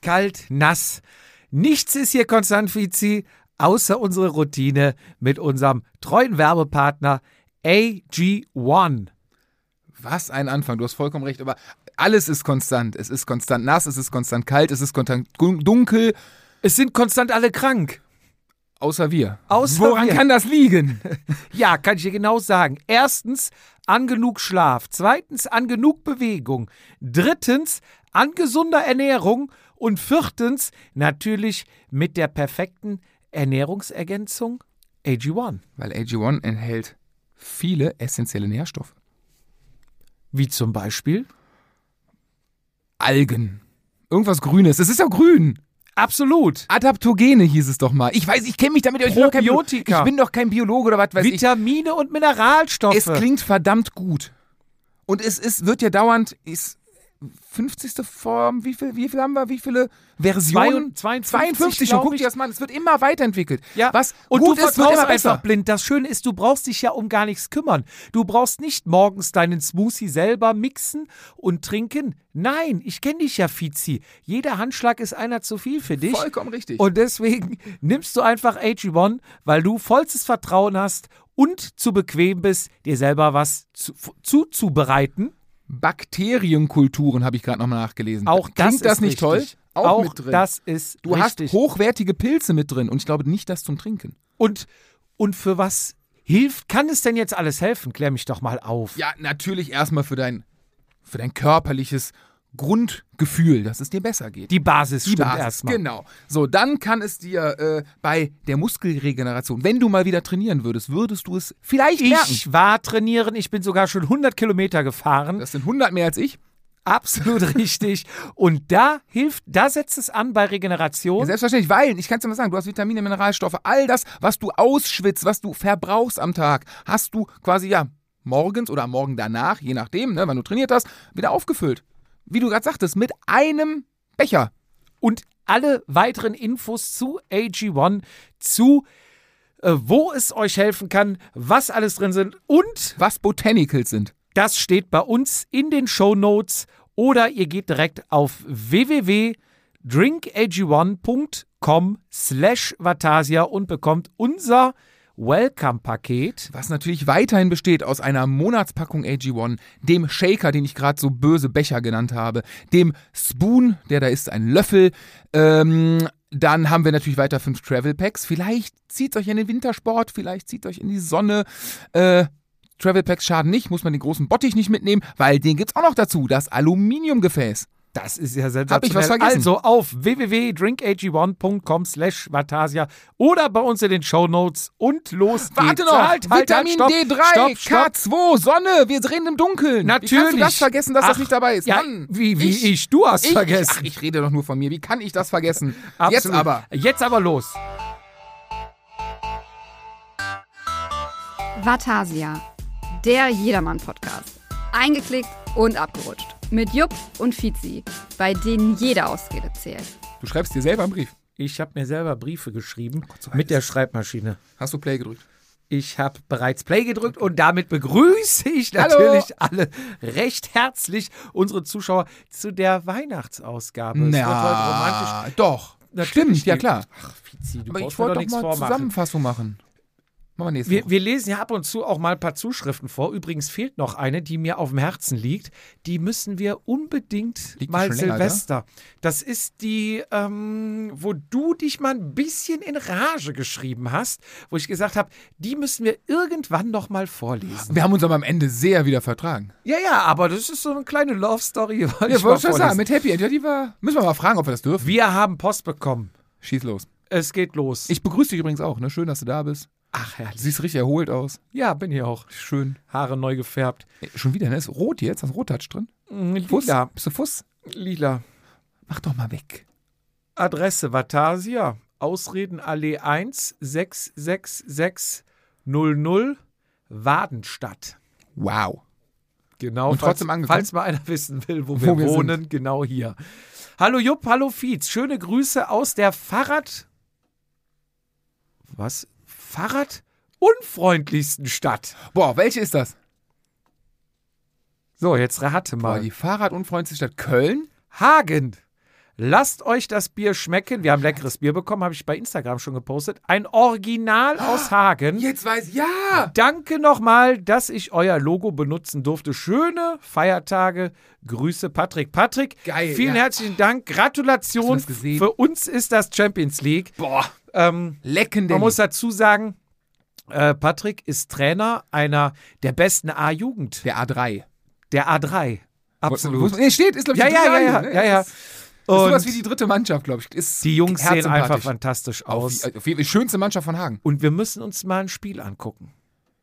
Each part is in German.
kalt, nass. Nichts ist hier konstant, Fizi, außer unsere Routine mit unserem treuen Werbepartner AG1. Was ein Anfang, du hast vollkommen recht, aber alles ist konstant. Es ist konstant nass, es ist konstant kalt, es ist konstant dun- dunkel, Es sind konstant alle krank. außer wir. Außer Woran wir. kann das liegen? Ja, kann ich dir genau sagen. Erstens an genug Schlaf, zweitens an genug Bewegung, drittens an gesunder Ernährung und viertens natürlich mit der perfekten Ernährungsergänzung AG1. Weil AG1 enthält viele essentielle Nährstoffe. Wie zum Beispiel? Algen. Irgendwas Grünes. Es ist ja grün. Absolut. Adaptogene hieß es doch mal. Ich weiß, ich kenne mich damit. Ich bin, doch kein Bio- Probiotika. ich bin doch kein Biologe oder was weiß Also ich. Vitamine und Mineralstoffe. Es klingt verdammt gut. Und es ist, wird ja dauernd, ist 50. Form, wie viel, wie viel haben wir, wie viele Versionen? Zwei- 52, schon, glaub guck ich. dir das mal an, es wird immer weiterentwickelt. Ja. Was und gut du ist, wird vertraust immer besser. einfach blind. Das Schöne ist, du brauchst dich ja um gar nichts kümmern. Du brauchst nicht morgens deinen Smoothie selber mixen und trinken. Nein, ich kenne dich ja, Fizi. Jeder Handschlag ist einer zu viel für dich. Vollkommen richtig. Und deswegen nimmst du einfach AG1, weil du vollstes Vertrauen hast und zu bequem bist, dir selber was zu- zuzubereiten. Bakterienkulturen habe ich gerade nochmal nachgelesen. Auch Klingt das, ist nicht richtig. toll? Auch, Auch mit drin. das ist du richtig. hast hochwertige Pilze mit drin und ich glaube nicht das zum Trinken. Und, und für was hilft, kann es denn jetzt alles helfen? Klär mich doch mal auf. Ja, natürlich erstmal für dein, für dein körperliches Grundgefühl, dass es dir besser geht. Die Basis Die stimmt Basis, erstmal. Genau. So, dann kann es dir äh, bei der Muskelregeneration, wenn du mal wieder trainieren würdest, würdest du es vielleicht merken. Ich war trainieren, ich bin sogar schon 100 Kilometer gefahren. Das sind 100 mehr als ich. Absolut richtig. Und da hilft, da setzt es an bei Ja, Regeneration. selbstverständlich, weil, ich kann es dir mal sagen, du hast Vitamine, Mineralstoffe, all das, was du ausschwitzt, was du verbrauchst am Tag, hast du quasi ja morgens oder am Morgen danach, je nachdem, ne, wann du trainiert hast, wieder aufgefüllt. Wie du gerade sagtest, mit einem Becher. und alle weiteren Infos zu AG1, zu äh, wo es euch helfen kann, was alles drin sind und Was Botanicals sind. Das steht bei uns in den Show Notes oder ihr geht direkt auf www.drinkag1.com slash Vatasia und bekommt unser Welcome-Paket. Was natürlich weiterhin besteht aus einer Monatspackung AG1, dem Shaker, den ich gerade so böse Becher genannt habe, dem Spoon, der da ist, ein Löffel. Ähm, dann haben wir natürlich weiter fünf Travel Packs. Vielleicht zieht euch in den Wintersport, vielleicht zieht euch in die Sonne. Äh, Travel Packs schaden nicht, muss man den großen Bottich nicht mitnehmen, weil den gibt's auch noch dazu, das Aluminiumgefäß. Das ist ja Hab ich was sensationell. vergessen? Also auf www.drinkag1.com slash Vatasia oder bei uns in den Show Notes und los geht's. Warte noch! Halt, halt, Vitamin halt, stopp, D3, stopp, stopp. K2, Sonne, wir reden im Dunkeln. Wie kannst du Natürlich. das vergessen, dass Ach, das nicht dabei ist? Ja, Mann, wie, wie ich, Du hast Ich, ich, vergessen. ach, ich rede doch nur von mir. Wie kann ich das vergessen? Jetzt Absolut. aber. Jetzt aber los. Vatasia, der Jedermann-Podcast. Eingeklickt und abgerutscht. Mit Jupp und Fizi, bei denen jede Ausrede zählt. Du schreibst dir selber einen Brief. Ich habe mir selber Briefe geschrieben so weit mit der ist es. Schreibmaschine. Hast du Play gedrückt? Ich habe bereits Play gedrückt und damit begrüße ich Hallo. natürlich alle recht herzlich unsere Zuschauer zu der Weihnachtsausgabe. Es wird heute romantisch. doch. Natürlich Stimmt, ja die- klar. Ach, Fizi, du brauchst Aber ich mir doch wollte doch nichts mal vormachen. Zusammenfassung machen. Machen wir nächste Wir, Woche. wir lesen ja ab und zu auch mal ein paar Zuschriften vor. Übrigens fehlt noch eine, die mir auf dem Herzen liegt. Die müssen wir unbedingt Liegt die mal schon länger, Silvester. das ist die, ähm, wo du dich mal ein bisschen in Rage geschrieben hast, wo ich gesagt habe, die müssen wir irgendwann noch mal vorlesen. Wir haben uns aber am Ende sehr wieder vertragen. Ja, ja, aber das ist so eine kleine Love Story. Ja, ich wollte schon sagen, mit Happy End. Ja, die war. Müssen wir mal fragen, ob wir das dürfen. wir haben Post bekommen. Schieß los. Es geht los. Ich begrüße dich übrigens auch. Ne? Schön, dass du da bist. ach Du herrlich. siehst richtig erholt aus. Ja, bin ich auch. Schön. Haare neu gefärbt. Ey, schon wieder, ne? Ist rot jetzt? Hast Rotatsch drin? Mm, Fuß? Lila, Bist du Fuß? lila. Mach doch mal weg. Adresse Vatasia, Ausredenallee 1 666 00 Wadenstadt. Wow. Genau. Und falls, trotzdem angekommen? Falls mal einer wissen will, wo wir, Wo wir sind. wohnen, genau hier. Hallo Jupp, hallo Fietz. Schöne Grüße aus der Fahrrad. Was? Fahrrad? Unfreundlichsten Stadt. Boah, welche ist das? So, jetzt rate Boah, mal. die fahrradunfreundlichste Stadt Köln? Hagen. Lasst euch das Bier schmecken. Wir haben leckeres Bier bekommen, habe ich bei Instagram schon gepostet. Ein Original aus Hagen. Jetzt weiß ich, ja! Danke nochmal, dass ich euer Logo benutzen durfte. Schöne Feiertage. Grüße, Patrick. Patrick, Geil, vielen ja. herzlichen Dank. Gratulation. Hast du das gesehen? Für uns ist das Champions League. Boah, Ähm, lecken man denn. muss dazu sagen, äh, Patrick ist Trainer einer der besten A-Jugend, der A3. der A3. Absolut. Wo- Nee, steht, ist, glaube ich, Ja, die ja, ja, dritte ja, Reihe, ne? ja, ja. Ist sowas wie Und die dritte Mannschaft, glaube ich. Ist die Jungs sehen einfach herzsympathisch. fantastisch Auf, äh, aus. auf jeden Fall schönste Mannschaft von Hagen. Und wir müssen uns mal ein Spiel angucken.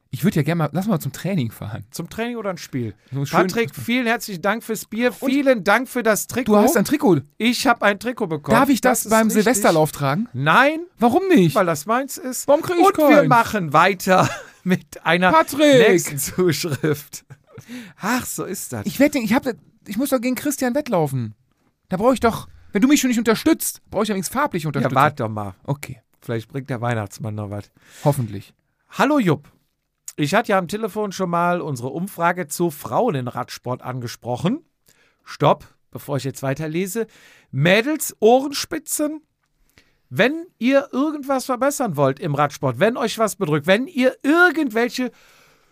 Ich würde ja gerne mal, lass mal zum Training fahren. Zum Training oder ein Spiel. So schön- Patrick, vielen herzlichen Dank fürs Bier. vielen Dank für das Trikot. Du hast ein Trikot. ich habe ein Trikot bekommen. Darf ich das, Oh. ist beim richtig. Silvesterlauf tragen? Nein, Warum nicht? weil das meins ist. Warum krieg ich Und wir keins? machen weiter mit einer Patrick! nächsten Zuschrift. Ach, so ist das. Ich wette, ich, hab, ich muss doch gegen Christian wettlaufen. Da brauche ich doch, wenn du mich schon nicht unterstützt, brauche ich ja wenigstens farblich ja, Unterstützung. wart doch mal. Okay, Vielleicht bringt der Weihnachtsmann noch was. hoffentlich. Hallo Jupp. Ich hatte ja am Telefon schon mal unsere Umfrage zu Frauen in Radsport angesprochen. Stopp, bevor ich jetzt weiterlese. Mädels, Ohrenspitzen. Wenn ihr irgendwas verbessern wollt im Radsport, wenn euch was bedrückt, wenn ihr irgendwelche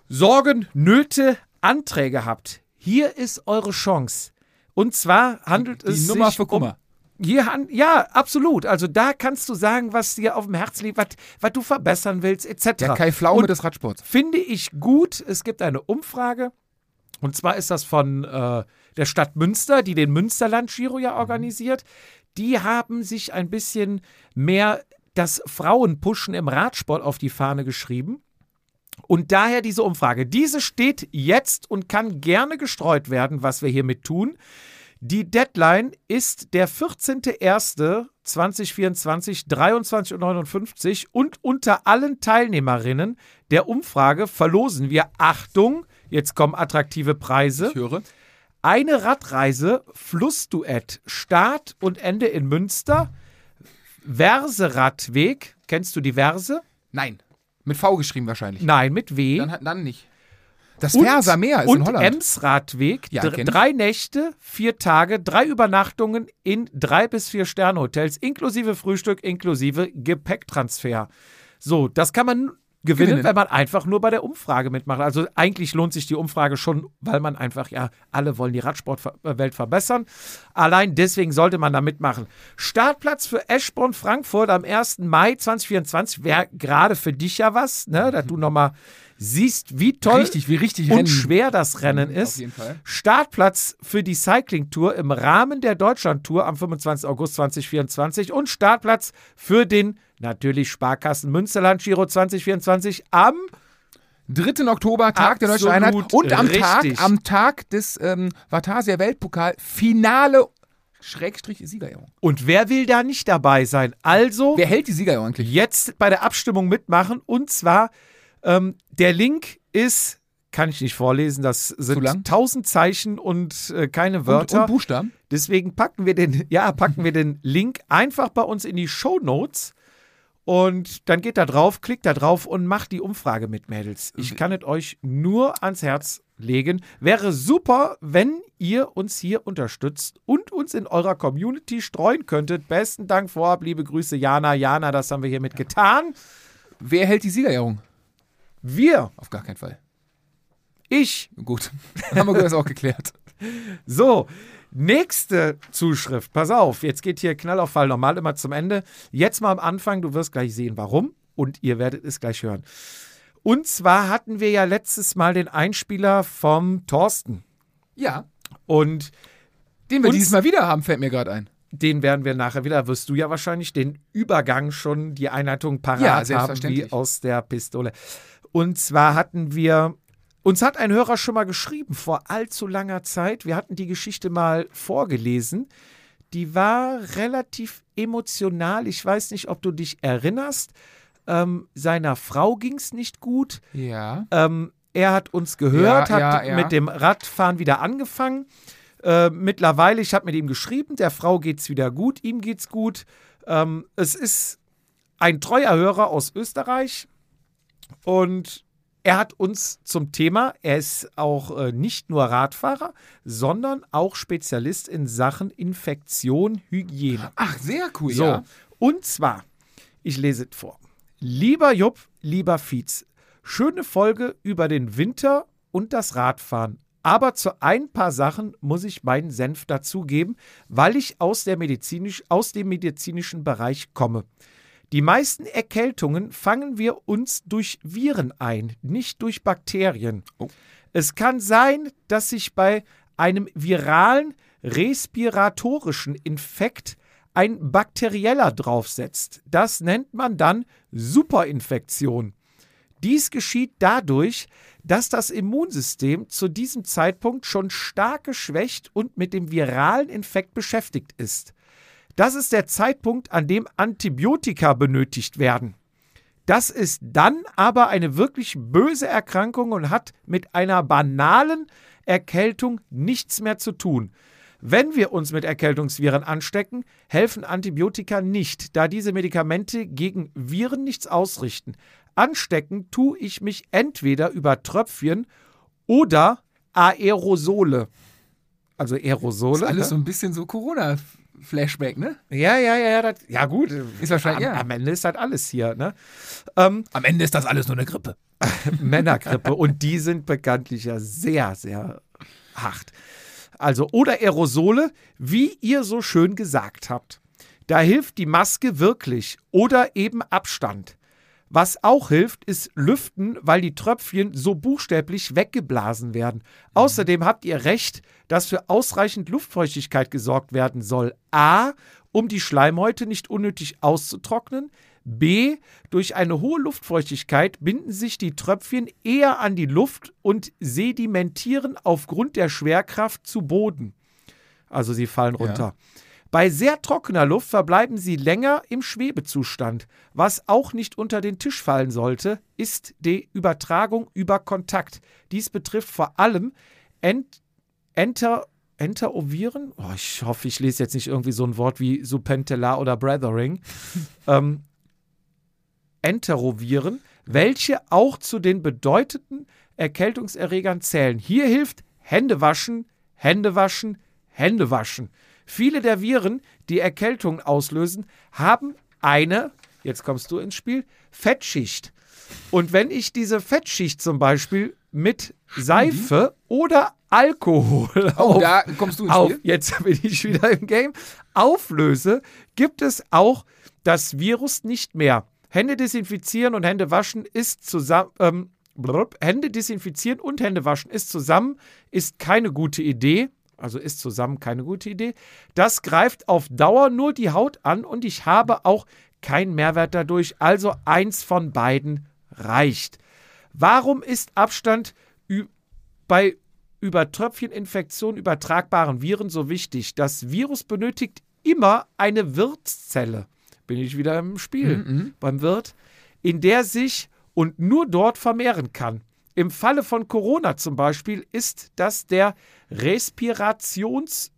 Sorgen, Nöte, Anträge habt, hier ist eure Chance. Und zwar handelt Die es Nummer sich für um Kummer. hier, han- ja, absolut. Also da kannst du sagen, was dir auf dem Herz liegt, was was du verbessern willst, etc. Der Kai Pflaume Und des Radsports. finde ich gut, es gibt eine Umfrage. Und zwar ist das von äh, der Stadt Münster, die den Münsterland-Giro ja organisiert. Die haben sich ein bisschen mehr das Frauenpushen im Radsport auf die Fahne geschrieben. Und daher diese Umfrage. Diese steht jetzt und kann gerne gestreut werden, was wir hiermit tun. Die Deadline ist der 14.01.2024, 23.59 Uhr und unter allen Teilnehmerinnen der Umfrage verlosen wir, Achtung, jetzt kommen attraktive Preise, Ich höre. eine Radreise, Flussduett, Start und Ende in Münster, Verse-Radweg, kennst du die Verse? Nein. Mit V geschrieben wahrscheinlich. Nein, mit W. Dann, dann nicht. Das Hm? Und- Verser Meer ist und in Holland. Emsradweg, Ja, dr- kenn ich. drei Nächte, vier Tage, drei Übernachtungen in drei bis vier Sterne-Hotels, inklusive Frühstück, inklusive Gepäcktransfer. So, das kann man gewinnen, Gewinnen. wenn man einfach nur bei der Umfrage mitmacht. Also eigentlich lohnt sich die Umfrage schon, weil man einfach, ja, alle wollen die Radsportwelt verbessern. Allein deswegen sollte man da mitmachen. Startplatz für Eschborn Frankfurt am 1. Mai 2024 wäre gerade für dich ja was, ne, dass du nochmal siehst, wie toll Richtig, wie richtig und rennen. Mhm, schwer das Rennen Auf ist. jeden Fall. Startplatz für die Cycling Tour im Rahmen der Deutschland Tour am 25. August 2024 und Startplatz für den natürlich Sparkassen Münsterland Giro 2024 am 3. Oktober, Tag der Deutschen Absolut Einheit. Und am richtig. Tag, am Tag des ähm, Vatasia Weltpokal Finale Schrägstrich Siegerehrung. und wer will da nicht dabei sein? Also Wer hält die Siegerehrung eigentlich? jetzt bei der Abstimmung mitmachen und zwar ähm, der Link ist kann ich nicht vorlesen, das lang? sind tausend Zeichen und äh, keine Und, Wörter. und Buchstaben? Deswegen packen wir den, ja, packen wir den Link einfach bei uns in die Show Notes. Und dann geht da drauf, klickt da drauf und macht die Umfrage mit, Mädels. Ich kann es euch nur ans Herz legen. Wäre super, wenn ihr uns hier unterstützt und uns in eurer Community streuen könntet. Besten Dank vorab, liebe Grüße, Jana. Jana, das haben wir hiermit getan. Wer hält die Siegerehrung? Wir, Auf gar keinen Fall. ich, Gut. Haben wir das auch geklärt. So, nächste Zuschrift. Pass auf, jetzt geht hier Knall auf Fall normal immer zum Ende. Jetzt mal am Anfang, du wirst gleich sehen, warum. Und ihr werdet es gleich hören. Und zwar hatten wir ja letztes Mal den Einspieler vom Thorsten. Ja. Und Den wir Uns- dieses Mal wieder haben, fällt mir gerade ein. den werden wir nachher wieder, wirst du ja wahrscheinlich den Übergang schon, die Einleitung Ja, parat haben, selbstverständlich. wie aus der Pistole. Und zwar hatten wir, uns hat ein Hörer schon mal geschrieben, vor allzu langer Zeit, wir hatten die Geschichte mal vorgelesen, die war relativ emotional, ich weiß nicht, ob du dich erinnerst, ähm, seiner Frau ging es nicht gut, Ja. ähm, er hat uns gehört, Ja, hat ja, ja. mit dem Radfahren wieder angefangen. Äh, mittlerweile, ich habe mit ihm geschrieben, der Frau geht's wieder gut, ihm geht's gut. Ähm, es ist ein treuer Hörer aus Österreich und Er hat uns zum Thema, er ist auch äh, nicht nur Radfahrer, sondern auch Spezialist in Sachen Infektion, Hygiene. Ach, sehr cool, So, ja. und zwar, ich lese es vor. Lieber Jupp, lieber Fietz, schöne Folge über den Winter und das Radfahren. Aber zu ein paar Sachen muss ich meinen Senf dazugeben, weil ich aus, der medizinisch, aus dem medizinischen Bereich komme. Die meisten Erkältungen fangen wir uns durch Viren ein, nicht durch Bakterien. Es kann sein, dass sich bei einem viralen respiratorischen Infekt ein bakterieller draufsetzt. Das nennt man dann Superinfektion. Dies geschieht dadurch, dass das Immunsystem zu diesem Zeitpunkt schon stark geschwächt und mit dem viralen Infekt beschäftigt ist. Das ist der Zeitpunkt, an dem Antibiotika benötigt werden. Das ist dann aber eine wirklich böse Erkrankung und hat mit einer banalen Erkältung nichts mehr zu tun. Wenn wir uns mit Erkältungsviren anstecken, helfen Antibiotika nicht, da diese Medikamente gegen Viren nichts ausrichten. Anstecken tue ich mich entweder über Tröpfchen oder Aerosole. Also Aerosole. Ist alles ne? so ein bisschen so Corona-Flashback, ne? Ja, ja, ja, ja, das, ja gut. Ist wahrscheinlich, am, ja. am Ende ist halt alles hier, ne? Ähm, Am Ende ist das alles nur eine Grippe. Männergrippe und die sind bekanntlich ja sehr, sehr hart. Also oder Aerosole, wie ihr so schön gesagt habt. Da hilft die Maske wirklich oder eben Abstand. Was auch hilft, ist Lüften, weil die Tröpfchen so buchstäblich weggeblasen werden. Außerdem habt ihr recht, dass für ausreichend Luftfeuchtigkeit gesorgt werden soll. A, um die Schleimhäute nicht unnötig auszutrocknen. B, durch eine hohe Luftfeuchtigkeit binden sich die Tröpfchen eher an die Luft und sedimentieren aufgrund der Schwerkraft zu Boden. Also sie fallen runter. Bei sehr trockener Luft verbleiben sie länger im Schwebezustand. Was auch nicht unter den Tisch fallen sollte, ist die Übertragung über Kontakt. Dies betrifft vor allem Ent Enter Enteroviren. Oh, ich hoffe, ich lese jetzt nicht irgendwie so ein Wort wie Supentelar oder Brethering. ähm, Enteroviren, welche auch zu den bedeutenden Erkältungserregern zählen. Hier hilft Händewaschen, Händewaschen, Händewaschen. Viele der Viren, die Erkältungen auslösen, haben eine, jetzt kommst du ins Spiel, Fettschicht. Und wenn ich diese Fettschicht zum Beispiel mit Seife oder Alkohol Oh, auf da kommst du ins auf, Spiel. jetzt bin ich wieder im Game, auflöse, gibt es auch das Virus nicht mehr. Hände desinfizieren und Hände waschen ist zusammen. Ähm, blub, Hände desinfizieren und Hände waschen ist zusammen, ist keine gute Idee. Also ist zusammen keine gute Idee. Das greift auf Dauer nur die Haut an und ich habe auch keinen Mehrwert dadurch. Also eins von beiden reicht. Warum ist Abstand ü- bei über Tröpfcheninfektion übertragbaren Viren so wichtig? Das Virus benötigt immer eine Wirtszelle. Bin ich wieder im Spiel Mhm, beim Wirt, in der sich und nur dort vermehren kann. Im Falle von Corona zum Beispiel ist das der Respirationstrakt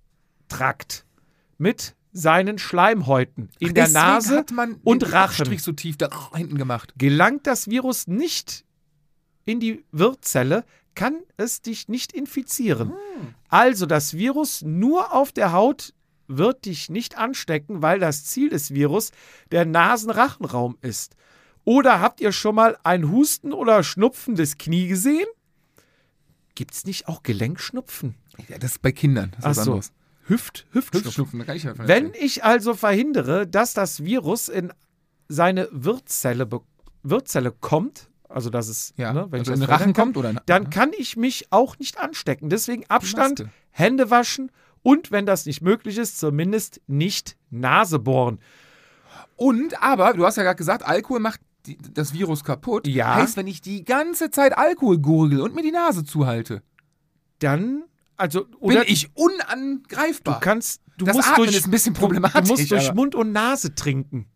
mit seinen Schleimhäuten in der Deswegen Nase hat man den und Rachen. Strich so tief da hinten gemacht. Gelangt das Virus nicht in die Wirtszelle, kann es dich nicht infizieren. Also das Virus nur auf der Haut wird dich nicht anstecken, weil das Ziel des Virus der Nasenrachenraum ist. Oder habt ihr schon mal ein Husten oder Schnupfen des Knie gesehen? Gibt es nicht auch Gelenkschnupfen? Ja, das ist bei Kindern. Das ist was Ach so. anderes. Hüft, Hüftschnupfen. Hüftschnupfen, da kann ich ja Wenn ich also verhindere, dass das Virus in seine Wirtszelle, be- Wirtszelle kommt, also dass es ja, ne, wenn also ich in das den verhindern Rachen kann, kommt oder dann kann ich mich auch nicht anstecken. Deswegen Abstand, Maske. Hände waschen und wenn das nicht möglich ist, zumindest nicht Nase bohren. Und, aber, du hast ja gerade gesagt, Alkohol macht die, das Virus kaputt. Ja. Heißt, wenn ich die ganze Zeit Alkohol gurgel und mir die Nase zuhalte, Dann, also oder bin ich unangreifbar. du kannst, du das musst Atmen durch, ist ein bisschen du problematisch. musst durch aber- Mund und Nase trinken.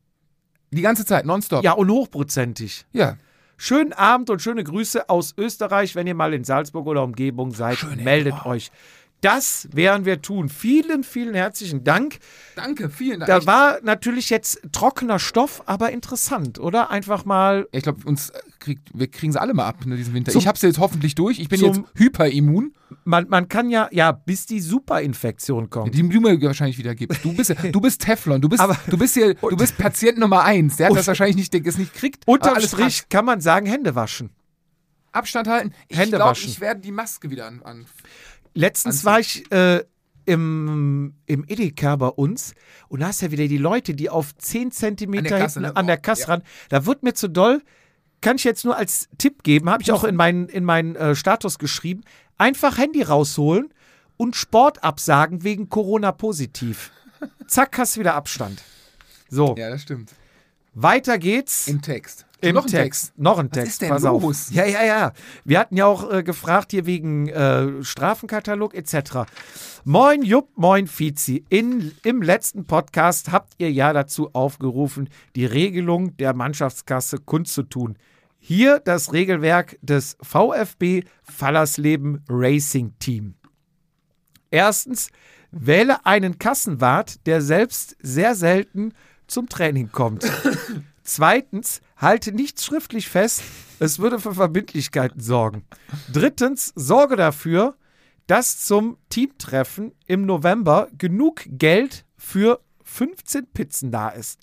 die ganze Zeit, nonstop. Ja und hochprozentig. ja. Schönen Abend und schöne Grüße aus Österreich. Wenn ihr mal in Salzburg oder Umgebung seid, meldet euch. Das werden wir tun. Vielen, vielen herzlichen Dank. Danke, vielen Dank. Da war natürlich jetzt trockener Stoff, aber interessant, oder? Einfach mal ich glaube, uns äh, kriegt, wir kriegen sie alle mal ab, ne, diesen Winter. Zum- ich hab's jetzt hoffentlich durch. Ich bin Zum- jetzt hyperimmun. Man, man kann ja, ja, bis die Superinfektion kommt. Die du mir wahrscheinlich wieder gibst. Du bist, du bist Teflon. Du bist, Aber- du bist hier, du bist Patient Nummer eins. Der hat das wahrscheinlich nicht, der es nicht kriegt. aber Unterm alles Strich kann man sagen, Hände waschen. ab- Abstand halten. Ich Hände glaub, waschen. ich werde die Maske wieder an. an. Letztens Anziehen. war ich äh, im, im Edeka bei uns und da hast ja wieder die Leute, die auf 10 An Zentimeter der Kasse, hinten ne? an der Boah, Kasse ja. ran. Da wird mir zu doll, kann ich jetzt nur als Tipp geben, habe ich auch in meinen in meinen, äh, Status geschrieben, einfach Handy rausholen und Sport absagen wegen Corona-positiv. Zack, hast wieder Abstand. So, Ja, das stimmt. weiter geht's. Im Text. Im Noch ein Text. Noch ein Text. ist denn Pass los? Auf. Ja, ja, ja. Wir hatten ja auch äh, gefragt hier wegen äh, Strafenkatalog etc. Moin Jupp, moin Fizi. In, Im letzten Podcast habt ihr ja dazu aufgerufen, die Regelung der Mannschaftskasse kundzutun. Hier das Regelwerk des VfB Fallersleben Racing Team. Erstens, wähle einen Kassenwart, der selbst sehr selten zum Training kommt. Zweitens, halte nichts schriftlich fest, es würde für Verbindlichkeiten sorgen. Drittens, sorge dafür, dass zum Teamtreffen im November genug Geld für 15 Pizzen da ist.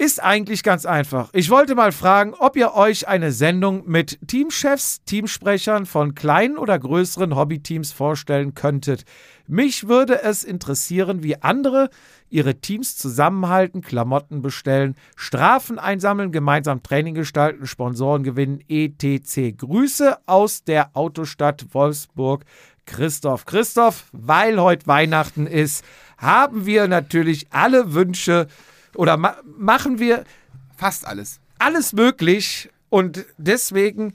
Ist eigentlich ganz einfach. Ich wollte mal fragen, ob ihr euch eine Sendung mit Teamchefs, Teamsprechern von kleinen oder größeren Hobbyteams vorstellen könntet. Mich würde es interessieren, wie andere ihre Teams zusammenhalten, Klamotten bestellen, Strafen einsammeln, gemeinsam Training gestalten, Sponsoren gewinnen, etc. Grüße aus der Autostadt Wolfsburg. Christoph, Christoph, weil heute Weihnachten ist, haben wir natürlich alle Wünsche oder ma machen wir Fast alles. alles möglich und deswegen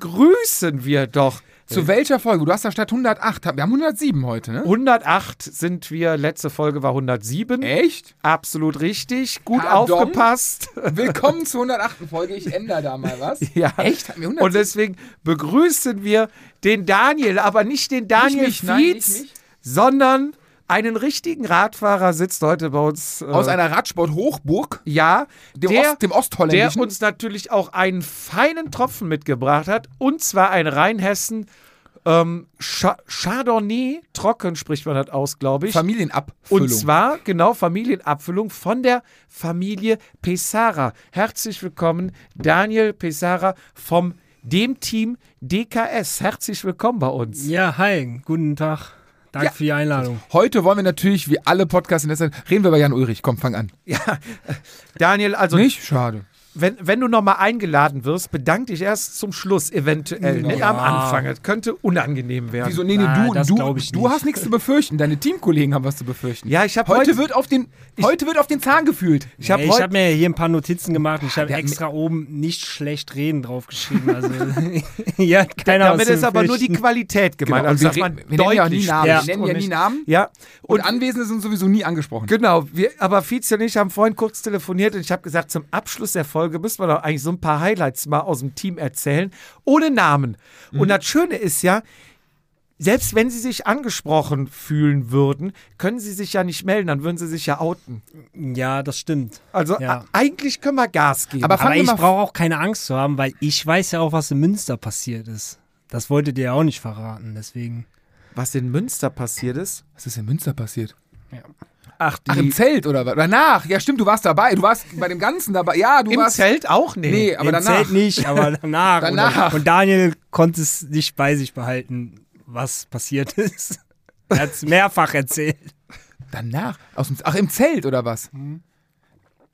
begrüßen wir doch. Zu welcher Folge? Du hast da statt 108, wir haben 107 heute, ne? 108 sind wir, letzte Folge war 107. Echt? Absolut richtig, gut Pardon? aufgepasst. Willkommen zur 108. Folge. Ich ändere da mal was. Ja. Echt? Haben wir 107? Und deswegen begrüßen wir den Daniel, aber nicht den Daniel mich, nein, nicht Fietz, mich. sondern einen richtigen Radfahrer sitzt heute bei uns. äh, Aus einer Radsport-Hochburg, ja, dem, der, Ost, dem der Ostholländischen. uns natürlich auch einen feinen Tropfen mitgebracht hat, und zwar ein Rheinhessen ähm, Cha- Chardonnay, trocken spricht man das aus, glaube ich. Familienabfüllung. Und zwar, genau, Familienabfüllung von der Familie Pesara. Herzlich willkommen, Daniel Pesara vom dem Team DKS. Herzlich willkommen bei uns. Ja, hi, guten Tag. Danke Ja. für die Einladung. Heute wollen wir natürlich, wie alle Podcasts in der Zeit, reden wir über Jan Ulrich. Komm, fang an. Daniel, also Nicht? Schade. wenn, wenn du nochmal eingeladen wirst, bedank dich erst zum Schluss eventuell, nicht am Anfang. Das könnte unangenehm werden. Wieso? Nee, nee, Ah, du, das du, glaub ich du nicht. hast nichts zu befürchten. Deine Teamkollegen haben was zu befürchten. Ja, ich hab heute, heute- wird auf den heute wird auf den Zahn gefühlt. Ich Ah, habe Ey, ich heute habe mir hier ein paar Notizen gemacht und ich habe der hat extra oben nicht schlecht reden draufgeschrieben. Also, ja, keiner Damit was ist aber nur die befürchten. Qualität gemeint. Genau, Also und sagt wir man re- wir nennen ja nie deutlich Namen. schlecht Wir nennen und ja nie nicht- Namen. Ja, Und, und, Anwesende sind sowieso nie angesprochen. genau. Wir, aber Fizi und ich haben vorhin kurz telefoniert und ich habe gesagt, zum Abschluss der Folge müssen wir doch eigentlich so ein paar Highlights mal aus dem Team erzählen, ohne Namen. Mhm. Und das Schöne ist ja, selbst wenn sie sich angesprochen fühlen würden, können sie sich ja nicht melden, dann würden sie sich ja outen. Ja, das stimmt. Also Ja. a- eigentlich können wir Gas geben. Aber- fangen Aber wir ich mal- brauche auch keine Angst zu haben, weil ich weiß ja auch, was in Münster passiert ist. Das wolltet ihr ja auch nicht verraten, deswegen. was in Münster passiert ist, Was ist in Münster passiert? ach, die, Ach, im Zelt oder was? Danach. Ja, stimmt, du warst dabei. Du warst bei dem Ganzen dabei. Ja, du im warst. Zelt auch nicht. Nee, aber Im danach. Zelt nicht, aber danach. Danach. Und, und Daniel konnte es nicht bei sich behalten, was passiert ist. Er hat es mehrfach erzählt. Danach? Aus dem, ach, im Zelt oder was? Mhm.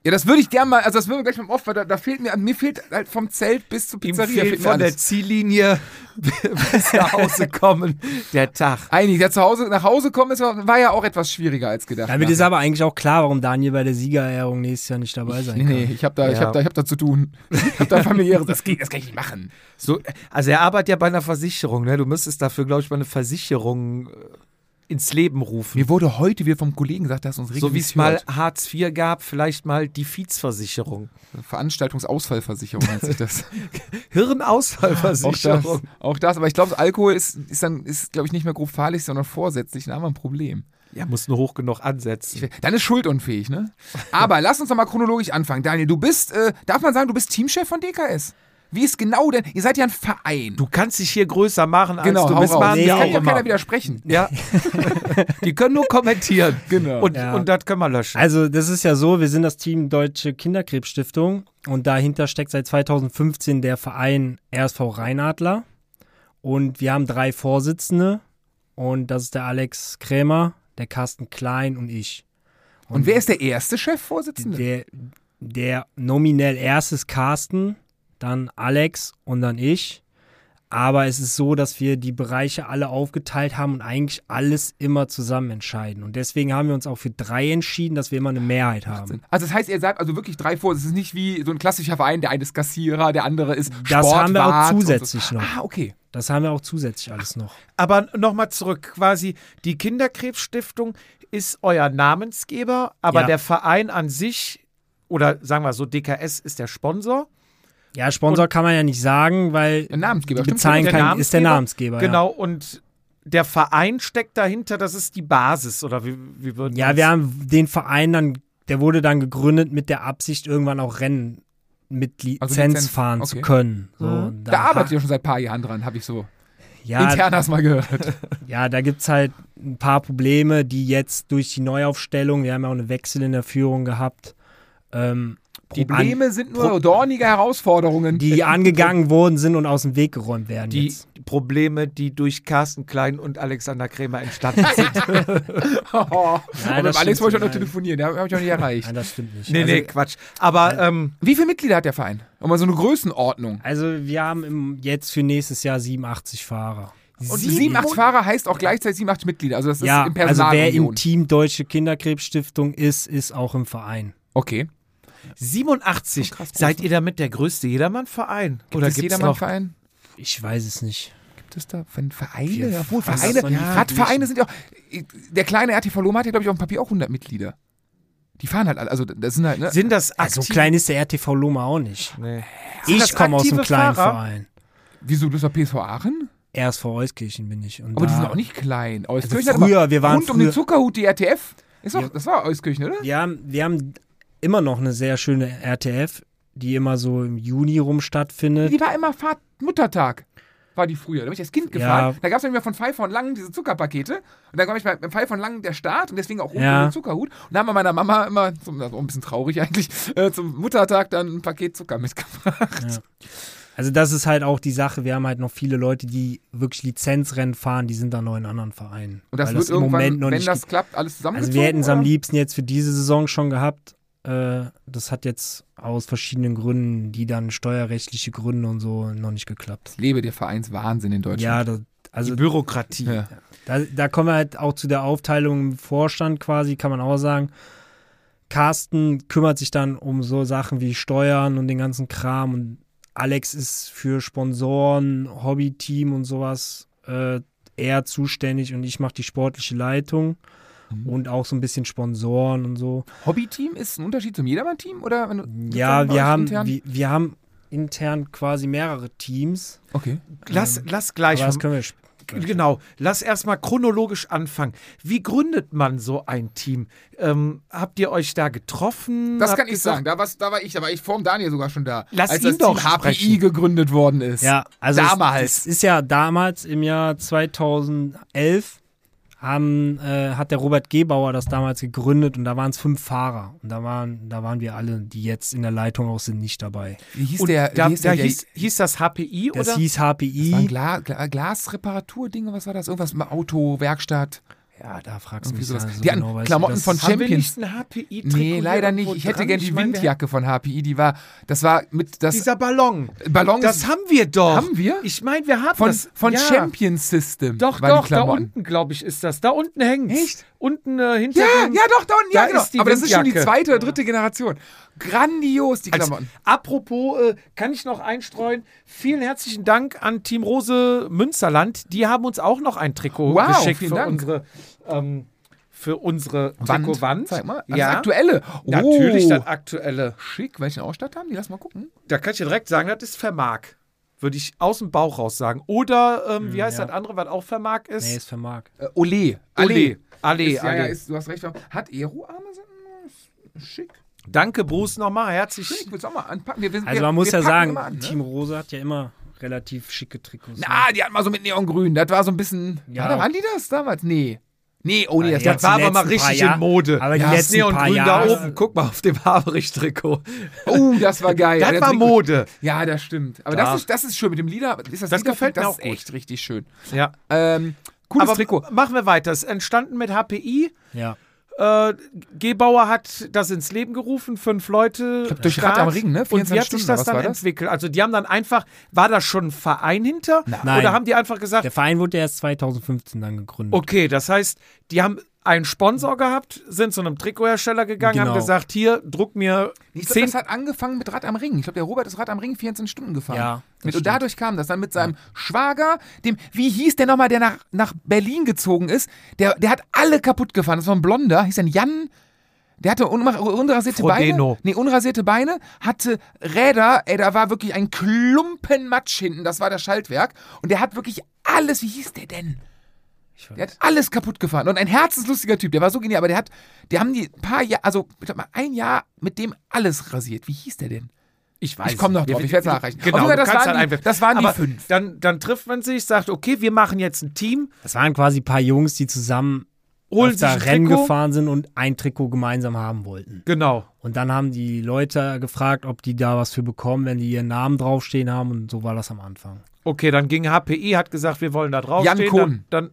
Ja, das würde ich gerne mal, also das würden wir gleich mal off, weil da, da fehlt mir, mir fehlt halt vom Zelt bis zur Ihm Pizzeria fehlt fehlt mir von der alles. Ziellinie bis nach Hause kommen der Tag. Eigentlich, der zu Hause, nach Hause kommen ist, war war ja auch etwas schwieriger als gedacht. Damit ist aber eigentlich auch klar, warum Daniel bei der Siegerehrung nächstes Jahr nicht dabei sein Nee, kann. nee, ich hab da, ich Ja. hab da, ich hab da zu tun. Ich hab da familiäres, das, geht- das kann ich nicht machen. So, also er arbeitet ja bei einer Versicherung, ne? Du müsstest dafür, glaube ich, mal eine Versicherung äh, ins Leben rufen. Mir wurde heute wieder vom Kollegen gesagt, dass uns So wie regelmäßig es mal hört. Hartz IV gab, vielleicht mal die Viehsversicherung. Veranstaltungsausfallversicherung nennt sich das. auch das, Hirnausfallversicherung. auch das. Aber ich glaube, Alkohol ist, ist dann ist glaube ich nicht mehr grob fahrlässig, sondern vorsätzlich. Dann haben wir ein Problem. Ja, muss nur hoch genug ansetzen. Ich we- Dann ist schuldunfähig, ne? Aber lass uns doch mal chronologisch anfangen. Daniel, du bist, äh, darf man sagen, du bist Teamchef von DKS? Wie ist genau denn? Ihr seid ja ein Verein. Du kannst dich hier größer machen, als genau, du hau bist. raus. Machen wir Nee, das kann auch ja immer. keiner widersprechen. Ja, die können nur kommentieren. Genau. Und, Ja. und das können wir löschen. Also, das ist ja so, wir sind das Team Deutsche Kinderkrebsstiftung und dahinter steckt seit 2015 der Verein RSV Rheinadler. Und wir haben drei Vorsitzende und das ist der Alex Krämer, der Carsten Klein und ich. Und wer ist der erste Chefvorsitzende? Der, der nominell erste ist Carsten, dann Alex und dann ich. Aber es ist so, dass wir die Bereiche alle aufgeteilt haben und eigentlich alles immer zusammen entscheiden. Und deswegen haben wir uns auch für drei entschieden, dass wir immer eine Mehrheit haben. Also das heißt, ihr seid also wirklich drei vor. Es ist nicht wie so ein klassischer Verein, der eine ist Kassierer, der andere ist Das haben wir auch Sportwart und zusätzlich so. noch. Ah, okay. Das haben wir auch zusätzlich alles noch. Aber nochmal zurück, quasi die Kinderkrebsstiftung ist euer Namensgeber, aber Ja. der Verein an sich, oder sagen wir so, DKS ist der Sponsor. Ja, Sponsor kann man ja nicht sagen, weil Der Namensgeber, die stimmt. bezahlen Der kann, ist der Namensgeber. Genau, und der Verein steckt dahinter, das ist die Basis, oder wie, wie würden Ja, ja wir's- wir haben den Verein dann, der wurde dann gegründet mit der Absicht, irgendwann auch Rennen mit Lizenz, Also Lizenz, fahren zu okay. können. So, Mhm. Da arbeitet ihr schon seit ein paar Jahren dran, habe ich so ja, intern das mal gehört. ja, da gibt es halt ein paar Probleme, die jetzt durch die Neuaufstellung, wir haben ja auch einen Wechsel in der Führung gehabt, ähm, Probleme sind nur dornige Herausforderungen. an, die angegangen wurden sind und aus dem Weg geräumt werden. die jetzt. Probleme, die durch Carsten Klein und Alexander Krämer entstanden sind. Oh, und Nein, mit das Alex stimmt wollte ich nicht, auch noch nein. telefonieren, der habe ich auch nicht erreicht. Nein, das stimmt nicht. nee, also, nee, Quatsch. Aber ähm, Wie viele Mitglieder hat der Verein? Und mal so eine Größenordnung. also wir haben im, jetzt für nächstes Jahr 87 Fahrer. Und 87 Fahrer heißt auch gleichzeitig 87 Mitglieder. Also das ist ja, im also Personal. wer im Team Deutsche Kinderkrebsstiftung ist, ist auch im Verein. okay. 87, krass groß, seid ihr damit der größte Jedermann-Verein? Oder Oh, Oder gibt es jedermann noch? Verein? Ich weiß es nicht. Gibt es da von Vereine? Wir Obwohl, fassen Vereine, das doch nie hat verglichen. Vereine sind ja auch. äh, Der kleine RTV Lohmann hat ja, glaube ich, auf dem Papier auch 100 Mitglieder. Die fahren halt alle. Also, das sind halt. Ne? Sind das So aktiv? Also klein ist der RTV Loma auch nicht. nee. das Ich komme aus einem aktive kleinen Fahrer? Verein. wieso? Du bist doch PSV Aachen? Erst vor Euskirchen bin ich. Und Aber die da- sind auch nicht klein. Euskirchen Also früher, hat aber wir waren Rund um den früher- Zuckerhut, die RTF. Ist doch, Das war Euskirchen, oder? Wir haben, wir haben immer noch eine sehr schöne RTF, die immer so im Juni rum stattfindet. Die war immer Fahrt Muttertag. War die früher. Da bin ich als Kind gefahren. Da gab es dann immer von Pfeiffer und Langen diese Zuckerpakete. Und da kam ich bei bei Pfeiffer und Langen der Start und deswegen auch oben Ja. den Zuckerhut. Und da haben wir meiner Mama immer, zum, das war auch ein bisschen traurig eigentlich, äh, zum Muttertag dann ein Paket Zucker mitgebracht. Also das ist halt auch die Sache. Wir haben halt noch viele Leute, die wirklich Lizenzrennen fahren, die sind dann noch in anderen Vereinen. Und das Weil wird im irgendwann, Moment noch wenn nicht das klappt, alles Also zusammengezogen. wir hätten es am oder? liebsten jetzt für diese Saison schon gehabt. Äh, Das hat jetzt aus verschiedenen Gründen, die dann steuerrechtliche Gründe und so, noch nicht geklappt. Lebe der Vereinswahnsinn in Deutschland. Ja, da, Die also Bürokratie. Ja. da, da kommen wir halt auch zu der Aufteilung im Vorstand quasi, kann man auch sagen. Carsten kümmert sich dann um so Sachen wie Steuern und den ganzen Kram und Alex ist für Sponsoren, Hobbyteam und sowas äh, eher zuständig und ich mache die sportliche Leitung und auch so ein bisschen Sponsoren und so. Hobbyteam ist ein Unterschied zum Jedermann-Team? Oder wenn du- gibt's da Ja, bei wir euch haben, intern? wir, wir haben intern quasi mehrere Teams. Okay. Lass, ähm, lass gleich. Aber das können wir sp- Genau, lass erstmal chronologisch anfangen. Wie gründet man so ein Team? Ähm, habt ihr euch da getroffen? Das Habt kann ich gesagt- sagen. Da, war's- da war ich, da war ich vorm Daniel sogar schon da. Lass als ihn das doch Team HPI sprechen. gegründet worden ist. halt. Ja, also Damals. Es, es ist ja damals im Jahr 2011 haben, äh, hat der Robert Gebauer das damals gegründet und da waren es fünf Fahrer und da waren, da waren wir alle, die jetzt in der Leitung auch sind, nicht dabei. Wie hieß Und der? da, wie hieß da der, der- hieß, hieß das HPI Das oder? hieß Waren HPI. Gla Gla Glasreparaturdinge, was war das? Irgendwas mit Auto, Werkstatt, Ja, da fragst du irgendwie mich sowas. ja so die hatten genau, weißt du, Klamotten das- von Haben wir Champions. nicht ein hpi -Trikot Nee, hier leider irgendwo nicht. Ich hätte dran? gern die Ich meine, wir- Windjacke von HPI, die war, das war mit das Dieser Ballon. Äh, Ballon Das haben wir doch. Haben wir? Ich meine, wir haben von, das. von ja. Champions System. Doch, waren doch, die da Klamotten. unten, glaube ich, ist das. Da unten hängt Echt? unten äh, hinter Ja, dem ja, doch, da unten. Da Ja, genau. ist die Aber das ist schon die Windjacke. zweite oder dritte Generation. Grandios, die Als, Klamotten. apropos, äh, kann ich noch einstreuen? Vielen herzlichen Dank an Team Rose Münsterland. Die haben uns auch noch ein Trikot Wow, geschickt vielen für Dank. unsere, ähm, für unsere Trikotwand. Zeig mal. Das ja, aktuelle. Oh, natürlich das aktuelle. Schick. Welchen Ausstatt haben die? Lass mal gucken. Da kann ich dir direkt sagen, das ist Vermark. Würde ich aus dem Bauch raus sagen. Oder, Mm, ähm, wie heißt ja. das andere, was auch Vermark ist? Nee, ist vermarkt. Äh, Ole. Allee. Allee, Ist, ja, Allee. ja, ist, du hast recht. Hat Aero-Arme? Sind- Schick. Danke, Bruce, nochmal. Schick, Herzlich. willst du auch mal anpacken? Wir, wir, Also man muss wir ja packen sagen, immer an, ne? Team Rosa hat ja immer relativ schicke Trikots. Na, die hatten mal so mit Neongrün. Das war so ein bisschen. Ja. Ja. waren die das damals? Nee. Nee, Ole, das Ja, war Das war die aber mal letzten paar richtig Jahre- in Mode. aber die das letzten paar Neongrün Jahre- da oben. Guck mal auf dem Haberich-Trikot. Oh, das war geil. Das Der war Trikot- Mode. Ja, das stimmt. Aber Da. das ist, das ist schön mit dem Lieder. Ist das Das Lieder gefällt mir das auch ist gut. echt richtig schön. Ja. Ähm, cooles Aber Trikot. machen wir weiter. Es ist entstanden mit HPI. Ja. Äh, Gebauer hat das ins Leben gerufen, fünf Leute. glaub, durch Rad am Ring, ne? Und 24 wie hat sich Stunden, das was dann war das? entwickelt? Also die haben dann einfach, war da schon ein Verein hinter? Nein. Oder haben die einfach gesagt, Der Verein wurde erst 2015 dann gegründet. Oh. okay, das heißt, die haben einen Sponsor gehabt, sind zu einem Trikothersteller gegangen, haben Genau. gesagt, hier, druck mir Ich glaube, zehn. das hat angefangen mit Rad am Ring. Ich glaube, der Robert ist Rad am Ring 14 Stunden gefahren. Ja, das mit, und stimmt. dadurch kam das dann mit seinem Schwager, dem, wie hieß der nochmal, der nach, nach Berlin gezogen ist? Der, der hat alle kaputt gefahren. Das war ein Blonder, hieß ein Jan. Der hatte unma- unrasierte Frodeno. Beine. Nee, unrasierte Beine, hatte Räder, ey, da war wirklich ein Klumpen Matsch hinten, das war das Schaltwerk. Und der hat wirklich alles, wie hieß der denn? Ich weiß. Der hat alles kaputt gefahren. Und ein herzenslustiger Typ, der war so genial, aber der hat, der haben die ein paar Jahre, also ich glaub mal, ein Jahr mit dem alles rasiert. Wie hieß der denn? Ich Ich komme noch drauf, ich werde es nachreichen. Auf Genau, jeden Fall, du das, kannst waren halt die, einfach- das waren die Aber fünf. Dann, dann trifft man sich, sagt, okay, wir machen jetzt ein Team, Das waren quasi ein paar Jungs, die zusammen holen öfter sich ein Rennen Trikot. gefahren sind und ein Trikot gemeinsam haben wollten. Genau. Und dann haben die Leute gefragt, ob die da was für bekommen, wenn die ihren Namen draufstehen haben. Und so war das am Anfang. Okay, dann ging HPI, hat gesagt, wir wollen da draufstehen. Kohn. Dann, dann,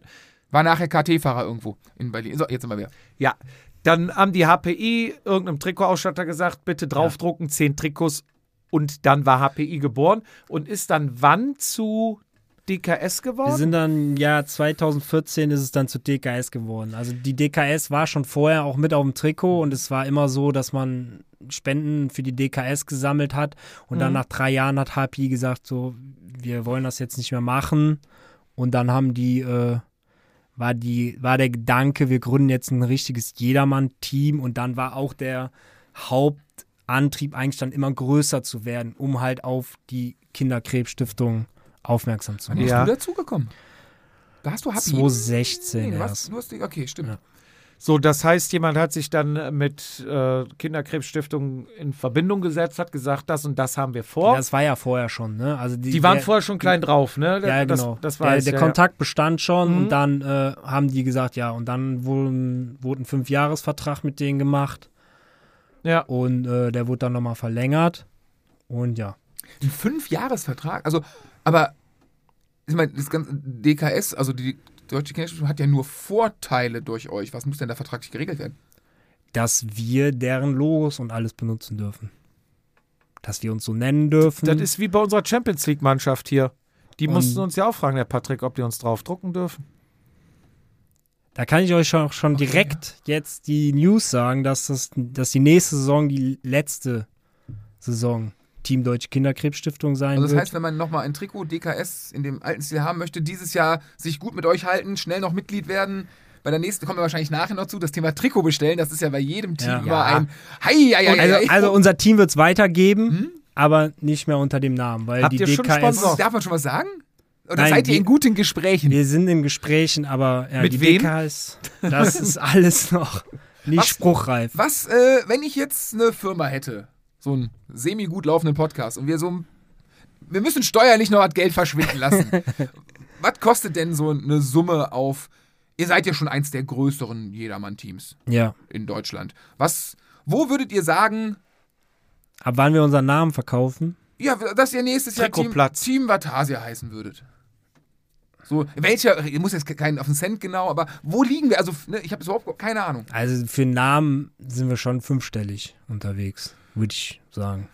War nachher KT-Fahrer irgendwo in Berlin. So, jetzt sind wir wieder. ja, dann haben die HPI irgendeinem Trikotausstatter gesagt, bitte draufdrucken, zehn Trikots. Und dann war HPI geboren und ist dann wann zu DKS Wir geworden? sind dann im Jahr 2014 ist es dann zu DKS geworden. Also die DKS war schon vorher auch mit auf dem Trikot und es war immer so, dass man Spenden für die DKS gesammelt hat und dann nach drei Jahren hat HPI gesagt, so wir wollen das jetzt nicht mehr machen und dann haben die äh, war die war der Gedanke, wir gründen jetzt ein richtiges Jedermann-Team und dann war auch der Hauptantrieb eigentlich dann immer größer zu werden, um halt auf die Kinderkrebsstiftung aufmerksam zu Wann machen. bist Ja. du dazugekommen? Da hast du Happy. 2016 du hast, erst. du hast, die- okay, stimmt. Ja. so, das heißt, jemand hat sich dann mit äh, Kinderkrebsstiftung in Verbindung gesetzt, hat gesagt, das und das haben wir vor. Das war ja vorher schon, ne? Also die, die waren der, vorher schon klein drauf, ne? Ja, das, genau. Das, das der weiß ich, ja, der Mhm. ja. Kontakt bestand schon und dann äh, haben die gesagt, ja, und dann wurden, wurde ein Fünfjahresvertrag mit denen gemacht Ja. und äh, der wurde dann nochmal verlängert. Und ja. Ein Fünf-Jahres-Vertrag. Also, aber ich meine, das ganze DKS, also die Deutsche Kinderstiftung, hat ja nur Vorteile durch euch. Was muss denn da vertraglich geregelt werden? Dass wir deren Logos und alles benutzen dürfen. Dass wir uns so nennen dürfen. Das ist wie bei unserer Champions League-Mannschaft hier. Die Mhm. Und- mussten uns ja auch fragen, der Patrick, ob die uns draufdrucken dürfen. Da kann ich euch schon, schon direkt jetzt die News sagen, dass, das, dass die nächste Saison die letzte Saison Team Deutsche Kinderkrebsstiftung sein Also das wird. heißt, wenn man nochmal ein Trikot DKS in dem alten Stil haben möchte, dieses Jahr sich gut mit euch halten, schnell noch Mitglied werden. Bei der nächsten kommen wir wahrscheinlich nachher noch zu, das Thema Trikot bestellen, das ist ja bei jedem Team Ja. immer Ja. ein Hei, hei, hei, also, hei. also unser Team wird es weitergeben, aber nicht mehr unter dem Namen, weil Hm? Habt die ihr schon DKS. Sponsor? Darf man schon was sagen? Oder Nein, seid ihr die- in guten Gesprächen? wir sind in Gesprächen, aber ja, Mit die wem? DKS, das ist alles noch nicht Was? spruchreif. Was, äh, wenn ich jetzt eine Firma hätte, so einen semi-gut laufenden Podcast und wir so ein, wir müssen steuerlich noch was Geld verschwinden lassen. was kostet denn so eine Summe auf, ihr seid ja schon eins der größeren Jedermann-Teams Ja. in Deutschland. Was, wo würdet ihr sagen, Ab wann wir unseren Namen verkaufen? ja, dass ihr nächstes Jahr Team, Trikotplatz. Team Vatasia heißen würdet? So, welcher, ihr muss jetzt keinen auf den Cent genau, aber wo liegen wir? Also, ne, ich habe überhaupt keine Ahnung. Also für Namen sind wir schon fünfstellig unterwegs, würde ich sagen.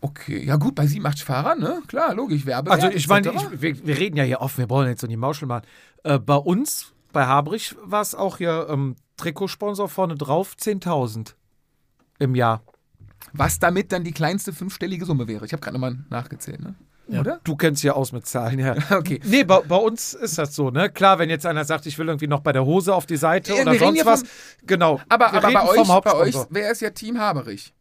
Okay, ja gut, bei sieben, acht Fahrern, ne? Klar, logisch, Werbe. Also Werbe, ich meine, etc. ich, wir, wir reden ja hier offen, wir wollen jetzt so die Mauschel machen. Äh, bei uns, bei Habrich, war es auch hier ähm, Trikotsponsor vorne drauf 10.000 im Jahr. Was damit dann die kleinste fünfstellige Summe wäre. Ich habe gerade nochmal nachgezählt, ne? Oder? Du kennst ja aus mit Zahlen, ja. Okay. Nee, bei, bei uns ist das so, ne? Klar, wenn jetzt einer sagt, ich will irgendwie noch bei der Hose auf die Seite Ja, oder wir reden sonst ja was. vom- Genau. Aber, Wir aber reden bei vom euch, bei euch Hauptsponsor. wäre es ja Team Haberich.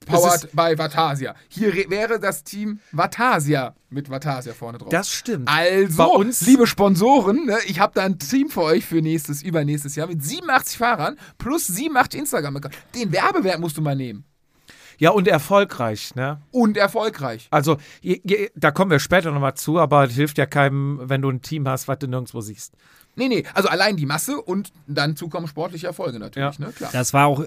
Es Powered by Vatasia. Hier re- wäre das Team Vatasia mit Vatasia vorne drauf. Das stimmt. also, bei uns- liebe Sponsoren, ne, ich habe da ein Team für euch für nächstes, übernächstes Jahr mit 87 Fahrern plus 87 Instagram-Accounts. Den Werbewert musst du mal nehmen. Ja, und erfolgreich, ne? Und erfolgreich. Also, je, je, da kommen wir später nochmal zu, aber es hilft ja keinem, wenn du ein Team hast, was du nirgendwo siehst. Nee, nee, also allein die Masse und dann zukommen sportliche Erfolge natürlich, ne? Klar. Das war auch,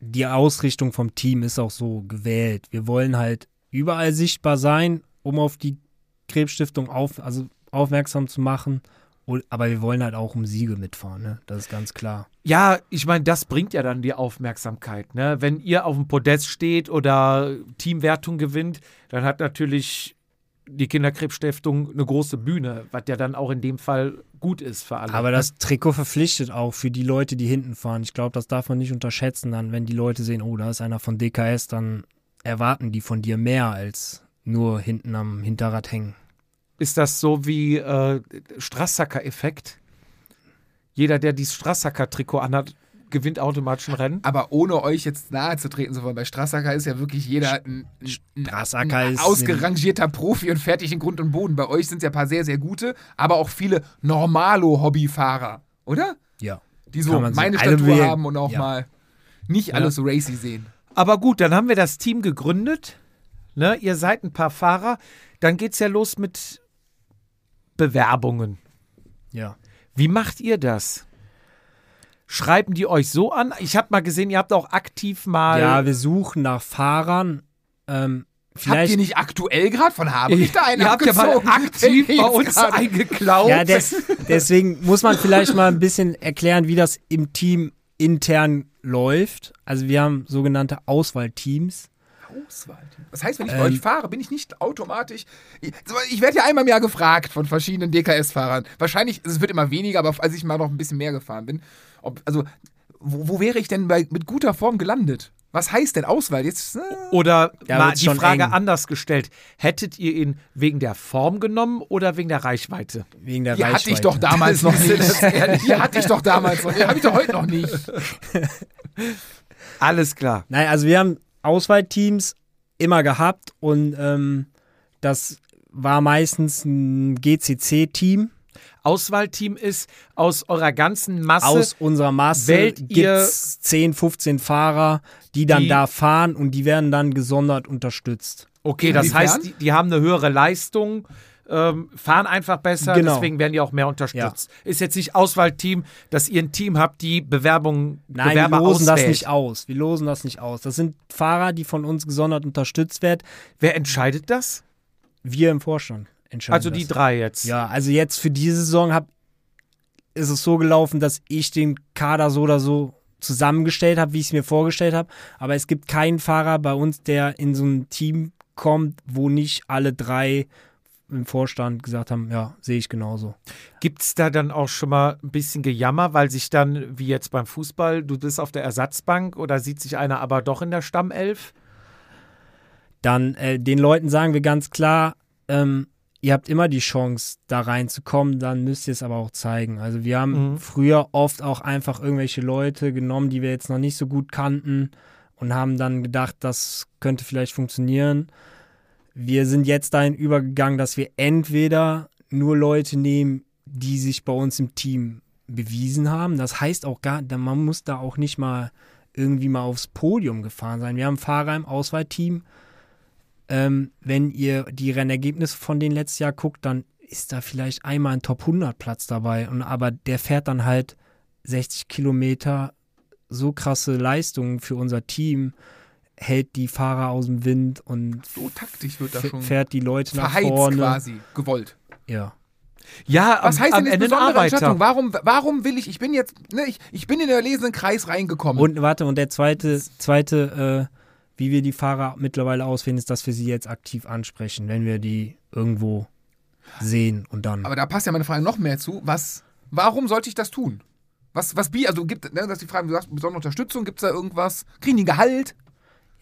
die Ausrichtung vom Team ist auch so gewählt. Wir wollen halt überall sichtbar sein, um auf die Krebsstiftung auf, also aufmerksam zu machen. Und, aber wir wollen halt auch um Siege mitfahren, ne? Das ist ganz klar. Ja, ich meine, das bringt ja dann die Aufmerksamkeit. Ne? Wenn ihr auf dem Podest steht oder Teamwertung gewinnt, dann hat natürlich die Kinderkrebsstiftung eine große Bühne, was ja dann auch in dem Fall gut ist für alle. ne? Aber das Trikot verpflichtet auch für die Leute, die hinten fahren. Ich glaube, das darf man nicht unterschätzen, dann, wenn die Leute sehen, oh, da ist einer von DKS, dann erwarten die von dir mehr als nur hinten am Hinterrad hängen. ist das so wie äh, Strassacker-Effekt? Jeder, der dieses Strassacker-Trikot anhat, gewinnt automatisch ein Rennen. Aber ohne euch jetzt nahe zu treten zu wollen, bei Strassacker ist ja wirklich jeder ein, ein, ein, Strassacker ein ist ein- ausgerangierter Profi und fertig in Grund und Boden. Bei euch sind ja ein paar sehr, sehr gute, aber auch viele Normalo-Hobbyfahrer, oder? Ja. Die so Kann man so meine alle Statur wählen. haben und auch Ja. mal nicht alles so racy sehen. Aber gut, dann haben wir das Team gegründet. Ne? Ihr seid ein paar Fahrer. Dann geht's ja los mit Bewerbungen. Ja. Wie macht ihr das? Schreiben die euch so an? Ich habe mal gesehen, ihr habt auch aktiv mal. Ja, wir suchen nach Fahrern. Ähm, Habt ihr vielleicht. nicht aktuell gerade von Haberich da einen ihr habt ja mal abgezogen? aktiv Jetzt bei uns gerade. eingeklaut. Ja, des, deswegen muss man vielleicht mal ein bisschen erklären, wie das im Team intern läuft. Also wir haben sogenannte Auswahlteams. Auswahl. Das heißt, wenn ich bei euch fahre, bin ich nicht automatisch. Ich, ich werde ja einmal im Jahr gefragt von verschiedenen DKS-Fahrern. Wahrscheinlich, es wird immer weniger, aber als ich mal noch ein bisschen mehr gefahren bin. Ob, also, wo, wo wäre ich denn bei, mit guter Form gelandet? Was heißt denn Auswahl? Jetzt, äh, Oder Da mal wird's die schon Frage eng. anders gestellt. Hättet ihr ihn wegen der Form genommen oder wegen der Reichweite? Wegen der die hatte Reichweite. ich doch damals noch nicht. Die hatte ich doch damals noch. Die habe ich doch heute noch nicht. Alles klar. Nein, also wir haben Auswahlteams immer gehabt und ähm, das war meistens ein GCC-Team. Auswahlteam ist aus eurer ganzen Masse. Aus unserer Masse wählt gibt ihr- es 10, 15 Fahrer, die dann Die- da fahren und die werden dann gesondert unterstützt. okay, das Inwiefern? heißt, die, die haben eine höhere Leistung, ähm, fahren einfach besser, Genau. deswegen werden die auch mehr unterstützt. Ist jetzt nicht Auswahlteam, dass ihr ein Team habt, die Bewerbungen, Nein, Bewerber wir losen auswählt. das nicht aus. Wir losen das nicht aus. Das sind Fahrer, die von uns gesondert unterstützt werden. Wer entscheidet das? Wir im Vorstand entscheiden. Also das. die drei jetzt. Ja, also jetzt für diese Saison hab, ist es so gelaufen, dass ich den Kader so oder so zusammengestellt habe, wie ich es mir vorgestellt habe. Aber es gibt keinen Fahrer bei uns, der in so ein Team kommt, wo nicht alle drei im Vorstand gesagt haben, ja, sehe ich genauso. Gibt es da dann auch schon mal ein bisschen Gejammer, weil sich dann, wie jetzt beim Fußball, du bist auf der Ersatzbank oder sieht sich einer aber doch in der Stammelf? dann äh, den Leuten sagen wir ganz klar, ähm, ihr habt immer die Chance, da reinzukommen, dann müsst ihr es aber auch zeigen. Also wir haben Mhm. früher oft auch einfach irgendwelche Leute genommen, die wir jetzt noch nicht so gut kannten und haben dann gedacht, das könnte vielleicht funktionieren. Wir sind jetzt dahin übergegangen, dass wir entweder nur Leute nehmen, die sich bei uns im Team bewiesen haben. Das heißt auch gar, da- man muss da auch nicht mal irgendwie mal aufs Podium gefahren sein. Wir haben Fahrer im Auswahlteam. Ähm, wenn ihr die Rennergebnisse von denen letztes Jahr guckt, dann ist da vielleicht einmal ein Top 100 Platz dabei. Und aber der fährt dann halt 60 Kilometer, so krasse Leistungen für unser Team, hält die Fahrer aus dem Wind und So taktisch wird das fäh- schon fährt die Leute nach verheizt vorne. quasi, gewollt. Ja. Ja, Was am, heißt am denn jetzt Ende ein besondere Arbeiter. Entschattung? Warum, warum will ich, ich bin jetzt, ne, ich, ich bin in den erlesenen Kreis reingekommen. Und warte, und der zweite, zweite äh, wie wir die Fahrer mittlerweile auswählen, ist, dass wir sie jetzt aktiv ansprechen, wenn wir die irgendwo sehen und dann. Aber da passt ja meine Frage noch mehr zu. Was, warum sollte ich das tun? Was, was Bi, also gibt, ne, dass die fragen, du sagst, besondere Unterstützung, gibt es da irgendwas? Kriegen die ein Gehalt?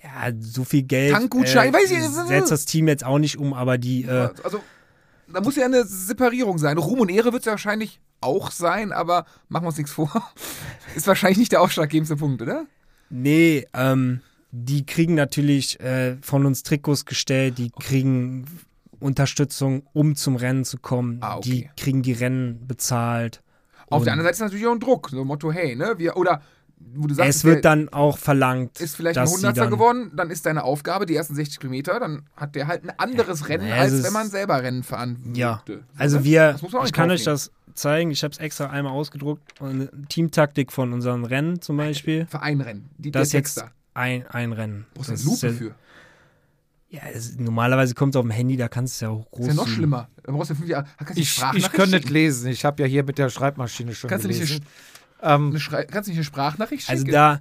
Ja, so viel Geld. äh, Tankgutschein, weiß ich- setzt das Team jetzt auch nicht um, aber die. Äh, Also, da muss ja eine Separierung sein. Ruhm und Ehre wird es ja wahrscheinlich auch sein, aber machen wir uns nichts vor. Ist wahrscheinlich nicht der ausschlaggebendste Punkt, oder? nee, ähm, die kriegen natürlich äh, von uns Trikots gestellt, die kriegen Unterstützung, um zum Rennen zu kommen. Ah, okay. Die kriegen die Rennen bezahlt. Auf Und der anderen Seite ist natürlich auch ein Druck, so Motto, hey, ne, wir, oder, wo du sagst, es wird dann auch verlangt. ist vielleicht ein dass sie Hundertster dann, geworden, dann ist deine Aufgabe die ersten 60 Kilometer, dann hat der halt ein anderes Rennen, naja, es als ist- wenn man selber Rennen fahren Ja. würde. So, Also ne? wir, Das muss man auch ich in kann Kauf euch das zeigen. Ich habe es extra einmal ausgedruckt. Eine Teamtaktik von unseren Rennen zum Beispiel. Vereinrennen. Die, Das ist der jetzt Texter. ein, ein Rennen. Brauchst du eine Das ist Lupe ja- für. Ja, es, normalerweise kommt es auf dem Handy, da kannst du es ja auch groß. Ist ja noch zoomen. schlimmer. Da brauchst du fünf Jahre. Kannst du nicht Ich, ich Sprachnachricht kann nicht schicken? lesen. Ich habe ja hier mit der Schreibmaschine schon Kannst du nicht eine, ähm, gelesen. eine Schrei- kannst du nicht eine Sprachnachricht schicken? Ähm, Also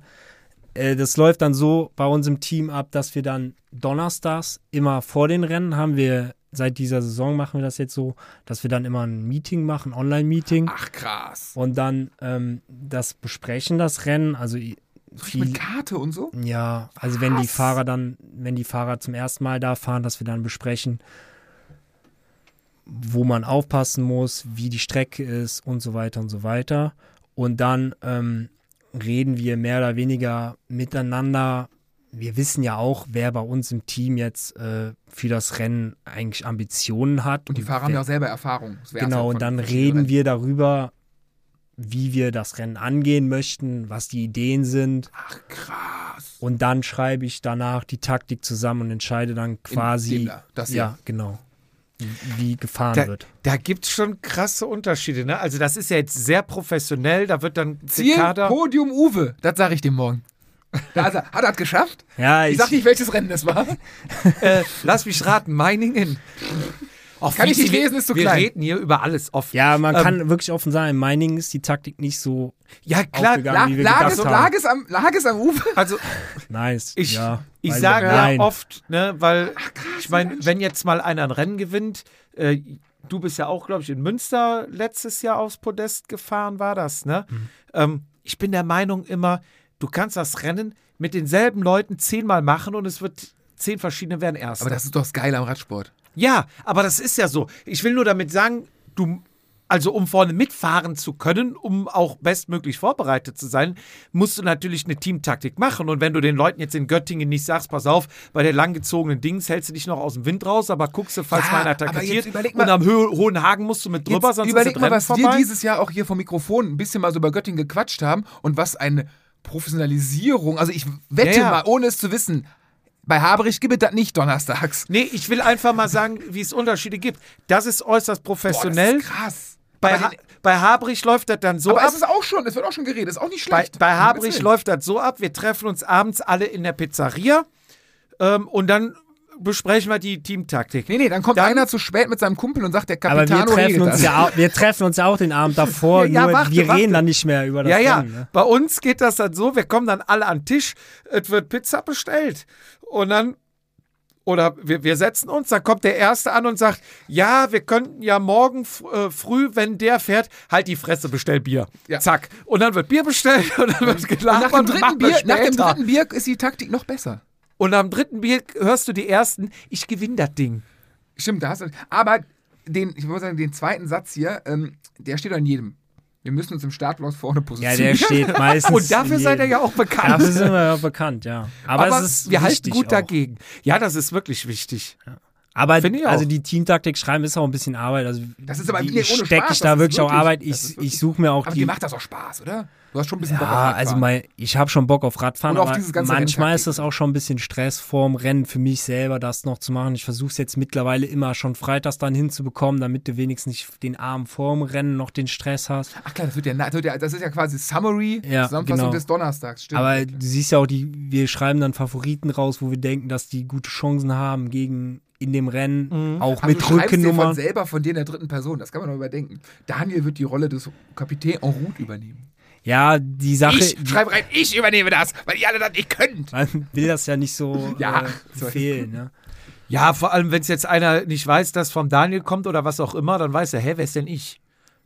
da, äh, das läuft dann so bei uns im Team ab, dass wir dann donnerstags immer vor den Rennen haben wir, seit dieser Saison machen wir das jetzt so, dass wir dann immer ein Meeting machen, ein Online-Meeting Ach krass. und dann ähm, das besprechen, das Rennen. Also i- Mit viel, Karte und so? ja, also wenn die Fahrer dann, wenn die Fahrer zum ersten Mal da fahren, dass wir dann besprechen, wo man aufpassen muss, wie die Strecke ist und so weiter und so weiter. Und dann ähm, reden wir mehr oder weniger miteinander. Wir wissen ja auch, wer bei uns im Team jetzt äh, für das Rennen eigentlich Ambitionen hat. Und die Fahrer haben ja wer- auch selber Erfahrung. Das wäre Genau, also und von- dann von- reden wir darüber, wie wir das Rennen angehen möchten, was die Ideen sind. Ach krass. Und dann schreibe ich danach die Taktik zusammen und entscheide dann quasi. dem da, das ja, genau. Wie gefahren Da, wird. da gibt es schon krasse Unterschiede. Ne? Also das ist ja jetzt sehr professionell. Da wird dann der Ziel, Kader... Podium Uwe. Das sage ich dem morgen. Da hat er, hat er geschafft? Ja, Ich ich, sag nicht, welches Rennen das war. Äh, lass mich raten, Meiningen. Auch Kann ich Vizi, nicht lesen, ist zu wir klein. Wir reden hier über alles offen. ja man Ähm, kann wirklich offen sein. Im Mining ist die Taktik nicht so ja klar. aufgegangen. La wie wir lag, es, gedacht haben. lag, es am, lag es am Ufer? Also nice. ich, ja, ich weiß sage aber ja nein. oft, ne, weil ich meine, wenn jetzt mal einer ein Rennen gewinnt, äh, du bist ja auch, glaube ich, in Münster letztes Jahr aufs Podest gefahren, war das, ne? Hm. Ähm, ich bin der Meinung immer, du kannst das Rennen mit denselben Leuten zehnmal machen und es wird zehn verschiedene werden erst. Aber das ist doch das Geile am Radsport. Ja, aber das ist ja so. Ich will nur damit sagen, du, also um vorne mitfahren zu können, um auch bestmöglich vorbereitet zu sein, musst du natürlich eine Teamtaktik machen. Und wenn du den Leuten jetzt in Göttingen nicht sagst, pass auf, bei der langgezogenen Dings hältst du dich noch aus dem Wind raus, aber guckst du, falls Ja, meiner aber jetzt attackiert überleg und mal- am Hö Hohenhagen musst du mit drüber, Jetzt sonst ist überleg das mal, Rennen was wir vorbei. dieses Jahr auch hier vom Mikrofon ein bisschen mal so über Göttingen gequatscht haben und was eine Professionalisierung, also ich wette Ja, ja. mal, ohne es zu wissen, bei Haberich gibt es das nicht donnerstags. Nee, ich will einfach mal sagen, wie es Unterschiede gibt. Das ist äußerst professionell. Boah, das ist krass. bei, aber ha den- bei Habrich läuft das dann so aber ab. es ist auch schon, es wird auch schon geredet, ist auch nicht bei, schlecht. bei Um Gottes Habrich Willen. läuft das so ab, wir treffen uns abends alle in der Pizzeria ähm, und dann besprechen wir die Teamtaktik. Nee, nee, dann kommt Dann- einer zu spät mit seinem Kumpel und sagt, der Aber Kapitano wir treffen, regelt uns das. ja auch, wir treffen uns ja auch den Abend davor, Ja, ja, nur warte, wir warte. reden dann nicht mehr über das Ja, ja, Rennen. Ne? bei uns geht das dann so, wir kommen dann alle an den Tisch, es wird Pizza bestellt und dann oder wir, wir setzen uns, dann kommt der Erste an und sagt, ja, wir könnten ja morgen f- äh, früh, wenn der fährt, halt die Fresse, bestell Bier. Ja. Zack. Und dann wird Bier bestellt und dann wird Und gelabert. nach, dem machen dritten wir Bier, nach dem später. dritten Bier ist die Taktik noch besser. Und am dritten Bier hörst du die Ersten, ich gewinne das Ding. Stimmt, da hast du. Aber den, ich muss sagen, den zweiten Satz hier, ähm, der steht an jedem. Wir müssen uns im Startblock vorne Ja, positionieren. der steht meistens. Und dafür in seid ihr jedem- ja auch bekannt. Dafür sind wir ja bekannt, ja. Aber, aber es ist wir halten wichtig gut auch. dagegen. Ja, das ist wirklich wichtig. Aber Finde ich auch. also die Teamtaktik schreiben ist auch ein bisschen Arbeit. Also Das ist aber- die nee, ohne stecke Spaß, ich da das ist wirklich, auch wirklich- Arbeit. das ist Ich, wirklich- ich suche mir auch Aber die. dir macht das auch Spaß, oder? Du hast schon ein bisschen Bock auf ja, Radfahren. also mein, ich habe schon Bock auf Radfahren, Und auf aber dieses ganze manchmal Renntaktik. ist das auch schon ein bisschen Stress vorm Rennen für mich selber, das noch zu machen. Ich versuche es jetzt mittlerweile immer schon freitags dann hinzubekommen, damit du wenigstens nicht den Abend vorm Rennen noch den Stress hast. Ach klar, das, wird ja, na- das, wird ja, das ist ja quasi Summary, Ja, Zusammenfassung genau. des Donnerstags. Stimmt. Aber du siehst ja auch, die, wir schreiben dann Favoriten raus, wo wir denken, dass die gute Chancen haben gegen in dem Rennen, Aber Mhm. auch Also du mit schreibst dir Rückennummer. von selber von dir in der dritten Person. Das kann man doch überdenken. Daniel wird die Rolle des Kapitän en route übernehmen. Ja, die Sache. die- schreibe rein, ich übernehme das, weil ihr alle das nicht könnt. Man will das ja nicht so Ja, äh, fehlen. Ne? Ja, vor allem, wenn es jetzt einer nicht weiß, dass vom Daniel kommt oder was auch immer, dann weiß er, hä, wer ist denn ich?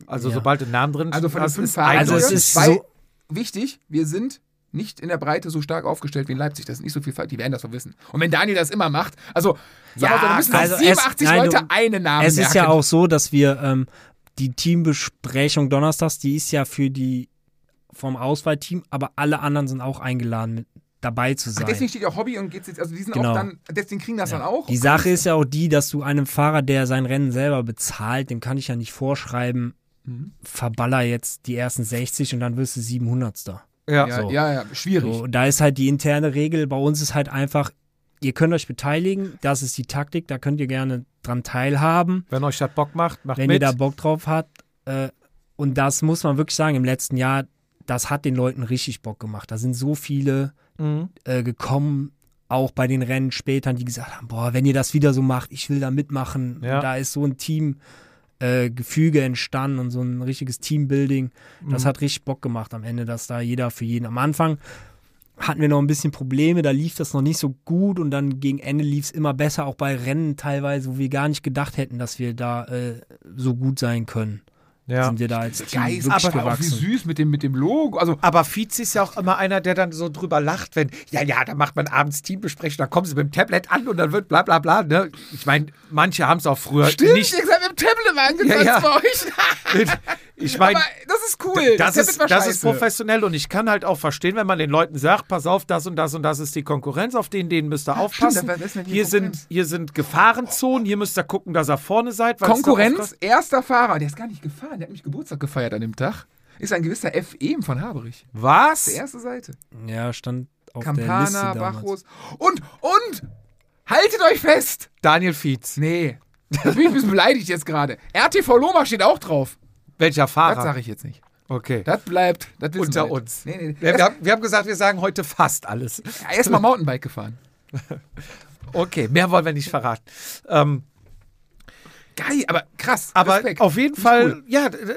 Also Ja. sobald du einen Namen drin Also von den hast, fünf ist Vereinen. Also es eindeutig. ist Weil, so- wichtig, wir sind nicht in der Breite so stark aufgestellt wie in Leipzig. Das sind nicht so viele Vereine, die werden das doch wissen. Und wenn Daniel das immer macht, also sag Ja, mal, so, da müssen also doch 87 es- nein, Leute du- einen Namen Es merken. ist ja auch so, dass wir ähm, die Teambesprechung donnerstags, die ist ja für die vom Auswahlteam, aber alle anderen sind auch eingeladen, mit dabei zu Ach, sein. deswegen steht ja Hobby und GCC, also die sind auch Genau. dann, deswegen kriegen das dann Ja. auch. Die Sache ist ja auch die, dass du einem Fahrer, der sein Rennen selber bezahlt, dem kann ich ja nicht vorschreiben, Mhm. verballer jetzt die ersten 60 und dann wirst du 700. ja. ja, so. ja, ja, schwierig. So, da ist halt die interne Regel, bei uns ist halt einfach, ihr könnt euch beteiligen, das ist die Taktik, da könnt ihr gerne dran teilhaben, Wenn euch das Bock macht, macht wenn mit. ihr da Bock drauf habt. Äh, und das muss man wirklich sagen, im letzten Jahr, das hat den Leuten richtig Bock gemacht. Da sind so viele mhm. äh, gekommen, auch bei den Rennen später, die gesagt haben, boah, wenn ihr das wieder so macht, ich will da mitmachen. Ja. Und da ist so ein Team. äh, Gefüge entstanden und so ein richtiges Teambuilding. Mhm. Das hat richtig Bock gemacht am Ende, dass da jeder für jeden. Am Anfang hatten wir noch ein bisschen Probleme, da lief das noch nicht so gut und dann gegen Ende lief es immer besser, auch bei Rennen teilweise, wo wir gar nicht gedacht hätten, dass wir da äh, so gut sein können. ja. Sind wir da als Team Geil, wirklich aber auch wie gewachsen. süß mit dem, mit dem Logo. Also, Aber Fizi ist ja auch immer einer, der dann so drüber lacht, wenn, ja, ja, da macht man abends Teambesprechung, da kommen sie mit dem Tablet an und dann wird bla bla bla. Ne? Ich meine, manche haben es auch Äh, früher stimmt, nicht. ihr seid mit dem Tablet mal angesetzt Ja, ja. bei euch. Ich meine, aber das ist cool. das, Tablet ist, war das ist scheiße. professionell und ich kann halt auch verstehen, wenn man den Leuten sagt, pass auf, das und das und das ist die Konkurrenz, auf den, den müsst ihr aufpassen. stimmt, da- da ist eine hier, sind, Konkurrenz. hier sind Gefahrenzonen, hier müsst ihr gucken, dass ihr vorne seid. weil es darauf Konkurrenz, erster Fahrer. Der ist gar nicht gefahren. Der hat mich Geburtstag gefeiert an dem Tag. Ist ein gewisser F. Ehm von Haberich. kommt. Was? Die erste Seite. Ja, stand auf der Liste Campana, damals. Bacchus. Und, und, haltet euch fest. Daniel Fietz. Nee. Da bin ich ein bisschen beleidigt jetzt gerade. RTV Loma steht auch drauf. Welcher Fahrer? Das sage ich jetzt nicht. Okay. Das bleibt. Das wissen Unter wir. uns. Nee, nee. Wir, wir, Erst- haben, wir haben gesagt, wir sagen heute fast alles. Erstmal Mountainbike gefahren. Okay, mehr wollen wir nicht verraten. Ähm, Geil, aber krass. aber Respekt. auf jeden Ist Fall, cool. ja, d- d-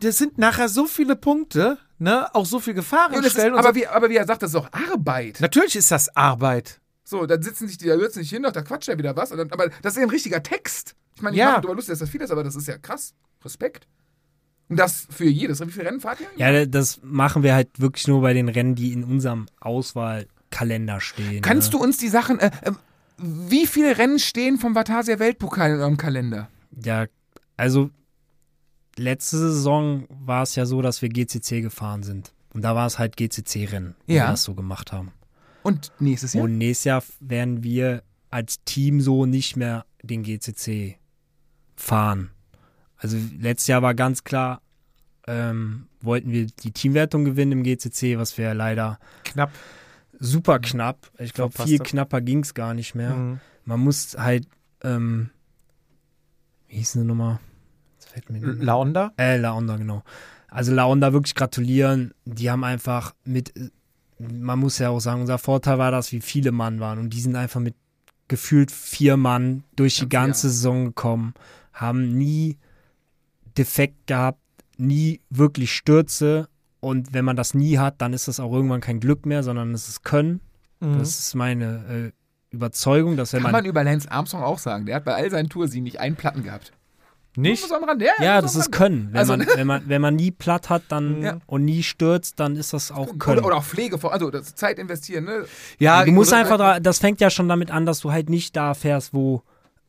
das sind nachher so viele Punkte, ne? auch so viel Ja, das ist, Gefahrenstellen. und aber, so. wie, aber wie er sagt, das ist doch Arbeit. Natürlich ist das Arbeit. So, dann sitzen sich die, da hört's nicht hin, doch, da quatscht er wieder was. Und dann, aber das ist ja ein richtiger Text. Ich meine, ich Ja. ja. habe lustig, dass das viel ist, aber das ist ja krass. Respekt. Und das für jedes. Wie viele Rennen fahrt ihr? Ja, das machen wir halt wirklich nur bei den Rennen, die in unserem Auswahlkalender stehen. Kannst ne? du uns die Sachen, äh, ähm, wie viele Rennen stehen vom Vatasia Weltpokal in eurem Kalender? Ja, also letzte Saison war es ja so, dass wir GCC gefahren sind. Und da war es halt GCC-Rennen, wo Ja. wir das so gemacht haben. Und nächstes Jahr? Und nächstes Jahr f- werden wir als Team so nicht mehr den GCC fahren. Also letztes Jahr war ganz klar, ähm, wollten wir die Teamwertung gewinnen im GCC, was wir leider Knapp. super knapp, ich glaube Mhm. Verpasst viel haben. knapper ging es gar nicht mehr. Mhm. Man muss halt, ähm, wie hieß eine Nummer? Jetzt fällt mir die Nummer- Launder? äh, Laonda, genau. Also Laonda wirklich gratulieren. Die haben einfach mit, man muss ja auch sagen, unser Vorteil war, dass wir viele Mann waren und die sind einfach mit gefühlt vier Mann durch die Ganz ganze Saison gekommen, haben nie defekt gehabt, nie wirklich Stürze. Und wenn man das nie hat, dann ist das auch irgendwann kein Glück mehr, sondern es ist Können. Mhm. Das ist meine äh, Überzeugung, dass wenn Kann man über Lance Armstrong auch sagen. Der hat bei all seinen Toursiegen nicht einen Platten gehabt. Nicht? Muss am Rand, ja, Ja, muss das am ist Rand. Können. Wenn, Also- man, wenn, man, wenn man nie platt hat dann Ja. und nie stürzt, dann ist das auch Können. Oder, oder auch Pflege, vor- also das Zeit investieren, ne? Ja, du musst oder- einfach, dra- das fängt ja schon damit an, dass du halt nicht da fährst, wo.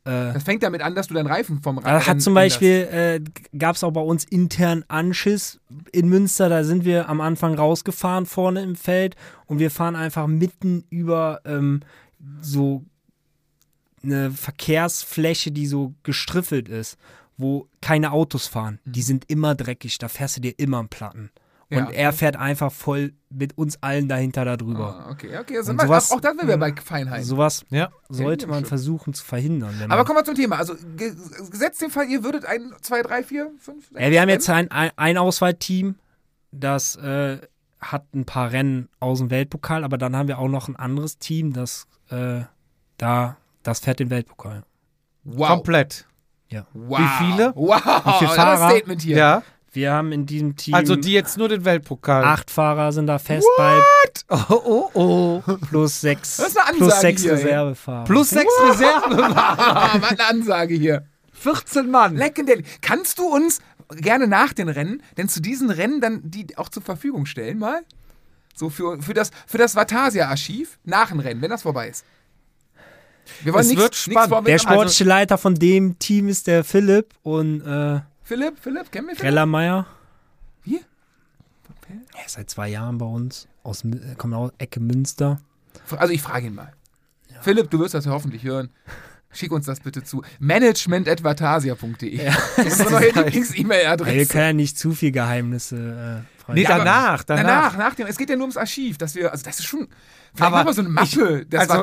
Das fängt damit an, dass du deinen Reifen vom Rad Da Ah, hat zum Beispiel, äh, gab es auch bei uns intern Anschiss in Münster, da sind wir am Anfang rausgefahren vorne im Feld und wir fahren einfach mitten über ähm, so eine Verkehrsfläche, die so gestriffelt ist, wo keine Autos fahren. Die sind immer dreckig, da fährst du dir immer einen Platten. Und Mhm. Ja. er fährt einfach voll mit uns allen dahinter darüber. Ah, okay, okay. Also Und mal- sowas- Hm. auch das wäre bei Feinheit. Sowas Ja. sollte Ah. Ja, man schon. versuchen zu verhindern. Wenn man Genau. Aber kommen wir zum Thema. Also ge- gesetzt den Fall, ihr würdet ein, zwei, drei, vier, fünf, sechs. Ja, wir haben jetzt Rennen- ein, ein, ein Auswahlteam, das äh, hat ein paar Rennen aus dem Weltpokal, aber dann haben wir auch noch ein anderes Team, das äh, da das fährt den Weltpokal. wow. Komplett. wow. Wie viele? Wow. Wie viele das Fahrer? Statement hier. Hm. Ja. Wir haben in diesem Team Also die jetzt nur den Weltpokal. acht Fahrer sind da fest bei Oh, oh, oh. plus sechs Das ist eine plus Ansage sechs hier, ey. Reservefahrer. Plus sechs Reserve. Ah, was eine Ansage hier. 14 Mann. Leckendell. Kannst du uns, gerne nach den Rennen, denn zu diesen Rennen dann die auch zur Verfügung stellen mal. So für, für das, für das Vatasia-Archiv nach dem Rennen, wenn das vorbei ist. Wir Es nichts- wird nichts spannend. vorwegnehmen. Also, Der sportliche Leiter von dem Team ist der Philipp und äh, Philipp, Philipp, kennen wir Philipp? Grellermeier. Wie? Er ist seit zwei Jahren bei uns. Aus, Mü- er kommt aus Ecke Münster. Also ich frage ihn mal. Philipp, du wirst das ja hoffentlich hören. Schick uns das bitte zu. management.vatasia.de Das ist unsere neue Weil wir Lieblings-E-Mail-Adresse. können ja nicht zu viel Geheimnisse äh, Nee, ja, aber- danach, danach. Danach, nach dem, es geht ja nur ums Archiv, dass wir, also das ist schon, vielleicht Aber machen wir so eine Mappe, das also-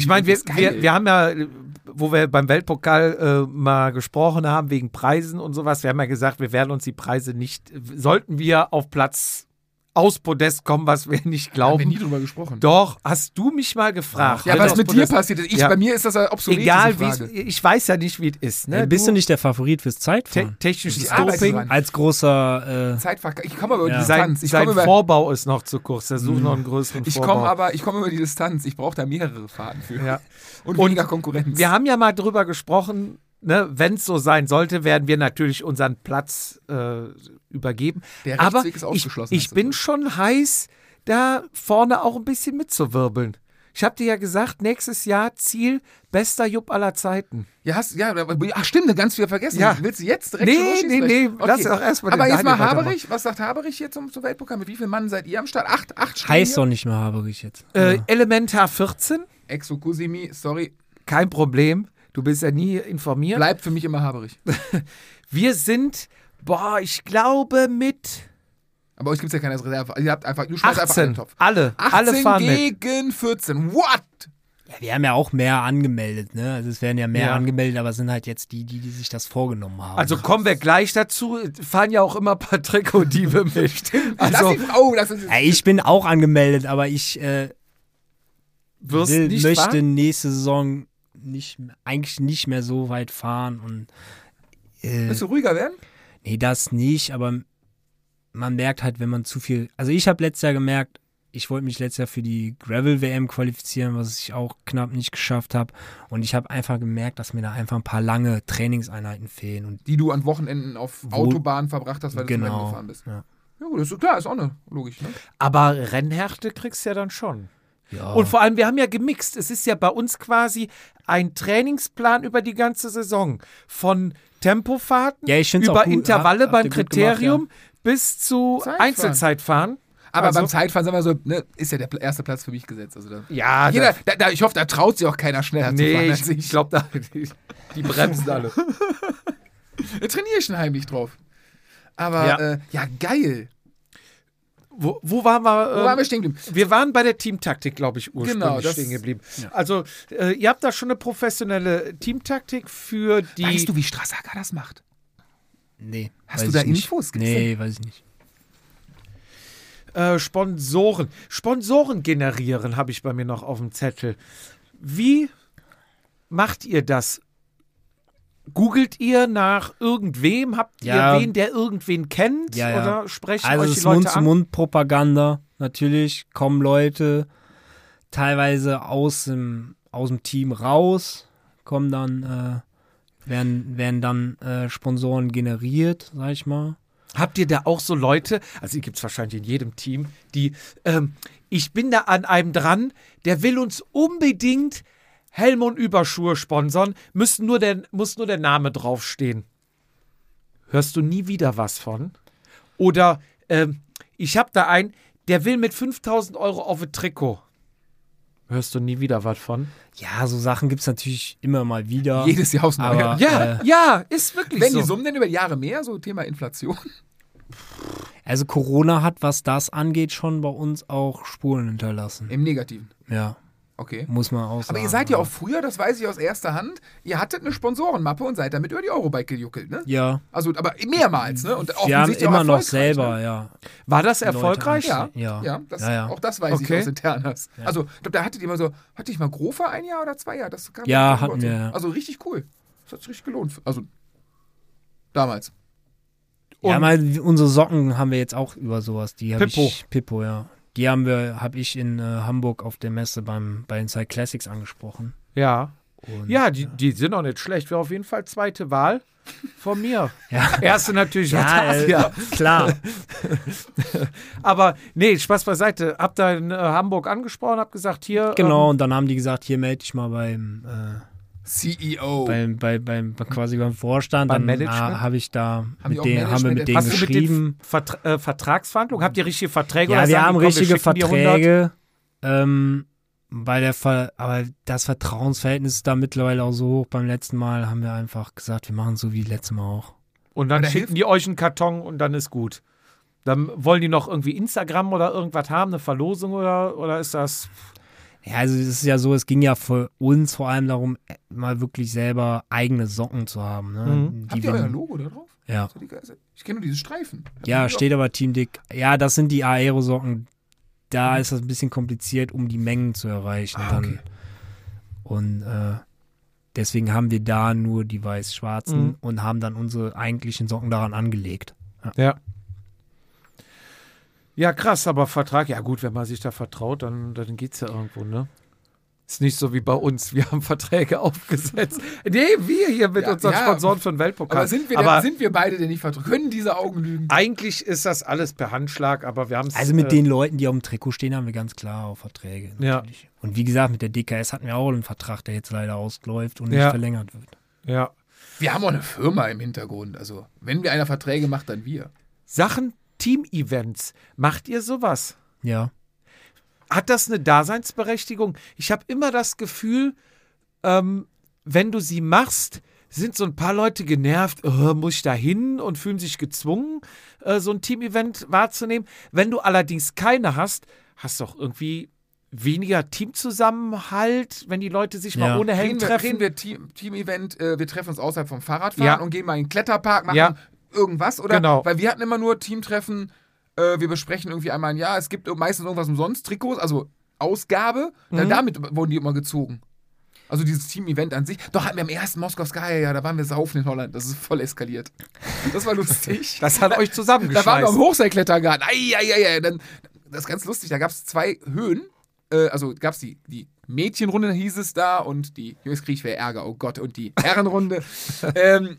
Ich meine, wir, Das ist geil. wir, wir haben ja, äh, wo wir beim Weltpokal äh, mal gesprochen haben, wegen Preisen und sowas, wir haben ja gesagt, wir werden uns die Preise nicht, sollten wir auf Platz aus Podest kommen, was wir nicht haben wir nie glauben. drüber gesprochen. Doch, hast du mich mal gefragt. Ja, wenn was aus mit dir Podest- passiert ist. Ich, Ja. Bei mir ist das ja obsolet, Egal, diese wie es, Frage. ich weiß ja nicht, wie es ist. Ne? Ey, äh, bist du nicht Hm. der Favorit fürs te Zeitfahren? technisches Ich arbeite Doping. dran. Als großer. Äh, Zeitfach, ich komme aber über Ja. die Sein, Distanz. Ich sein komme über, Mhm. Vorbau ist noch zu kurz. Der sucht noch einen größeren ich Vorbau. komm aber, ich komme über die Distanz. Ich brauche da mehrere Fahrten für. Ja. Und, Und weniger Konkurrenz. Wir haben ja mal drüber gesprochen, ne, wenn es so sein sollte, werden wir natürlich unseren Platz äh, übergeben. Der Aber Rechtsweg ist ich, ausgeschlossen, ich hast du bin gesagt. schon heiß, da vorne auch ein bisschen mitzuwirbeln. Ich habe dir ja gesagt, nächstes Jahr Ziel bester Jupp aller Zeiten. ja, hast, ja, aber- ach stimmt, ganz viel vergessen. Ja. Willst du jetzt direkt Nee, schon losschießen? nee, nee, Okay. lass doch erst mal den Aber jetzt mal Daniel weitermachen. Haberich, was sagt Haberich hier zum, zum Weltpokal? Mit wie vielen Mann seid ihr am Start? Acht, acht stehen heißt hier? äh, doch nicht mehr Haberich jetzt. Äh, ja. Elementar 14, Exo Kusimi, sorry, kein Problem. Du bist ja nie informiert. bleibt für mich immer Haberich. Wir sind, boah, ich glaube mit Aber euch gibt's ja keine als Reserve. Also Ihr habt einfach, du schmeißt einfach einen 18. Topf. Alle, 18 alle fahren mit. gegen 14. What? Ja, wir haben ja auch mehr angemeldet, ne? Also es werden ja mehr Ja. angemeldet, aber es sind halt jetzt die, die, die sich das vorgenommen haben. Also kommen wir gleich dazu. Fahren ja auch immer Patrick und Diebe mit. Also lass ihn, oh, lass uns ja, ich bin auch angemeldet, aber ich äh, wirst will, nicht möchte fahren? nächste Saison nicht, eigentlich nicht mehr so weit fahren und äh, Willst du ruhiger werden? nee, das nicht, aber man merkt halt, wenn man zu viel. Also ich habe letztes Jahr gemerkt, ich wollte mich letztes Jahr für die Gravel WM qualifizieren, was ich auch knapp nicht geschafft habe. Und ich habe einfach gemerkt, dass mir da einfach ein paar lange Trainingseinheiten fehlen. Und die du an Wochenenden auf Wo- Autobahnen verbracht hast, weil du zum Rennen genau. gefahren bist. Ja. Ja gut, das ist klar, ist auch eine Logik. Ne? Aber Rennhärte kriegst du ja dann schon. Ja. Und vor allem, wir haben ja gemixt. Es ist ja bei uns quasi ein Trainingsplan über die ganze Saison. Von Tempofahrten Ja, ich find's über auch gut. Intervalle Ha- habt beim ihr gut gemacht, Kriterium bis zu Zeitfahren. Einzelzeitfahren. Aber Also- beim Zeitfahren, sagen wir so, ne, ist ja der pl- erste Platz für mich gesetzt. Also da, Ja, jeder, da, da, ich hoffe, da traut sich auch keiner schneller da, zu fahren ne? nee, als ich, ich ich. glaube, da, die, die bremsen alle. Da trainiere ich schon heimlich drauf. Aber Ja. ja, äh, ja geil. Wo, wo waren wir? Wo ähm, waren wir stehen geblieben? Wir waren bei der Teamtaktik, glaube ich, ursprünglich Genau, das- stehen geblieben. Also, äh, ihr habt da schon eine professionelle Teamtaktik für die. Weißt du, wie Strassacker das macht? Nee. Hast weiß du da ich nicht. Infos? Gibt's Nee, weiß ich nicht. äh, Sponsoren. Sponsoren generieren habe ich bei mir noch auf dem Zettel. Wie macht ihr das? Googelt ihr nach irgendwem? Habt Ja. ihr wen, der irgendwen kennt? Ja, ja. Oder sprechen Also euch es die ist Leute an? Mund-zu-Mund-Propaganda. Natürlich kommen Leute teilweise aus dem, aus dem Team raus, kommen dann, äh, werden, werden dann äh, Sponsoren generiert, sag ich mal. Habt ihr da auch so Leute, also die gibt es wahrscheinlich in jedem Team, die, ähm, ich bin da an einem dran, der will uns unbedingt Helm und Überschuhe sponsern, müssen nur der, muss nur der Name draufstehen. Hörst du nie wieder was von? Oder ähm, ich habe da einen, der will mit 5000 Euro auf ein Trikot. Hörst du nie wieder was von? Ja, so Sachen gibt es natürlich immer mal wieder. Jedes Jahr aufs Neue. Aber- Ja, ja, ist wirklich Wenn so. die Summen denn über die Jahre mehr, so Thema Inflation. Also Corona hat, was das angeht, schon bei uns auch Spuren hinterlassen. Im Negativen. Ja, Okay. muss man auch sagen. Aber ihr seid ja auch früher, das weiß ich aus erster Hand, ihr hattet eine Sponsorenmappe und seid damit über die Eurobike gejuckelt, ne? Ja, Also, aber mehrmals, ne? Und wir haben offensichtlich auch immer noch erfolgreich, selber, ne? ja. War das erfolgreich? Ja, ja. Ja. das, Ja, ja. Auch das weiß Okay. ich aus Internas. Also, ich glaube, da hattet ihr mal so, hatte ich mal Grofer ein Jahr oder zwei Jahre? Das kam Ja, das kam hatten so. wir, ja. Also, richtig cool. Das hat sich richtig gelohnt. Also, damals. ja, Und- mal, unsere Socken haben wir jetzt auch über sowas. Die hab Pippo. Ich, Pippo, ja. Die haben wir, habe ich in äh, Hamburg auf der Messe beim, bei den Cyclassics Classics angesprochen. Ja. Und Ja, die, die sind auch nicht schlecht. Wäre auf jeden Fall zweite Wahl von mir. Erste natürlich. ja, äh, Atasia. klar. Aber nee, Spaß beiseite. Hab da in äh, Hamburg angesprochen, hab gesagt, hier. ähm, Genau, und dann haben die gesagt, hier melde dich mal beim, äh, CEO. beim, bei- beim, beim quasi beim Vorstand. Beim dann Management? habe ich da die auch mit denen, haben wir Management mit denen Hast du mit geschrieben. den Vertra äh, Vertragsverhandlungen? Habt ihr richtige Verträge? Ja, oder wir sagen die, haben komm, richtige schicken dir 100? Verträge. Ähm, bei der Ver aber das Vertrauensverhältnis ist da mittlerweile auch so hoch. Beim letzten Mal haben wir einfach gesagt, wir machen so wie letztes Mal auch. Und dann Und da schicken die euch einen Karton und dann ist gut. Dann wollen die noch irgendwie Instagram oder irgendwas haben, eine Verlosung oder, oder ist das. Ja, also es ist ja so, es ging ja für uns vor allem darum, äh, mal wirklich selber eigene Socken zu haben. Ne? Mhm. Die Habt ihr wir- euer Logo da drauf? Ja. Ist ja die Geilste. Ich kenne nur diese Streifen. Habt ihr ja, die auch? steht aber Team Dick. Ja, das sind die Aero-Socken. Da ist das ein bisschen kompliziert, um die Mengen zu erreichen. Mhm. Ah, dann. okay. Und äh, deswegen haben wir da nur die weiß-schwarzen Mhm. und haben dann unsere eigentlichen Socken daran angelegt. Ja. Ja, krass, aber Vertrag, ja gut, wenn man sich da vertraut, dann, dann geht's ja irgendwo, ne? Ist nicht so wie bei uns. Wir haben Verträge aufgesetzt. Nee, wir hier mit Ja, unseren ja. Sponsoren für den Weltpokal. Aber sind wir, denn, Aber sind wir beide denn nicht verdrückt? Können diese Augen lügen? eigentlich ist das alles per Handschlag, aber wir äh, haben es. Also mit äh, den Leuten, die auf dem Trikot stehen, haben wir ganz klar auch Verträge. Ja. Natürlich. Und wie gesagt, mit der DKS hatten wir auch einen Vertrag, der jetzt leider ausläuft und Ja. nicht verlängert wird. Ja. Wir haben auch eine Firma im Hintergrund. Also, wenn wir einer Verträge macht, dann wir. Sachen Team-Events. Macht ihr sowas? Ja. hat das eine Daseinsberechtigung? Ich habe immer das Gefühl, ähm, wenn du sie machst, sind so ein paar Leute genervt, äh, muss ich da hin und fühlen sich gezwungen, äh, so ein Team-Event wahrzunehmen. Wenn du allerdings keine hast, hast du auch irgendwie weniger Teamzusammenhalt, wenn die Leute sich mal Ja. ohne Helm Reden wir, treffen. reden wir Team- Team-Event, äh, wir treffen uns außerhalb vom Fahrradfahren Ja. und gehen mal in den Kletterpark, machen Ja. irgendwas? Oder? Genau. Weil wir hatten immer nur Teamtreffen, äh, wir besprechen irgendwie einmal ein Jahr. Es gibt um, meistens irgendwas umsonst, Trikots, also Ausgabe. Mhm. Dann damit wurden die immer gezogen. Also dieses Team-Event an sich. Doch, hatten wir am ersten Moskau Sky, ja, da waren wir saufen in Holland. Das ist voll eskaliert. Das war lustig. das hat euch Da waren wir am zusammengeschweißt. Hochseilklettergarten. Eieiei, dann das ist ganz lustig. Da gab es zwei Höhen. Äh, also gab es die, die Mädchenrunde, hieß es da, und die, Jungs, kriege ich wieder Ärger, oh Gott, und die Herrenrunde. ähm,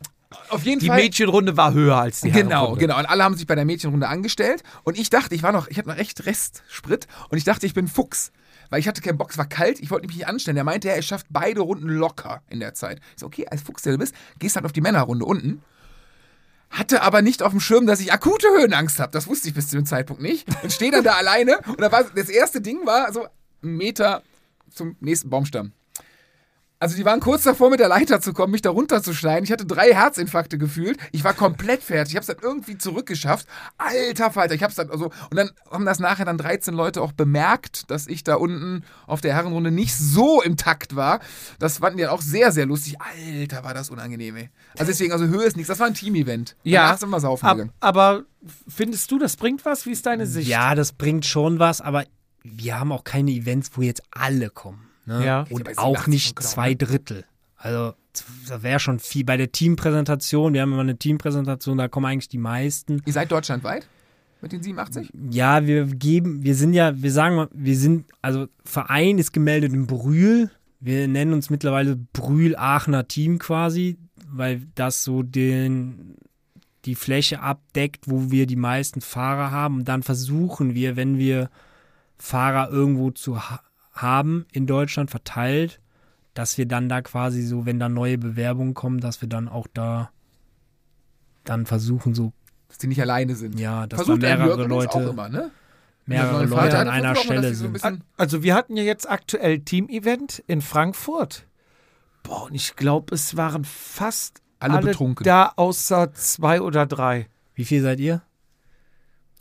auf jeden Die Fall. Mädchenrunde war höher als die Genau, Herrenrunde. genau. Und alle haben sich bei der Mädchenrunde angestellt. Und ich dachte, ich war noch, ich hatte noch recht Restsprit. Und ich dachte, ich bin Fuchs. Weil ich hatte keinen Bock, es war kalt, ich wollte mich nicht anstellen. Der meinte, ja, er schafft beide Runden locker in der Zeit. Ich so, okay, als Fuchs, der du bist, gehst halt auf die Männerrunde unten. Hatte aber nicht auf dem Schirm, dass ich akute Höhenangst habe. Das wusste ich bis zu dem Zeitpunkt nicht. Und stehe dann da alleine. Und da war, das erste Ding war so ein Meter zum nächsten Baumstamm. Also die waren kurz davor, mit der Leiter zu kommen, mich da runterzuschneiden. Ich hatte drei Herzinfarkte gefühlt. Ich war komplett fertig. Ich habe es dann irgendwie zurückgeschafft. Alter Falter, ich habe es dann also und dann haben das nachher dann 13 Leute auch bemerkt, dass ich da unten auf der Herrenrunde nicht so im Takt war. Das fanden die dann auch sehr sehr lustig. Alter, war das unangenehm. Ey. Also deswegen also Höhe ist nichts. Das war ein Team-Event. Ja, Danach sind wir saufen Ab, gegangen. aber findest du, das bringt was? Wie ist deine Sicht? Ja, das bringt schon was, aber wir haben auch keine Events, wo jetzt alle kommen. Ne? Ja. Bei Und 87 auch nicht schon genau, zwei Drittel. Also da wäre schon viel. Bei der Teampräsentation, wir haben immer eine Teampräsentation, da kommen eigentlich die meisten. Ihr seid deutschlandweit mit den 87? Ja, wir geben, wir sind ja, wir sagen mal, wir sind, also Verein ist gemeldet in Brühl. Wir nennen uns mittlerweile Brühl Aachener Team quasi, weil das so den, die Fläche abdeckt, wo wir die meisten Fahrer haben. Und dann versuchen wir, wenn wir Fahrer irgendwo zu ha haben in Deutschland verteilt, dass wir dann da quasi so, wenn da neue Bewerbungen kommen, dass wir dann auch da dann versuchen, so, Dass die nicht alleine sind. ja, dass Versucht da der mehrere Jürgen übrigens Leute auch immer, ne? mehrere Wenn er einen neuen Vater Leute an hat, einer versucht auch immer, dass Stelle die so ein sind. bisschen- Also wir hatten ja jetzt aktuell Team-Event in Frankfurt. Boah, und ich glaube, es waren fast Alle betrunken. da außer zwei oder drei. Wie viel seid ihr?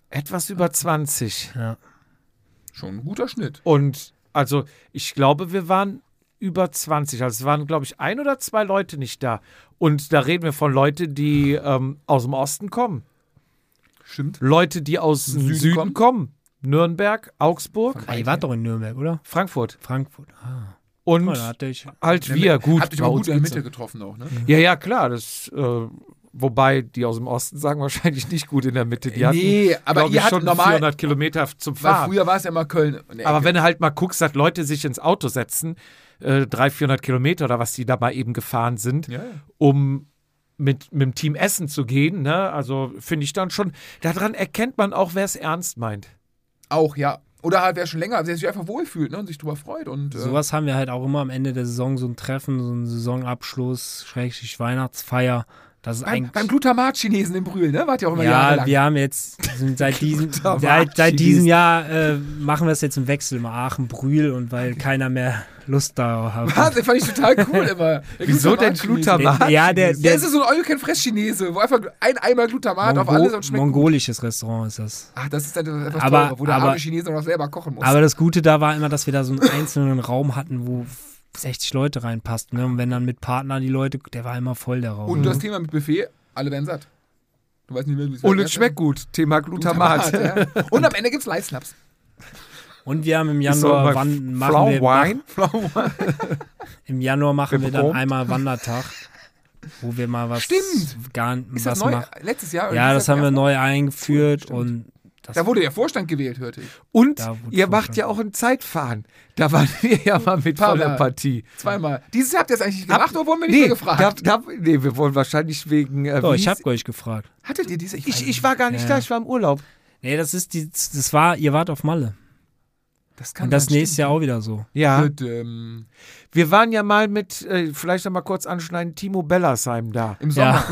Etwas über 20. Ah, Schon ein guter Schnitt. Und also ich glaube, wir waren über 20. Also es waren, glaube ich, ein oder zwei Leute nicht da. Und da reden wir von Leuten, die ähm, aus dem Osten kommen. Stimmt. Leute, die aus dem Süden Süden kommen. kommen. Nürnberg, Augsburg, Ah, ihr wart doch in Nürnberg, oder? Frankfurt. Frankfurt. Ah, Und oh, da hatte ich. halt wir. Gut, Habt euch bei aber uns gut in der geht's Mitte getroffen auch, ne? Ja, ja, klar, das äh, Wobei die aus dem Osten sagen wahrscheinlich nicht gut in der Mitte. Die hatten, Nee, aber glaub ihr ich, hattet schon normal- 400 Kilometer zum Weil Fahren. früher war es ja immer Köln. Nee, Aber wenn du halt mal guckst, dass Leute sich ins Auto setzen, äh, 300, 400 Kilometer oder was die da mal eben gefahren sind, Ja, ja. um mit, mit dem Team essen zu gehen, ne? also finde ich dann schon, daran erkennt man auch, wer es ernst meint. auch, ja. Oder halt wer schon länger, der sich einfach wohlfühlt ne, und sich drüber freut. Und, äh, Sowas haben wir halt auch immer am Ende der Saison, so ein Treffen, so ein Saisonabschluss, Schrägstrich Weihnachtsfeier. Das ist beim, eigentlich. beim Glutamat-Chinesen in Brühl, ne? Wart ihr auch immer ja, jahrelang. wir haben jetzt sind seit diesem seit, seit diesem Jahr äh, machen wir es jetzt im Wechsel mal Aachen Brühl und weil keiner mehr Lust da Was? hat. Den fand ich total cool immer. Der Wieso denn Glutamat-Chinese. Glutamat? Ja, der, Der der, ist so ein All-You-Can-Fress-Chinese, wo einfach ein Eimer Glutamat auf alles Mongo und schmeckt. mongolisches Restaurant ist das. Ach, das ist dann etwas Aber- teurer, wo der aber- arme Chinese noch selber kochen muss. Aber das Gute da war immer, dass wir da so einen einzelnen Raum hatten, wo 60 Leute reinpassten. Ne? Und wenn dann mit Partnern die Leute, der war immer voll der Raum. und das Thema mit Buffet, alle werden satt. Du weißt nicht mehr, wie es Und wird. es schmeckt gut, Thema Glutamat. Glutamat, ja. Und am Ende gibt's Leisnaps. Und wir haben im Ich soll Januar mal wann, Frau machen wir, Wine, im Januar machen wir dann Geprobt. einmal Wandertag, wo wir mal was Stimmt. gar Ist was das neu? machen. Letztes Jahr? oder Ja, dieses das haben wir Jahr? neu eingeführt und das Da wurde der Vorstand gewählt, hörte ich. Und Da wurde ihr Vorstand. macht ja auch ein Zeitfahren. Da waren wir ja mal mit Paar voller Mal. Partie. Zweimal. Dieses Jahr habt ihr es eigentlich nicht Hab- gemacht oder wurden wir nicht nee, mehr gefragt? Da, da, nee, wir wollen wahrscheinlich wegen. Äh, so, wie ich hieß- habe euch gefragt. Hattet ihr diese? weiß ich, ich nicht. war gar nicht Ja. da, ich war im Urlaub. Nee, das ist die, das war, ihr wart auf Malle. Das kann Und das sein, nächste Jahr auch wieder so. Ja. stimmt. Mit, ähm, Wir waren ja mal mit, äh, vielleicht nochmal kurz anschneiden, Timo Bellersheim da. Im Sommer.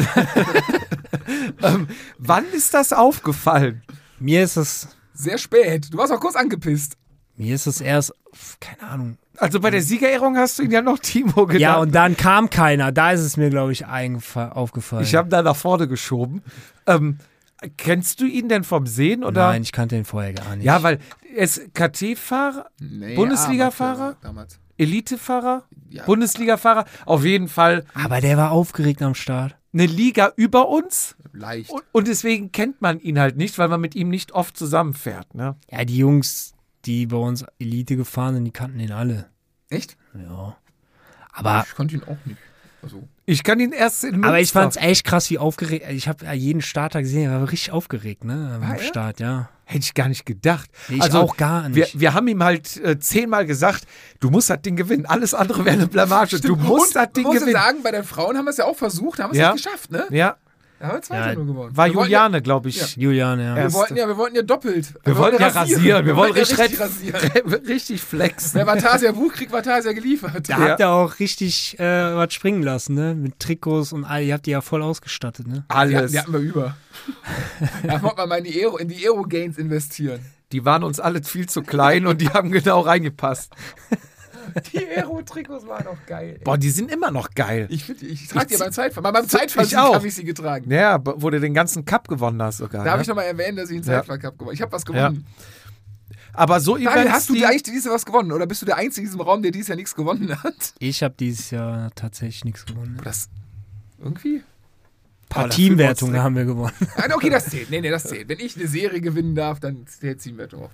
Ja, Wann ist das aufgefallen? mir ist es, Sehr spät. Du warst auch kurz angepisst. mir ist es erst, keine Ahnung. Also bei der Siegerehrung hast du ihn ja noch Timo genannt. Ja, und dann kam keiner. Da ist es mir, glaube ich, eingefa- aufgefallen. ich habe da nach vorne geschoben. Ähm, kennst du ihn denn vom Sehen? Oder? Nein, ich kannte den vorher gar nicht. Ja, weil es KT-Fahrer, Nee, Bundesliga-Fahrer? Amateure Damals. Elite-Fahrer, Ja. Bundesliga-Fahrer, auf jeden Fall aber der war aufgeregt am Start. eine Liga über uns. Leicht. Und, und deswegen kennt man ihn halt nicht, weil man mit ihm nicht oft zusammenfährt. Ne? Ja, die Jungs, die bei uns Elite gefahren sind, die kannten den alle. Echt? Ja. Ah. Aber, Ich konnte ihn auch nicht. Also, Ich kann ihn erst in aber ich Münster- fand's echt krass, wie aufgeregt. Ich habe ja jeden Starter gesehen, er war richtig aufgeregt, ne? Am Ah, Start, ja. Hätte ich gar nicht gedacht. Also, Nee, ich auch gar nicht. Wir, wir haben ihm halt äh, zehnmal gesagt, du musst das Ding gewinnen. Alles andere wäre eine Blamage. Du musst das Ding muss gewinnen. sagen, bei den Frauen haben wir es ja auch versucht, haben es Ja. nicht geschafft, ne? Ja, Da haben wir zwei Ja, nur gewonnen. war wir wollten Juliane, glaube ich. Julian, Ja, ja. wir, wollten ja, wir wollten ja doppelt. Wir wollten ja rasieren. Wir wollten ja richtig, rasieren. richtig flexen. Wer Vatasia Buch kriegt, Vatasia geliefert. Da Ja. habt ihr auch richtig äh, was springen lassen, ne? Mit Trikots und all. Ihr habt die ja voll ausgestattet, ne? Die, Alles. hatten- die hatten wir über. da wollten wir mal in die, Aero, in die Aero Gains investieren. Die waren uns alle viel zu klein und die haben genau reingepasst. Die Aero-Trikots waren auch geil. ey. Boah, die sind immer noch geil. Ich, find- ich trage die ja beim Zeitfahren. Bei meinem Zeitfahren auch. habe ich sie getragen. Ja, b- wo du den ganzen Cup gewonnen hast sogar. Da habe ne? ich nochmal erwähnt, dass ich einen Ja. Zeitfahren Cup gewonnen habe. Ich habe was gewonnen. Aber so Events, Daniel, hast du die- dir eigentlich dieses Jahr was gewonnen? Oder bist du der Einzige in diesem Raum, der dieses Jahr nichts gewonnen hat? Ich habe dieses Jahr tatsächlich nichts gewonnen. Ein Das irgendwie? paar Boah, da Teamwertungen haben wir gewonnen. Nein, okay, das zählt. Nee, nee, das zählt. Wenn ich eine Serie gewinnen darf, dann zählt sie mir drauf.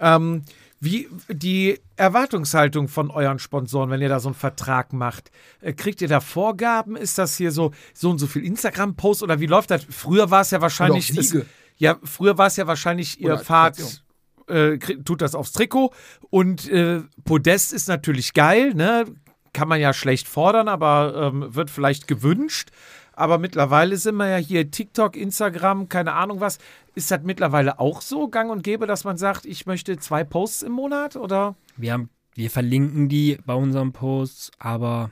ähm, wie die Erwartungshaltung von euren Sponsoren, wenn ihr da so einen Vertrag macht, Äh, kriegt ihr da Vorgaben? Ist das hier so so und so viel Instagram-Posts oder wie läuft das? Früher war es ja wahrscheinlich Oder auch Siege. Es, ja, früher war es ja wahrscheinlich ihr Oder fahrt Aktion. äh, krieg- tut das aufs Trikot und äh, Podest ist natürlich geil, ne? Kann man ja schlecht fordern, aber ähm, wird vielleicht gewünscht. Aber mittlerweile sind wir ja hier TikTok, Instagram, keine Ahnung was. Ist das mittlerweile auch so gang und gäbe, dass man sagt, ich möchte zwei Posts im Monat oder? Wir, haben, wir verlinken die bei unseren Posts, aber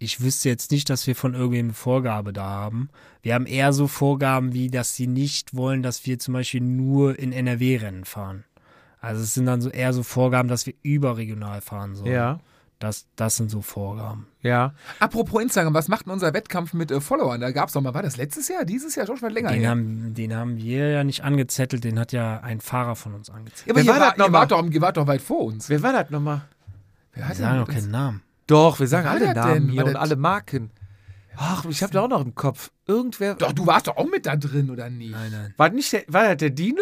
ich wüsste jetzt nicht, dass wir von irgendwem eine Vorgabe da haben. Wir haben eher so Vorgaben wie, dass sie nicht wollen, dass wir zum Beispiel nur in NRW-Rennen fahren. Also es sind dann so eher so Vorgaben, dass wir überregional fahren sollen. Das, das sind so Vorgaben. ja. Apropos Instagram, was macht denn unser Wettkampf mit äh, Followern? Da gab es doch mal, war das letztes Jahr? Dieses Jahr schon mal länger. Den her. haben, den haben wir ja nicht angezettelt, den hat ja ein Fahrer von uns angezettelt. ja, aber Wer ihr, war war, das noch ihr, mal? wart doch, ihr wart doch weit vor uns. Wer war das nochmal? Wer hat Wir sagen denn- doch keinen Namen. Doch, wir sagen Wer war alle das Namen denn? hier War und das- alle Marken. Ach, ich habe da auch noch im Kopf. Irgendwer. Doch, du warst doch auch mit da drin, oder nicht? Nein, nein. War, nicht der, war das der Dino?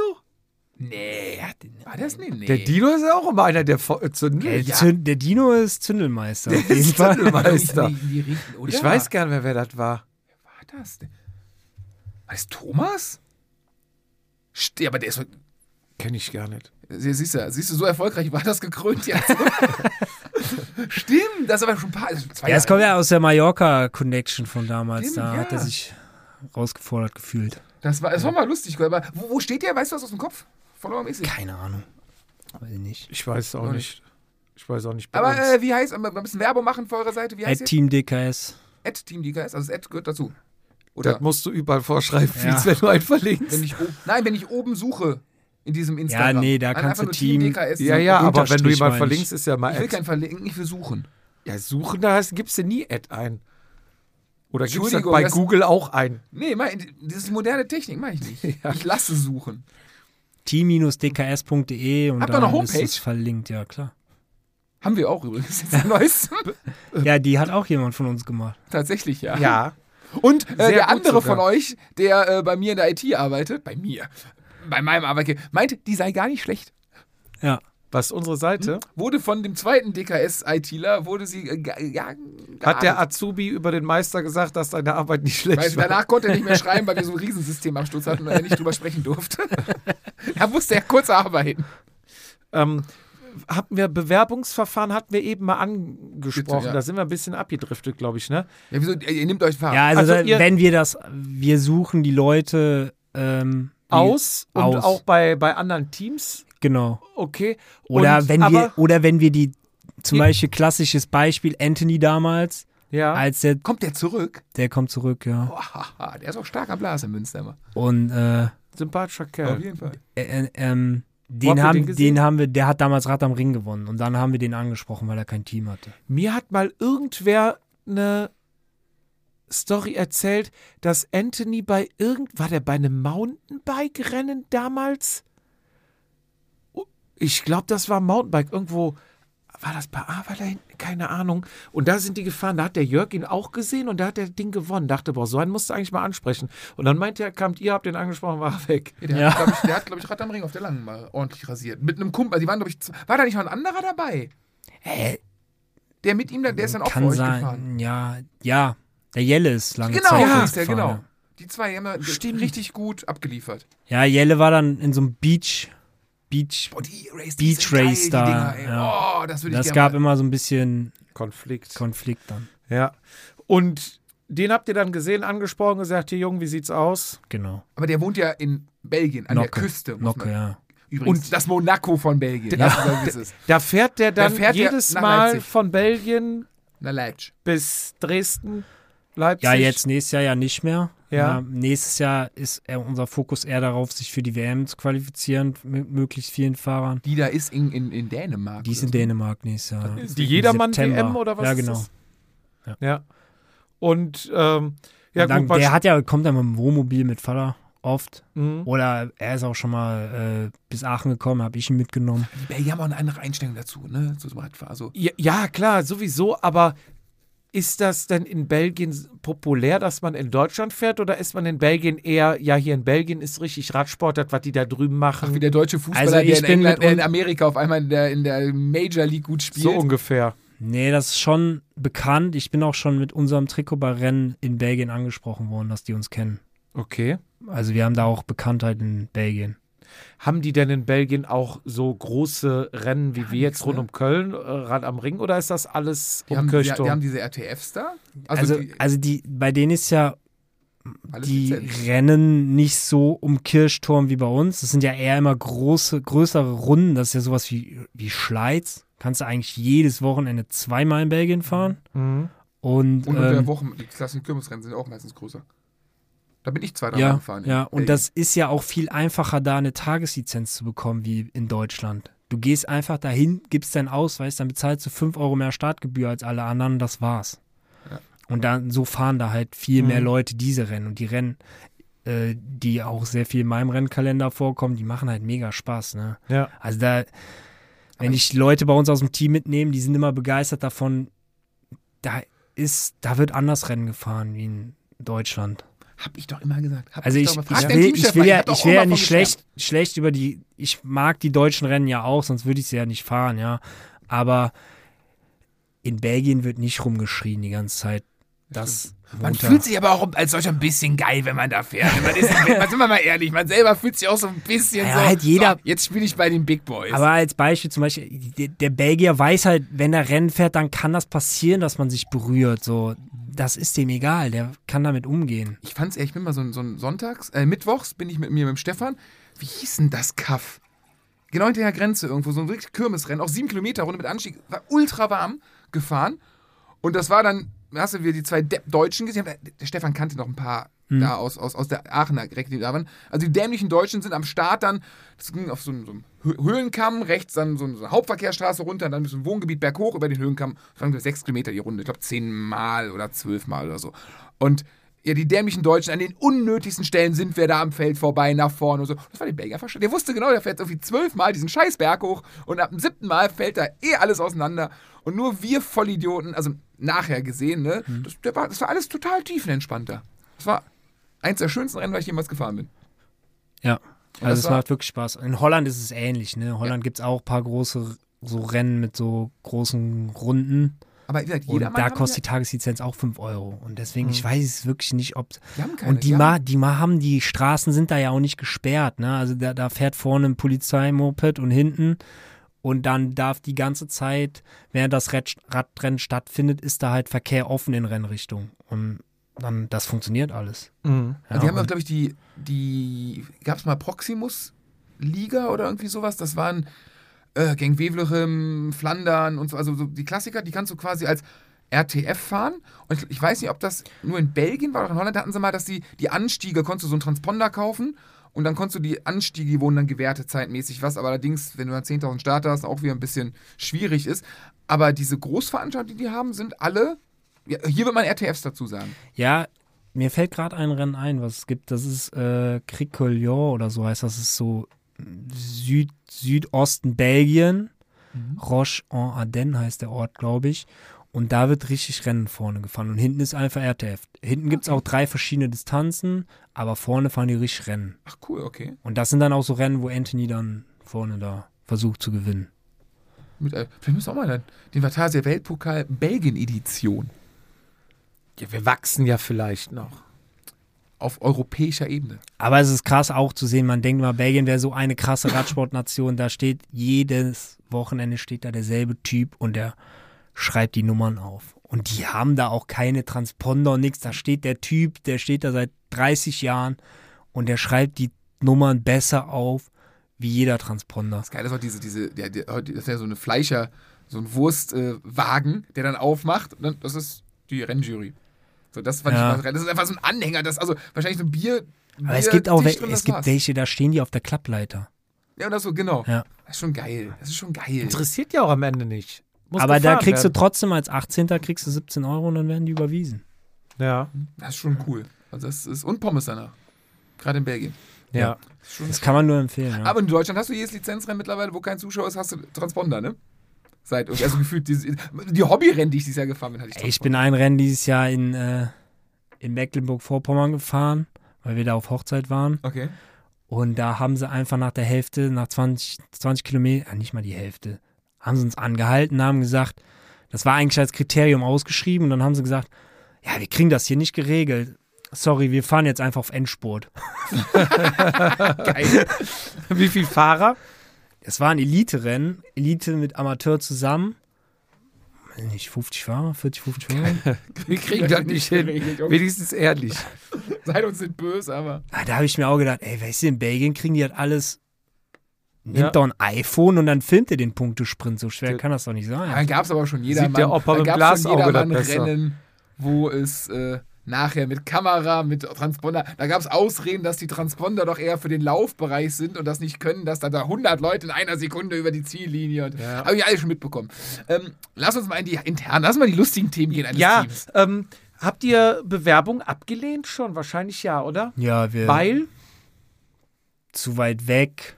Nee, hat den, war das nicht? Nee. Der Dino ist ja auch immer einer, der vo- Der, zündet. Zünd- der Dino ist Zündelmeister. auf jeden Fall. Doch nicht Zündelmeister. in die Richtung, oder? Ich weiß gar nicht mehr, wer das war. war das denn? War das Thomas? Ste aber der ist. doch- Kenne ich gar nicht. Sie- Siehst du, siehst du, so erfolgreich war das gekrönt jetzt. Stimmt, das ist aber schon ein paar. das ist Zwei Ja, es Jahre kommt ja aus der Mallorca-Connection von damals. Stimmt, da ja. hat er sich rausgefordert gefühlt. Das war, das war mal lustig, aber wo, wo steht der? Weißt du was aus dem Kopf? Follower-mäßig. Keine Ahnung. Weiß ich nicht. Ich weiß es auch Noch nicht. Ich weiß auch nicht. Bei Aber uns. äh, wie heißt, aber wir müssen Werbung machen für eure Seite. Wie At heißt Team DKS. ihr? Ad Team Liga ist, also das Ad gehört dazu. Oder das musst du überall vorschreiben, Ja. Fietz, wenn du einen verlinkst. wenn ich oben, nein, wenn ich oben suche in diesem Instagram. nee, da Dann kannst einfach du nur Team- DKS. ja, ja, aber wenn du Unterstrich jemanden meine ich. verlinkst, ist ja mal Ich will Ad. kein Verlinken, ich will suchen. Ja, suchen, da heißt, gibst du nie Ad ein. Oder gibst du Entschuldigung, bei das- Google auch ein? Nee, mein, das ist moderne Technik, mache ich nicht. Ich lasse suchen. team-dks.de E und Habt ihr eine dann ist Homepage? es verlinkt, ja klar. Haben wir auch übrigens. Jetzt ein neues. Ja, die hat auch jemand von uns gemacht. Tatsächlich, ja. Ja. Und äh, Sehr der gut andere sogar. von euch, der äh, bei mir in der IT arbeitet, bei mir, bei meinem Arbeitgeber, meint, die sei gar nicht schlecht. Ja. Was unsere Seite? Wurde von dem zweiten DKS-ITler, wurde sie, äh, ge- ja, Hat der geadelt. Azubi über den Meister gesagt, dass deine Arbeit nicht weil schlecht war? danach konnte er nicht mehr schreiben, weil wir so einen Riesensystemabsturz hatten und er nicht drüber sprechen durfte. da musste er kurz arbeiten. Ähm, hatten wir Bewerbungsverfahren, hatten wir eben mal angesprochen. Bitte, ja. Da sind wir ein bisschen abgedriftet, glaube ich, ne? Ja, wieso, ihr nehmt euch wahr. Ja, also, Also da, ihr- wenn wir das, wir suchen die Leute ähm, die- Aus und Aus. auch bei, bei anderen Teams. Genau. Okay. Oder und, wenn aber, wir, oder wenn wir die, zum Die- Beispiel klassisches Beispiel Anthony damals, Ja, als der, Kommt der zurück? der kommt zurück, ja. Boah, der ist auch stark am Blasen, Münster immer. Und äh, äh, sympathischer Kerl. jeden Fall. äh, ähm, Wo habt den ihr haben, den den, gesehen? haben wir, der hat damals Rad am Ring gewonnen und dann haben wir den angesprochen, weil er kein Team hatte. Mir hat mal irgendwer eine Story erzählt, dass Anthony bei irgend. War der bei einem Mountainbike-Rennen damals? Oh, Ich glaube, das war Mountainbike. Irgendwo. War das bei Ahrweiler hinten? Keine Ahnung. Und da sind die gefahren. Da hat der Jörg ihn auch gesehen und da hat der Ding gewonnen. Dachte, boah, so einen musst du eigentlich mal ansprechen. Und dann meinte er, kamt ihr, habt den angesprochen, war weg. Ja, der, Ja. Hat, glaub ich, der hat, glaube ich, Rad am Ring auf der Langen mal ordentlich rasiert. Mit einem Kumpel. also Die waren, glaube ich, z- war da nicht noch ein anderer dabei? Hä? Der mit ihm, da- der ist dann auch für Kann euch sein, gefahren. ja, ja. Der Jelle ist lange Genau, Zeit. ja, für ist uns der, gefahren, genau. Die zwei die haben da Stimmt. richtig gut abgeliefert. Ja, Jelle war dann in so einem Beach, Beach. Boah, die Race, Beach Race da, ey. ja. Oh, das würde ich Das gerne gab mal- immer so ein bisschen Konflikt. Konflikt dann. ja. Und den habt ihr dann gesehen, angesprochen, gesagt, hier Junge, wie sieht's aus? Genau. Aber der wohnt ja in Belgien, an Nocke. der Küste. muss Nocke, man- ja. Übrigens, und das Monaco von Belgien. Ja. Sagen, wie es ist. Da fährt der dann fährt der jedes nach Mal Leipzig. von Belgien Na, Leitsch. bis Dresden, Leipzig. Ja, jetzt nächstes Jahr ja nicht mehr. Ja. Die da ist in, in, in Dänemark. Die ist in oder so. Dänemark nächstes Jahr. Die Deswegen Jedermann September. WM oder was Ja, ist genau. das? Ja. Und ähm, ja, Und dann, gut, der man- hat ja, kommt dann mit dem Wohnmobil mit Vater oft. Mhm. Oder er ist auch schon mal äh, bis Aachen gekommen, habe ich ihn mitgenommen. Die Belgier haben auch eine andere Einstellung dazu, ne? Zu so Radfahren. Also, ja, ja, klar, sowieso, aber ist das denn in Belgien s- populär, dass man in Deutschland fährt oder ist man in Belgien eher, ja, hier in Belgien ist richtig Radsport, das, was die da drüben ach, wie machen? der deutsche Fußballer, Also, der, ich in, bin England, mit der in un- Amerika auf einmal in der, in der Major League gut spielt. so ungefähr. Nee, das ist schon bekannt. Ich bin auch schon mit unserem Trikot bei Rennen in Belgien angesprochen worden, dass die uns kennen. Okay. Also wir haben da auch Bekanntheit in Belgien. Haben die denn in Belgien auch so große Rennen wie wir jetzt nix, rund ne? um Köln, äh, Rad am Ring oder ist das alles die, um haben, die, Kirchturm? die haben diese RTFs da. Also, also, die, die, bei denen ist ja alles die Lizenz. Rennen nicht so um Kirchturm wie bei uns. Das sind ja eher immer große, größere Runden. Das ist ja sowas wie, wie Schleiz. Kannst du eigentlich jedes Wochenende zweimal in Belgien fahren. mhm. Und Und, unter ähm, der Woche, die klassischen Kirmesrennen sind auch meistens größer. Da bin ich zwei, drei Mal ja, gefahren. in ja, und Belgien. das ist ja auch viel einfacher, da eine Tageslizenz zu bekommen wie in Deutschland. Du gehst einfach dahin, gibst deinen Ausweis, dann bezahlst du 5 Euro mehr Startgebühr als alle anderen und das war's. Und dann so fahren da halt viel mehr Mhm. Leute diese Rennen. Und die Rennen, äh, die auch sehr viel in meinem Rennkalender vorkommen, die machen halt mega Spaß. Ne? Ja. Also da, wenn ich Leute bei uns aus dem Team mitnehme, die sind immer begeistert davon, da ist, da wird anders Rennen gefahren wie in Deutschland. Hab ich doch immer gesagt. Hab Also ich, doch mal- ich, Frag deinen will, Teamchef ich will mal, ja, hab doch ich auch will ja mal nicht von geschwärmt. schlecht, schlecht über die, ich mag die deutschen Rennen ja auch, sonst würde ich sie ja nicht fahren, ja. Aber in Belgien wird nicht rumgeschrien die ganze Zeit. Das Man munter. fühlt sich aber auch als solcher ein bisschen geil, wenn man da fährt. Wenn Man ist, wenn- sind wir mal ehrlich, man selber fühlt sich auch so ein bisschen Ja, so. halt jeder- So, jetzt spiele ich bei den Big Boys. Aber als Beispiel zum Beispiel, der- der Belgier weiß halt, wenn er Rennen fährt, dann kann das passieren, dass man sich berührt. So, das ist dem egal, der kann damit umgehen. ich fand's ehrlich, ich bin mal so ein, so ein Sonntags, äh, Mittwochs bin ich mit mir mit dem Stefan. Wie hieß denn das Kaff? Genau hinter der Grenze irgendwo, so ein wirklich Kirmesrennen, auch sieben Kilometer Runde mit Anstieg, war ultra warm gefahren. Und das war dann, hast du wieder die zwei Depp Deutschen gesehen? Der Stefan kannte noch ein paar da aus, aus, aus der Aachener Ecke, die da waren. Also die dämlichen Deutschen sind am Start dann, das ging auf so einen, so einen Hö- Höhenkamm, rechts dann so eine Hauptverkehrsstraße runter, dann bis zum Wohngebiet berghoch über den Höhenkamm. Das waren glaub ich, sechs Kilometer die Runde, ich glaube zehnmal oder zwölfmal oder so. Und ja, die dämlichen Deutschen, an den unnötigsten Stellen sind wir da am Feld vorbei, nach vorne und so. Das war der Belgier verstanden. Der wusste genau, der fährt irgendwie zwölfmal diesen Scheißberg hoch und ab dem siebten Mal fällt da eh alles auseinander. Und nur wir Vollidioten, also nachher gesehen, ne, Mhm. das, der war, das war alles total tiefenentspannter. Das war eins der schönsten Rennen, weil ich jemals gefahren bin. Ja. das Also es war- macht wirklich Spaß. In Holland ist es ähnlich, ne? In Holland gibt's auch ein paar große so Rennen mit so großen Runden. Aber wie gesagt, Und jedermann da haben kostet die Tageslizenz auch 5 Euro. Und deswegen, ich weiß es wirklich nicht, ob. Die Hm. haben keine, Und die, die haben- ma, die ma haben, die Straßen sind da ja auch nicht gesperrt, ne? Also da, da fährt vorne ein Polizeimoped und hinten. Und dann darf die ganze Zeit, während das Rad, Radrennen stattfindet, ist da halt Verkehr offen in Rennrichtung. Und dann, das funktioniert alles. mhm. ja, also die Ja, haben auch, und- glaube ich, die, die gab es mal Proximus Liga oder irgendwie sowas. Das waren äh, Gengwevelichem, Flandern und so, also so die Klassiker, die kannst du quasi als RTF fahren. Und ich, ich weiß nicht, ob das nur in Belgien war oder in Holland hatten sie mal, dass die, die Anstiege, konntest du so einen Transponder kaufen und dann konntest du die Anstiege, die wurden dann gewertet zeitmäßig, was aber allerdings, wenn du dann 10.000 Starter hast, auch wieder ein bisschen schwierig ist. Aber diese Großveranstaltungen, die die haben, sind alle, ja, hier wird man RTFs dazu sagen. Ja, mir fällt gerade ein Rennen ein, was es gibt. Das ist äh, Cricolion oder so heißt das. Das ist so mm, Süd, Südosten Belgien. Roche en Ardennes heißt der Ort, glaube ich. Und da wird richtig Rennen vorne gefahren. Und hinten ist einfach RTF. Hinten gibt es auch drei verschiedene Distanzen, aber vorne fahren die richtig Rennen. Ach cool, okay. Und das sind dann auch so Rennen, wo Anthony dann vorne da versucht zu gewinnen. Mit, äh, vielleicht müssen wir auch mal dann den Vatasia Weltpokal Belgien Edition Ja, wir wachsen ja vielleicht noch. auf europäischer Ebene. Aber es ist krass auch zu sehen, man denkt mal, Belgien wäre so eine krasse Radsportnation, da steht jedes Wochenende steht da derselbe Typ und der schreibt die Nummern auf. Und die haben da auch keine Transponder und nichts, da steht der Typ, der steht da seit 30 Jahren und der schreibt die Nummern besser auf wie jeder Transponder. Das Geile ist auch diese, diese, der, der, heute- das ist ja so eine Fleischer, so ein Wurstwagen, äh, Wagen, der dann aufmacht. Und dann, das ist die Rennjury. So, das fand Ja. ich mal, Das ist einfach so ein Anhänger, das, also wahrscheinlich so ein Bier. Aber es gibt auch Biertisch wel- drin, es das gibt war's. welche, da stehen die auf der Klappleiter. Ja, und das so, genau. Ja. Das ist schon geil. Das ist schon geil. Interessiert ja auch am Ende nicht. Muss Aber da gefahren kriegst werden. du trotzdem als 18. kriegst du 17 Euro und dann werden die überwiesen. Ja, Das ist schon cool. Also das ist, und Pommes danach. Gerade in Belgien. ja. Ja. Das kann man nur empfehlen. Ja. Aber in Deutschland hast du jedes Lizenzrennen mittlerweile, wo kein Zuschauer ist, hast du Transponder, ne? Seit, irgendwie- also gefühlt, dieses, die Hobbyrennen, die ich dieses Jahr gefahren bin, hatte ich Ey, Ich Transponder. bin ein Rennen dieses Jahr in, äh, in Mecklenburg-Vorpommern gefahren, weil wir da auf Hochzeit waren. Okay. Und da haben sie einfach nach der Hälfte, nach 20, 20 Kilometern, nicht mal die Hälfte, haben sie uns angehalten, haben gesagt, das war eigentlich als Kriterium ausgeschrieben. Und dann haben sie gesagt, ja, wir kriegen das hier nicht geregelt. Sorry, wir fahren jetzt einfach auf Endspurt. Geil. Wie viele Fahrer? Es war ein Elite-Rennen, Elite mit Amateur zusammen. Weiß Nicht 50 Fahrer, 40, 50 Fahrer. Wir kriegen das nicht hin. Wenigstens ehrlich. Seid uns nicht böse, aber. Ah, Da habe ich mir auch gedacht, ey, weißt du, in Belgien kriegen die halt alles. Nimmt Ja. doch ein iPhone und dann filmt ihr den Punktesprint. So schwer kann das doch nicht Dann sein. gab es aber schon jeder Sieht der Opa dann mit gab's Glasauge schon das jedermann besser. Rennen, wo es äh, nachher mit Kamera, mit Transponder, da gab es Ausreden, dass die Transponder doch eher für den Laufbereich sind und das nicht können, dass dann da 100 Leute in einer Sekunde über die Ziellinie und. Ja. Habe ich alles schon mitbekommen. Ähm, lass uns mal in die internen, lass mal in die lustigen Themen gehen eines Ja, Teams. ähm, habt ihr Bewerbung abgelehnt schon? Wahrscheinlich ja, oder? Ja, wir Weil? zu weit weg.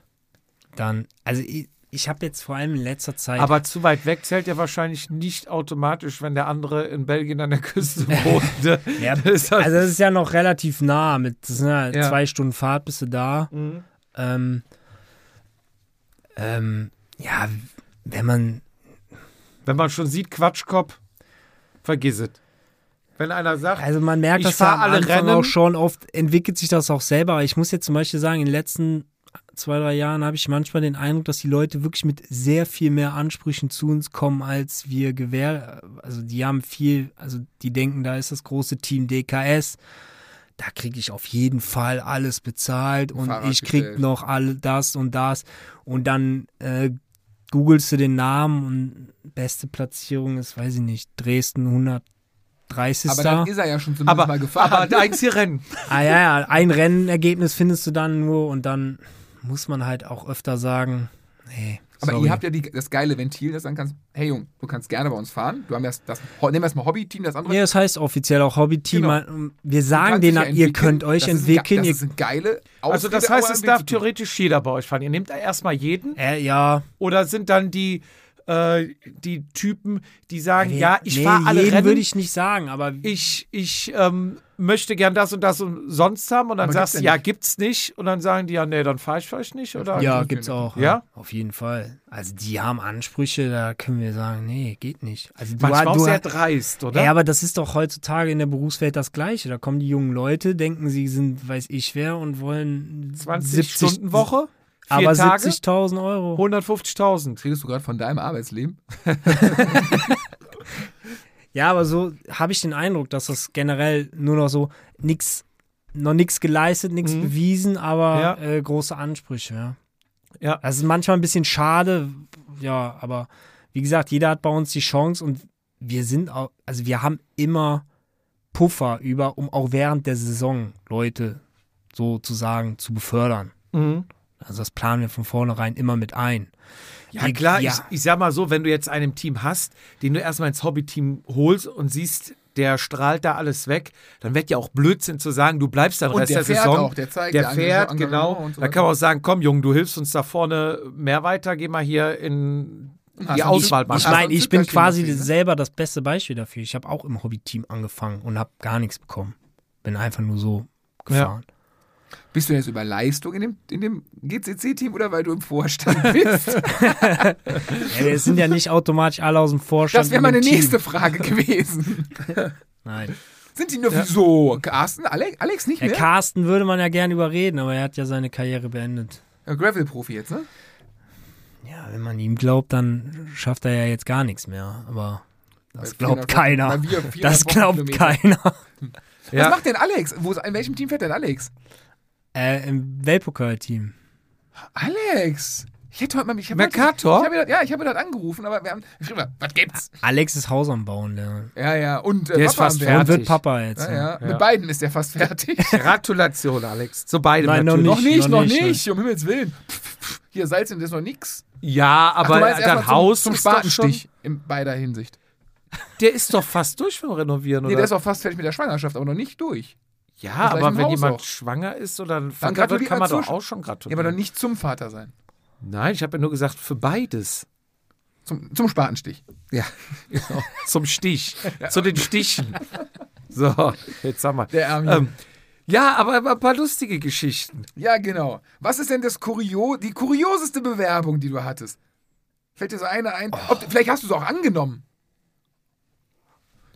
Dann, also ich, ich habe jetzt vor allem in letzter Zeit. Aber zu weit weg zählt ja wahrscheinlich nicht automatisch, wenn der andere in Belgien an der Küste wohnt. ne? ja, Das ist halt- also es ist ja noch relativ nah. Mit das sind ja Ja. zwei Stunden Fahrt bist du da. Mhm. Ähm, ähm, ja, wenn man Wenn man schon sieht, Quatschkopf, vergiss es. Wenn einer sagt, Also man merkt Ich das ja fahr am alle Anfang Rennen. auch schon, oft entwickelt sich das auch selber. Ich muss jetzt zum Beispiel sagen, in den letzten zwei, drei Jahren habe ich manchmal den Eindruck, dass die Leute wirklich mit sehr viel mehr Ansprüchen zu uns kommen, als wir gewähr... Also die haben viel, also die denken, da ist das große Team DKS, da kriege ich auf jeden Fall alles bezahlt und Fahrrad ich krieg gestellt. noch all das und das. Und dann äh, googelst du den Namen und beste Platzierung ist, weiß ich nicht, Dresden 130. Aber dann ist er ja schon zumindest aber, mal gefahren. aber deins hier rennen. Ah ja, ja, ein Rennergebnis findest du dann nur und dann muss man halt auch öfter sagen, nee. Aber sorry. ihr habt ja die, das geile Ventil, das dann kannst, hey Jung, du kannst gerne bei uns fahren. Du haben das, das, ho- nehmen wir erstmal Hobby-Team, das andere. ja, das heißt offiziell auch Hobbyteam. Genau. man- Du Wir kannst sagen dich denen, ja ab, ihr entwickeln. könnt euch das entwickeln. Ist ein, Ihr, ge- das ist eine geile Also das Ausrede, heißt, aber es am darf Weg zu tun. theoretisch jeder bei euch fahren. Ihr nehmt da erstmal jeden äh, ja, oder sind dann die, äh, die Typen, die sagen, ja, ich nee, fahre alle jeden Rennen, würde ich nicht sagen, aber ich, ich ähm, möchte gern das und das und sonst haben und dann Aber sagst du, gibt's ja, ja gibt's nicht und dann sagen die, ja, nee, dann fahre ich vielleicht nicht oder ja, das gibt's will ich auch. nicht. Ja? auf jeden Fall. Also die haben Ansprüche, da können wir sagen, nee, geht nicht. Also du, manchmal du, auch sehr dreist, oder? Ja, aber das ist doch heutzutage in der Berufswelt das Gleiche. Da kommen die jungen Leute, denken, sie sind weiß ich wer und wollen 20 70 Stunden Woche, vier aber Tage, 70.000 Euro. 150.000. Redest du gerade von deinem Arbeitsleben? Ja, aber so habe ich den Eindruck, dass das generell nur noch so nix, noch nichts geleistet, nichts Mhm. bewiesen, aber Ja. äh, große Ansprüche. Ja. Ja. Das ist manchmal ein bisschen schade, ja, aber wie gesagt, jeder hat bei uns die Chance und wir sind auch, also wir haben immer Puffer über, um auch während der Saison Leute sozusagen zu befördern. Mhm. Also das planen wir von vornherein immer mit ein. Ja, klar, ja. Ich, ich sag mal so, wenn du jetzt einen im Team hast, den du erstmal ins Hobbyteam holst und siehst, der strahlt da alles weg, dann wird ja auch Blödsinn zu sagen, du bleibst da den Und Rest der der fährt Saison. auch, der zeigt der ja fährt, Engagement genau. und so da weiter. kann man auch sagen, komm, Junge, du hilfst uns da vorne mehr weiter, geh mal hier in hast die noch einen Auswahl Typ- machen. Ich Also meine, ein ich bin Zückerchen quasi dafür, ne? selber das beste Beispiel dafür. Ich habe auch im Hobbyteam angefangen und habe gar nichts bekommen. Bin einfach nur so gefahren. Bist du jetzt über Leistung in dem, in dem GCC-Team oder weil du im Vorstand bist? Ja. Es sind ja nicht automatisch alle aus dem Vorstand. das wäre in meine dem Team. nächste Frage gewesen. Nein. Sind die nur so? Carsten? Alex, Alex nicht Ja, mehr? Carsten würde man ja gerne überreden, aber er hat ja seine Karriere beendet. Ja, Gravel-Profi jetzt, ne? Ja, wenn man ihm glaubt, dann schafft er ja jetzt gar nichts mehr. Aber das Bei glaubt 400 keiner. bei wir- 400 Das glaubt Wochenkilometer. keiner. Was Ja. macht denn Alex? Wo, ist- in welchem Team fährt denn Alex? Äh, Im Weltpokalteam. Alex! Ich hätte heute mal... Ich hab Mercator? Heute, ich hab, ja, ich habe dort angerufen, aber wir haben... Ich schrieb mal, was gibt's? Alex ist Haus am Bauen, der. Ja, ja, und äh, Der ist Papa fast haben wir. fertig. Und wird Papa jetzt. Ja, ja. ja. Ja. Mit beiden ist er fast fertig. Gratulation, Alex. Zu beidem Nein, noch natürlich. noch nicht, noch nicht, nein. um Himmels Willen. Pff, pff, Hier Salz und das ist noch nix. Ja, Ach, du aber meinst erst mal dein Haus zum, zum ist doch schon, Spatenstich in beider Hinsicht. der ist doch fast durch vom Renovieren, Nee, oder? der ist auch fast fertig mit der Schwangerschaft, aber noch nicht durch. ja, gleich aber im wenn Haus jemand auch. schwanger ist oder ein Dann Vater wird, gratuliert kann man man doch zusch- auch schon Ja, aber gratulieren. noch nicht zum Vater sein. Nein, ich habe ja nur gesagt, für beides. Zum, zum Spatenstich. Ja, genau. Zum Stich. Zu den Stichen. So, jetzt sag mal. Der Arme. Ähm, ja, aber aber ein paar lustige Geschichten. Ja, genau. Was ist denn das Kurio die kurioseste Bewerbung, die du hattest? Fällt dir so eine Oh. ein? Ob, vielleicht hast du es auch angenommen.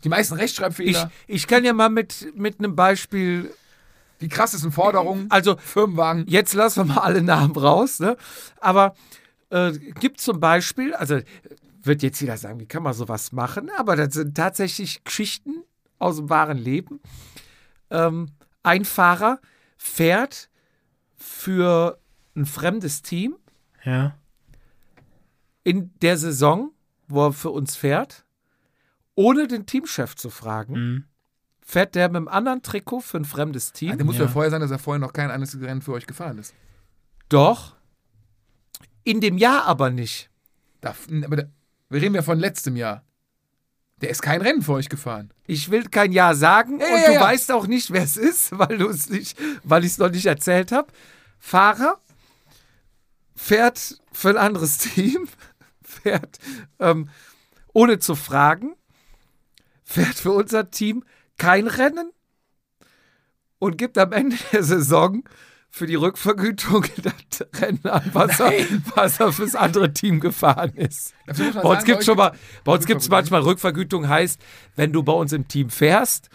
Die meisten Ich, Rechtschreibfehler, ich kann ja mal mit, mit einem Beispiel, die krassesten Forderungen, also Firmenwagen. jetzt lassen wir mal alle Namen raus, ne? aber äh, gibt zum Beispiel, also äh, wird jetzt jeder sagen, wie kann man sowas machen, aber das sind tatsächlich Geschichten aus dem wahren Leben. Ähm, ein Fahrer fährt für ein fremdes Team ja. in der Saison, wo er für uns fährt, ohne den Teamchef zu fragen, Mhm. fährt der mit einem anderen Trikot für ein fremdes Team. Ah, der muss Ja. ja vorher sein, dass er vorher noch kein anderes Rennen für euch gefahren ist. Doch. In dem Jahr aber nicht. Da, aber da, wir reden ja von letztem Jahr. Der ist kein Rennen für euch gefahren. Ich will kein Ja sagen Ja, und ja, du ja. weißt auch nicht, wer es ist, weil du es nicht, weil ich es noch nicht erzählt habe. Fahrer fährt für ein anderes Team, fährt ähm, ohne zu fragen, fährt für unser Team kein Rennen und gibt am Ende der Saison für die Rückvergütung das Rennen an Wasser, Wasser fürs andere Team gefahren ist. Dafür Also, muss man Bei uns sagen, gibt Oh, es schon bei euch mal, bei uns gibt's manchmal Rückvergütung, heißt, wenn du bei uns im Team fährst,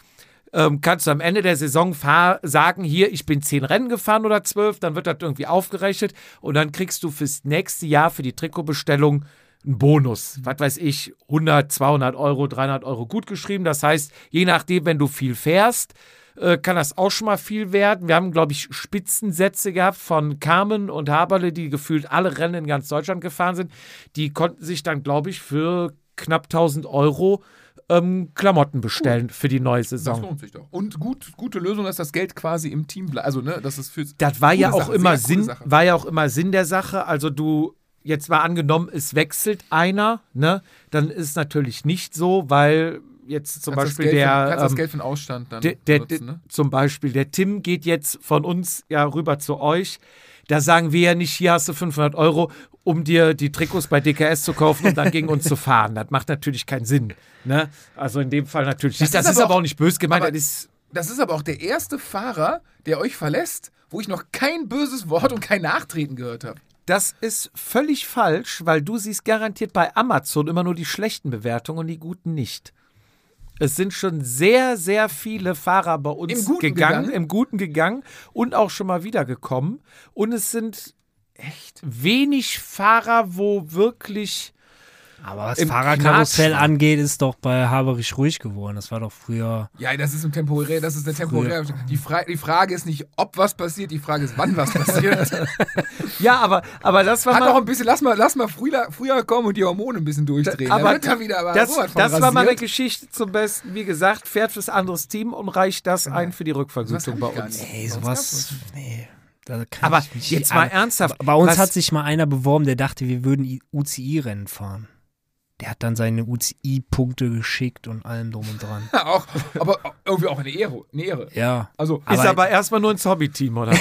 ähm, kannst du am Ende der Saison fahr sagen, hier, ich bin zehn Rennen gefahren oder zwölf, dann wird das irgendwie aufgerechnet und dann kriegst du fürs nächste Jahr für die Trikotbestellung einen Bonus. Was weiß ich, 100, 200 Euro, 300 Euro gut geschrieben. Das heißt, je nachdem, wenn du viel fährst, äh, kann das auch schon mal viel werden. Wir haben, glaube ich, Spitzensätze gehabt von Carmen und Haberle, die gefühlt alle Rennen in ganz Deutschland gefahren sind. Die konnten sich dann, glaube ich, für knapp 1000 Euro ähm, Klamotten bestellen für die neue Das Saison. lohnt sich doch. Und gut, gute Lösung, dass das Geld quasi im Team bleibt. Also, ne, das ist für. Das war ja Coole auch Sache, immer sehr Sinn, coole Sache. war ja auch immer Sinn der Sache. Also du jetzt mal angenommen, es wechselt einer, ne? Dann ist natürlich nicht so, weil jetzt zum Kannst das Beispiel Geld der für, kannst das ähm, Geld für den Ausstand dann der, der, benutzen, ne? Zum Beispiel, der Tim geht jetzt von uns ja rüber zu euch. Da sagen wir ja nicht, hier hast du 500 Euro, um dir die Trikots bei DKS zu kaufen und dann gegen uns zu fahren. Das macht natürlich keinen Sinn. Ne? Also in dem Fall natürlich nicht. Das ist aber auch nicht böse gemeint. aber- Das ist, Das ist aber auch der erste Fahrer, der euch verlässt, wo ich noch kein böses Wort und kein Nachtreten gehört habe. das ist völlig falsch, weil du siehst garantiert bei Amazon immer nur die schlechten Bewertungen und die guten nicht. Es sind schon sehr, sehr viele Fahrer bei uns Im Guten gegangen? im Guten gegangen und auch schon mal wiedergekommen. Und es sind echt wenig Fahrer, wo wirklich. Aber was Im Fahrerkarussell Knatsch. angeht, ist doch bei Haberich ruhig geworden. Das war doch früher. Ja, das ist ein temporär, das ist eine temporäre. Die, Fra die Frage ist nicht, ob was passiert, die Frage ist, wann was passiert. Ja, aber, aber das war Hat mal. auch ein bisschen, lass mal, lass mal früher, früher kommen und die Hormone ein bisschen durchdrehen. aber da wird er wieder aber das, sowas von das war mal eine rasiert. Geschichte zum Besten. Wie gesagt, fährt fürs anderes Team und reicht das ein für die Sowas hab Rückvergütung ich bei gar uns. nicht. Ey, Sonst sowas. Nee. Da kann Aber ich mich jetzt nicht mal an- ernsthaft. Bei uns was- hat sich mal einer beworben, der dachte, wir würden I- UCI-Rennen fahren. Der hat dann seine UCI-Punkte geschickt und allem drum und dran. Ja, auch, aber irgendwie auch eine Ehre. Eine Ehre. Ja, Also, Ist Aber- aber erstmal nur ins Hobbyteam, oder?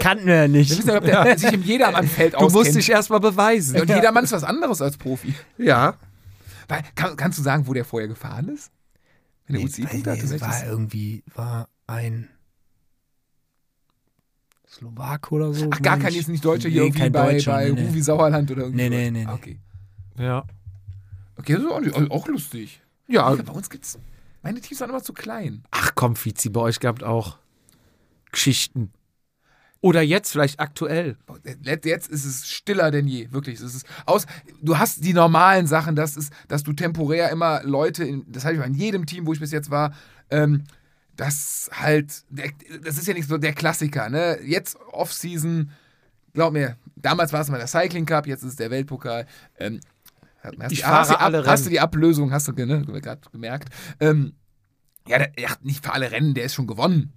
kannten wir ja wir nicht. wissen ja, ob der sich im Jedermann-Feld Du auskennt. musst dich erstmal beweisen. und Jedermann ist was anderes als Profi. Ja. Weil, kann, kannst du sagen, wo der vorher gefahren ist? Wenn der Nee, UCI weiß Punkte hatte, nicht, es war welches? irgendwie, war ein Slowak oder so. Ach, gar meine kein, ich. jetzt nicht Deutscher hier irgendwie kein bei, Deutscher, bei nee, nee. Ruvi Sauerland oder irgendwie. Nee, nee, sowas. Ah, nee, nee. Okay. Ja. Okay, das ist auch, nicht, also auch lustig. Ja. bei uns gibt's. Meine Teams waren immer zu klein. Ach komm, Fizi, bei euch gab auch Geschichten. Oder jetzt vielleicht aktuell. Let- Jetzt ist es stiller denn je, wirklich. Es ist aus, du hast die normalen Sachen, das ist, dass du temporär immer Leute, in, das habe ich mal in jedem Team, wo ich bis jetzt war, ähm, das halt, der, das ist ja nicht so der Klassiker, ne? Jetzt Off-Season, glaub mir, damals war es mal der Cycling Cup, jetzt ist es der Weltpokal. Ähm, hast, Ich fahre hast, du die Ab- alle hast Rennen. du die Ablösung, hast du ne, gerade gemerkt. Ähm, ja, der, ja, nicht für alle Rennen, der ist schon gewonnen.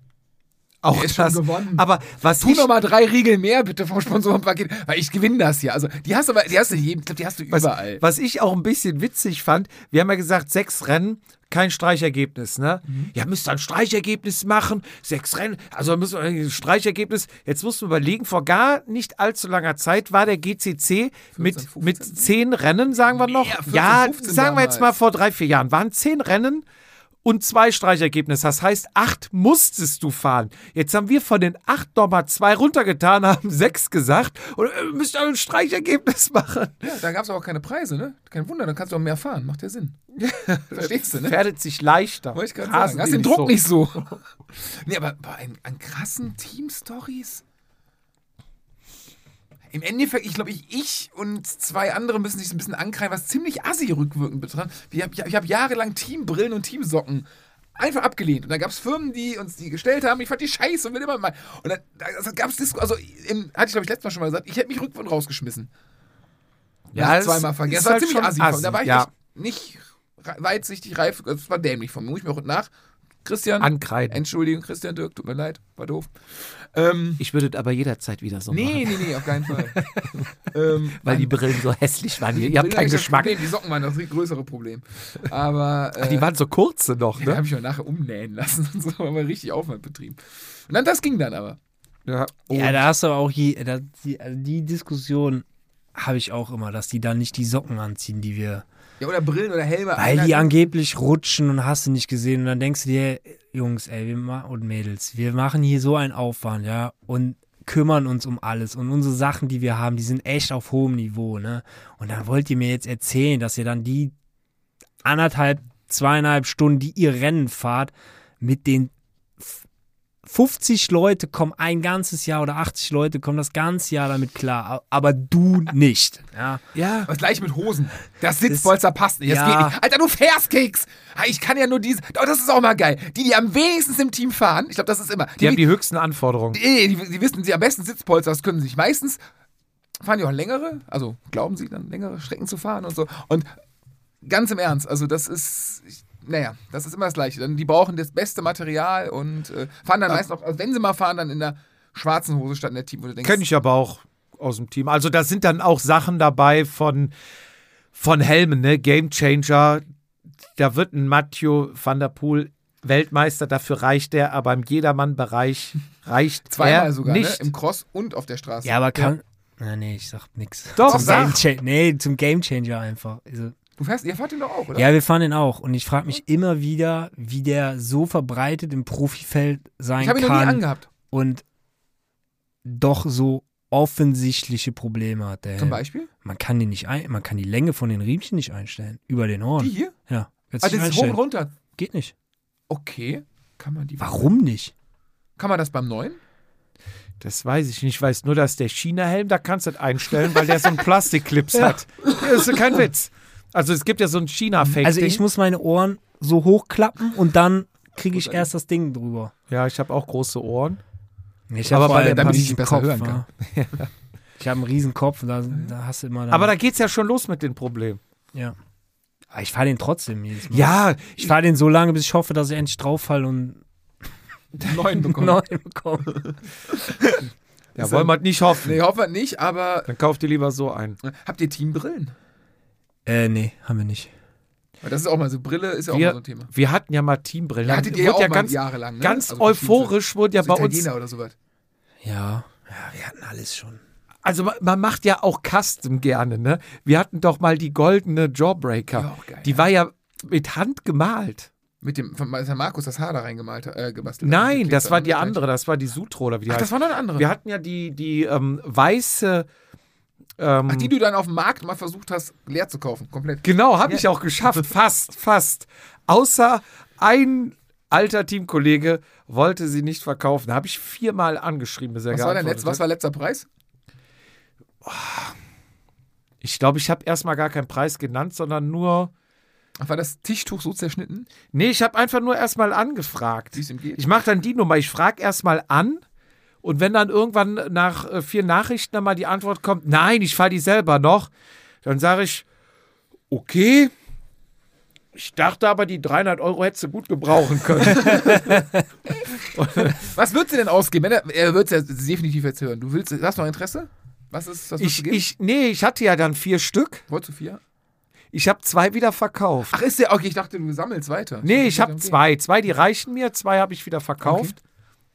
Auch Der ist schon das. gewonnen. Aber was Tu ich, noch mal drei Regeln mehr bitte vom Sponsorenpaket, weil ich gewinne das hier. Also die hast du, aber, die hast du in jedem, ich glaube, die hast du was, überall. was ich auch ein bisschen witzig fand, wir haben ja gesagt, sechs Rennen, kein Streichergebnis, ne? Mhm. Ja, müsst ihr ein Streichergebnis machen, sechs Rennen, also müssen wir ein Streichergebnis. Jetzt musst du überlegen, vor gar nicht allzu langer Zeit war der GCC mit, 15, mit ne? zehn Rennen, sagen wir noch. 14, ja, 15 sagen wir jetzt damals. mal vor drei, vier Jahren, waren zehn Rennen und zwei Streichergebnisse. Das heißt, acht musstest du fahren. Jetzt haben wir von den acht nochmal zwei runtergetan, haben sechs gesagt und äh, müsst ihr ein Streichergebnis machen. Ja, da gab es auch keine Preise, ne? Kein Wunder, dann kannst du auch mehr fahren. Macht ja Sinn. Verstehst du, ne? Pferdet sich leichter. Wollte ich gerade Rasen sagen. Hast die den Druck so. nicht so. nee, aber boah, an, an krassen Team-Stories. Im Endeffekt, ich glaube, ich, ich und zwei andere müssen sich so ein bisschen ankreien, was ziemlich assi rückwirkend betrifft. Ich habe ich hab jahrelang Teambrillen und Teamsocken einfach abgelehnt. Und da gab es Firmen, die uns die gestellt haben. Ich fand die scheiße und will immer mal. Und dann da gab es Disco. Also, im, hatte ich, glaube ich, letztes Mal schon mal gesagt, ich hätte mich rückwirkend rausgeschmissen. Ja, das zweimal vergessen. ist Das war halt ziemlich schon assi. von- Da war ich ja. nicht, nicht re- weitsichtig, reif. Das war dämlich von mir. Muss ich mir auch nach. Christian, Ankreiden. Entschuldigung, Christian Dirk, tut mir leid, war doof. Ähm, Ich würde es aber jederzeit wieder so nee, machen, nee, nee, auf keinen Fall. ähm, Oh weil die Brillen so hässlich waren. Ihr Brillen habt keinen ist das Geschmack. Problem, die Socken waren das größere Problem. Aber äh, Die waren so kurze noch, die ne? habe ich mir nachher umnähen lassen und so, aber richtig Aufwand betrieben. Und dann das ging dann aber. Ja. Ja, da hast du aber auch je, da, die, also die Diskussion habe ich auch immer, dass die dann nicht die Socken anziehen, die wir. Ja, oder Brillen oder Helme. Weil Einer- die angeblich rutschen und hast du nicht gesehen. Und dann denkst du dir, Jungs, ey, wir ma- und Mädels, wir machen hier so einen Aufwand, ja, und kümmern uns um alles. Und unsere Sachen, die wir haben, die sind echt auf hohem Niveau, ne? Und dann wollt ihr mir jetzt erzählen, dass ihr dann die anderthalb, zweieinhalb Stunden, die ihr Rennen fahrt, mit den f- 50 Leute kommen ein ganzes Jahr oder 80 Leute kommen das ganze Jahr damit klar, a- aber du nicht. Ja, Ja. Aber gleich mit Hosen. Das Sitzpolster passt nicht. Das Ja. geht nicht. Alter, du fährst Keks. Ich kann ja nur diese. Oh, das ist auch mal geil. Die, die am wenigsten im Team fahren, ich glaube, das ist immer. Die haben die höchsten Anforderungen. die, die, die wissen, sie am besten Sitzpolster, das können sie sich meistens. Fahren die auch längere, also glauben sie dann längere Strecken zu fahren und so. Und ganz im Ernst, also das ist, ich, naja, das ist immer das Gleiche. Dann, die brauchen das beste Material und äh, fahren dann meist auch, also wenn sie mal fahren, dann in der schwarzen Hose statt in der Team, wo du denkst, Kenne ich aber auch aus dem Team. Also da sind dann auch Sachen dabei von, von Helmen, ne? Game Changer. Da wird ein Mathieu van der Poel Weltmeister, dafür reicht er, aber im Jedermann-Bereich reicht zweimal er sogar, nicht. Ne? im Cross und auf der Straße. ja aber kann. Na, nee, ich sag nix. Doch, zum sag. Game Cha- Nee, zum Gamechanger einfach. Also, Du fährst, ihr fahrt den doch auch, oder? Ja, wir fahren den auch. Und ich frage mich immer wieder, wie der so verbreitet im Profifeld sein ich habe ihn noch nie kann angehabt, und doch so offensichtliche Probleme hat. Der zum äh, Helm. Beispiel. Man kann die nicht ein, man kann die Länge von den Riemchen nicht einstellen über den Die Ohren. hier? Ja, kannst Ah, das ist nicht hoch und einstellen. runter. Geht nicht. Okay, kann man die. Warum nicht? Kann man das beim neuen? Das weiß ich nicht. Ich weiß nur, dass der China-Helm, da kannst du das einstellen, weil der so einen Plastikclips hat. Das ist kein Witz. Also es gibt ja so ein China-Fake. Also ich muss meine Ohren so hochklappen und dann kriege ich erst das Ding drüber. ja, ich habe auch große Ohren. Ich Aber hab vor weil- allem damit einen ich dich besser Riesenkopf, hören kann. ja. Ich habe einen riesen Kopf und da, da hast du immer dann, Aber da geht's ja schon los mit dem Problem. ja. Aber ich fahre den trotzdem jedes Mal. Ja, Ich fahre den so lange, bis ich hoffe, dass ich endlich drauffalle und Neuen einen bekommen. neuen bekomme. ja wollen wir nicht hoffen. Nee, hoffen wir nicht, aber Dann kauft ihr lieber so ein. habt ihr Teambrillen? äh, nee, haben wir nicht. Weil das ist auch mal so, Brille ist ja auch mal so Wir, ein Thema. wir hatten ja mal Teambrillen. Ja, Dann hattet ihr ja wurde auch mal ganz, jahrelang, ne? ganz Also verschiedene- euphorisch wurde ja So bei uns. Italiener oder sowas. Ja. Ja, wir hatten alles schon. Also ma- man macht ja auch Custom gerne, ne? Wir hatten doch mal die goldene Jawbreaker. Ja, auch geil, die ja. war ja mit Hand gemalt. Mit dem, von als Herr Markus das Haar da reingemalt, hat, äh, gebastelt. hat. Nein, Geklebt das hat, war ne? die andere, das war die Sutro oder wie die Ach, heißt. das war noch eine andere. Wir hatten ja die, die ähm, weiße. Ähm, Ach, die du dann auf dem Markt mal versucht hast, leer zu kaufen, komplett. genau, habe ich auch geschafft. Fast, fast. Außer ein alter Teamkollege wollte sie nicht verkaufen. Da habe ich viermal angeschrieben, bis er Was war, geantwortet dein ne? letz, was hat. war letzter Preis? Ich glaube, ich habe erstmal gar keinen Preis genannt, sondern nur. Ach, War das Tischtuch so zerschnitten, Nee, ich habe einfach nur erstmal angefragt. wie es ihm geht? Ich mache dann die Nummer. Ich frage erstmal an. Und wenn dann irgendwann nach äh, vier Nachrichten dann mal die Antwort kommt, nein, ich fahre die selber noch, dann sage ich, okay. Ich dachte aber, die 300 Euro hättest du gut gebrauchen können. was würdest du denn ausgeben? Wenn Er, er wird es ja definitiv jetzt hören. Du willst, hast du noch Interesse? Was ist, was ich, würdest du geben? ich, nee, ich hatte ja dann vier Stück. Wolltest du vier? Ich habe zwei wieder verkauft. Ach, ist der, okay, ich dachte, du sammelst weiter. nee, ich habe Okay. zwei. Zwei, die reichen mir. Zwei habe ich wieder verkauft.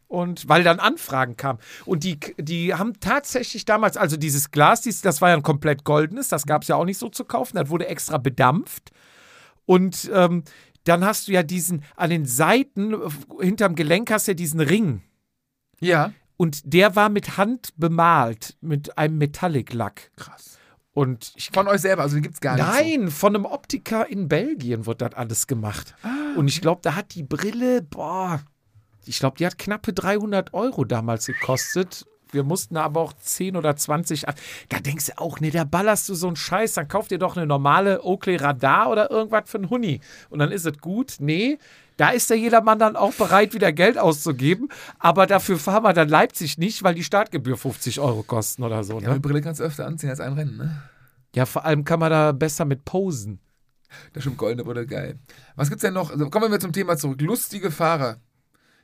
Und weil dann Anfragen kamen. Und die, die haben tatsächlich damals, also dieses Glas, dies, das war ja ein komplett goldenes, das gab es ja auch nicht so zu kaufen, das wurde extra bedampft. Und ähm, dann hast du ja diesen, an den Seiten, äh, hinterm Gelenk hast du ja diesen Ring. Ja. Und der war mit Hand bemalt, mit einem Metallic-Lack. Krass. Und ich Von euch selber, also den gibt's gar nicht. so. Nein, von einem Optiker in Belgien wird das alles gemacht. Ah, Und ich glaube, da hat die Brille, boah, ich glaube, die hat knappe 300 Euro damals gekostet. Wir mussten aber auch 10 oder 20 an. Da denkst du auch, nee, da ballerst du so einen Scheiß, dann kauf dir doch eine normale Oakley Radar oder irgendwas für einen Huni. Und dann ist es gut. Nee, da ist der jedermann dann auch bereit, wieder Geld auszugeben. Aber dafür fahren wir dann Leipzig nicht, weil die Startgebühr 50 Euro kosten oder so. Ja, aber Ne? die Brille kannst du öfter anziehen als ein Rennen, ne? Ja, vor allem kann man da besser mit posen. Das stimmt, goldene Brille, geil. Was gibt's denn noch? Also kommen wir zum Thema zurück. Lustige Fahrer.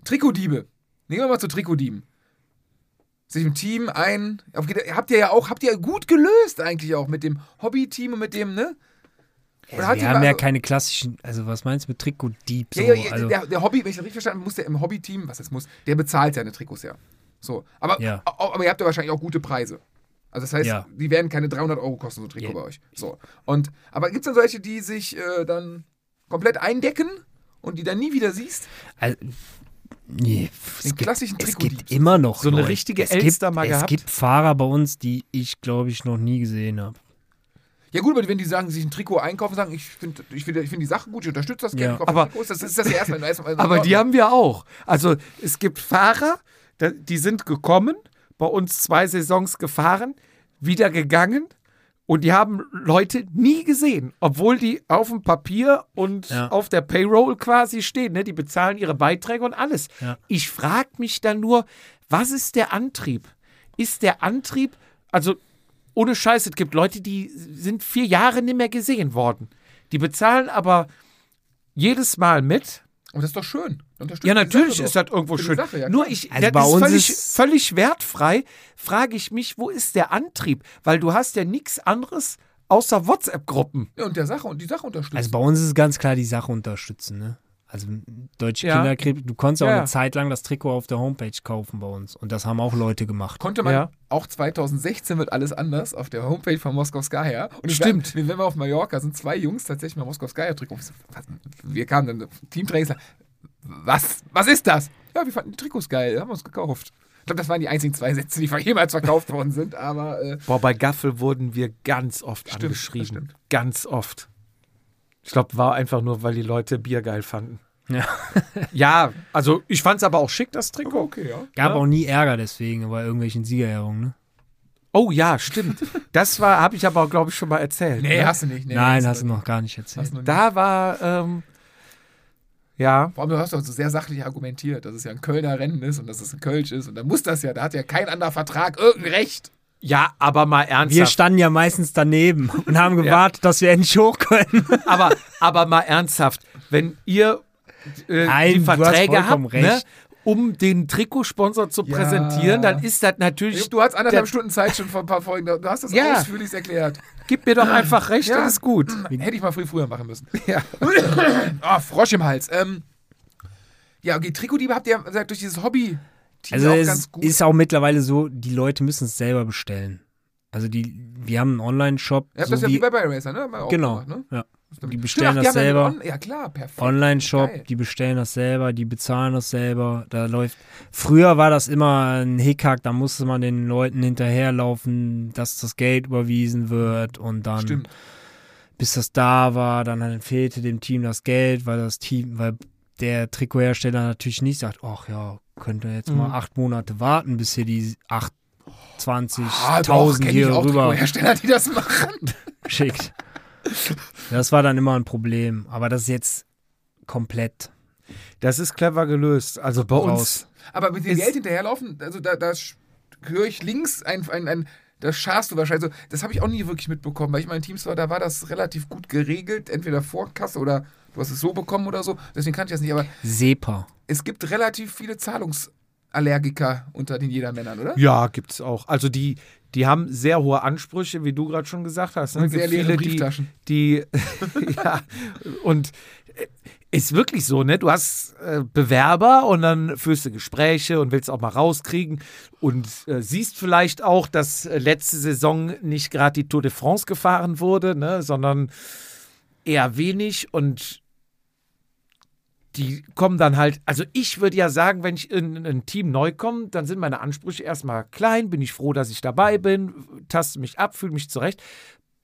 Trikotdiebe. Nehmen wir mal zu Trikotdieben. Sich im Team ein. auf geht- Habt ihr ja auch, habt ihr gut gelöst eigentlich auch mit dem Hobby-Team und mit dem, ne? Oder Also, hat wir ihr- haben ja keine klassischen, also was meinst du mit Trikot-Dieb? So, ja, ja, ja, also, der, der Hobby, wenn ich das richtig verstanden habe, muss der im Hobby-Team, was jetzt muss, der bezahlt seine Trikots ja. So. Aber, Ja. aber ihr habt ja wahrscheinlich auch gute Preise. Also das heißt, Ja. die werden keine 300 Euro kosten, so ein Trikot Ja. bei euch. So. Und, aber gibt es dann solche, die sich äh, dann komplett eindecken und die dann nie wieder siehst? Also, nee, es Den klassischen Es Trikotdieb. gibt immer noch So eine Leute. richtige es Elster gibt, mal es gehabt? gibt Fahrer bei uns, die ich, glaube ich, noch nie gesehen habe. Ja gut, aber wenn die sagen, sich ein Trikot einkaufen, sagen, ich finde ich find, ich find die Sache gut, ich unterstütze das gerne, Ja. ich kaufe Aber- Trikots, das ist das ja erstmal. erstmal Aber die haben haben wir auch. Also es gibt Fahrer, da- die sind gekommen, bei uns zwei Saisons gefahren, wieder gegangen und die haben Leute nie gesehen, obwohl die auf dem Papier und Ja. auf der Payroll quasi stehen. Ne? Die bezahlen ihre Beiträge und alles. Ja. Ich frage mich dann nur, was ist der Antrieb? Ist der Antrieb, also ohne Scheiß, es gibt Leute, die sind vier Jahre nicht mehr gesehen worden. Die bezahlen aber jedes Mal mit. Und das ist doch schön. Unterstützt Ja, die natürlich Sache ist halt doch. das irgendwo Für die schön. Sache, ja, Nur klar. ich, Also das bei ist uns völlig, ist- völlig wertfrei, frage ich mich, wo ist der Antrieb? Weil du hast ja nichts anderes außer WhatsApp-Gruppen. Ja, und der Sache und die Sache unterstützt. Also bei uns ist ganz klar die Sache unterstützen, ne? Also deutsche Ja. Kinderkrebs, du konntest ja auch Ja, ja. eine Zeit lang das Trikot auf der Homepage kaufen bei uns. Und das haben auch Leute gemacht. Konnte man Ja. auch 2016 wird alles anders auf der Homepage von Moskau Sky her. Und ich Stimmt. War, wenn wir auf Mallorca sind, zwei Jungs tatsächlich mal Moskau Sky her Trikots. Wir kamen dann Teamtrainings. Was? Was ist das? Ja, wir fanden die Trikots geil, haben uns gekauft. Ich glaube, das waren die einzigen zwei Sätze, die jemals verkauft worden sind, aber äh, Boah, bei Gaffel wurden wir ganz oft Stimmt, angeschrieben. das stimmt. Ganz oft. Ich glaube, war einfach nur, weil die Leute Bier geil fanden. Ja. ja, also ich fand es aber auch schick, das aber Trikot. okay, ja. Gab auch nie Ärger deswegen bei irgendwelchen Siegerehrungen, ne? Oh ja, stimmt. Das war, habe ich aber, glaube ich, schon mal erzählt. Nee, ne? hast du nicht. Nee, Nein, hast du noch gar nicht erzählt. Hast du noch nicht. Da war, ähm, ja, Vor allem, du hast doch so sehr sachlich argumentiert, dass es ja ein Kölner Rennen ist und dass es ein Kölsch ist. Und da muss das ja, da hat ja kein anderer Vertrag irgendein Recht. ja, aber mal ernsthaft. Wir standen ja meistens daneben und haben gewartet, dass wir endlich hoch können. aber, aber mal ernsthaft, wenn ihr äh, Nein, die du hast Verträge vollkommen habt, ne, recht. um den Trikotsponsor zu Ja. präsentieren, dann ist das natürlich, Du hast anderthalb Der- Stunden Zeit schon vor ein paar Folgen. Du hast das Ja. ausführlich erklärt. gib mir doch einfach recht, Ja. dann ist gut. Hätte ich mal früh früher machen müssen. Ja. oh, Frosch im Hals. Ähm, ja, okay, Trikotdiebe habt ihr gesagt, durch dieses Hobby die Also auch es ganz gut. ist auch mittlerweile so, die Leute müssen es selber bestellen. Also die, wir haben einen Online-Shop. ihr habt so das ja wie wie, bei BioRacer, ne? Haben wir auch genau. gemacht, ne? ja. Stimmt. Die bestellen Stimmt, ach, haben das ja selber. den On ja, klar, perfekt. Geil. Online-Shop, die bestellen das selber, die bezahlen das selber, da läuft. Früher war das immer ein Hickhack, da musste man den Leuten hinterherlaufen, dass das Geld überwiesen wird und dann, Stimmt. bis das da war, dann, dann fehlte dem Team das Geld, weil das Team, weil der Trikothersteller natürlich nicht sagt, ach ja, könnte jetzt mal Mhm. acht Monate warten, bis hier die acht, Ah, doch, 20.000 kenne ich hier auch rüber Trikothersteller, die das machen. schickt. Das war dann immer ein Problem, aber das ist jetzt komplett Das ist clever gelöst. Also bei raus. Aber mit dem Ist- Geld hinterherlaufen, also da, da sch- höre ich links ein, ein, ein da scharst du wahrscheinlich. Also, das habe ich auch nie wirklich mitbekommen, weil ich mein Teams war, da war das relativ gut geregelt, entweder Vorkasse oder du hast es so bekommen oder so. Deswegen kannte ich das nicht, aber SEPA. es gibt relativ viele Zahlungsallergiker unter den Jedermännern, oder? Ja, gibt's auch. Also die, die haben sehr hohe Ansprüche, wie du gerade schon gesagt hast. ne? Und Gibt sehr leere die, Brieftaschen. die ja, und äh, ist wirklich so, ne? Du hast äh, Bewerber und dann führst du Gespräche und willst auch mal rauskriegen und äh, siehst vielleicht auch, dass äh, letzte Saison nicht gerade die Tour de France gefahren wurde, ne? Sondern eher wenig und die kommen dann halt, also ich würde ja sagen, wenn ich in ein Team neu komme, dann sind meine Ansprüche erstmal klein, bin ich froh, dass ich dabei bin, taste mich ab, fühle mich zurecht.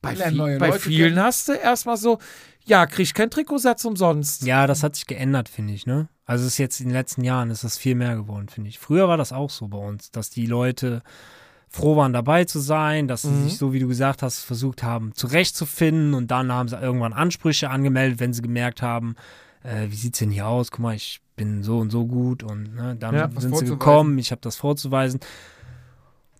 Bei, Lern viel, neue bei Leute vielen kennen. hast du erstmal so, ja, krieg keinen Trikotsatz umsonst. Ja, das hat sich geändert, finde ich, ne? Also es ist jetzt in den letzten Jahren ist das viel mehr geworden, finde ich. Früher war das auch so bei uns, dass die Leute froh waren dabei zu sein, dass sie Mhm. sich so wie du gesagt hast versucht haben zurechtzufinden und dann haben sie irgendwann Ansprüche angemeldet, wenn sie gemerkt haben, äh, wie sieht's denn hier aus? Guck mal, ich bin so und so gut und ne, dann Ja, was sind sie vorzuweisen. gekommen, ich habe das vorzuweisen.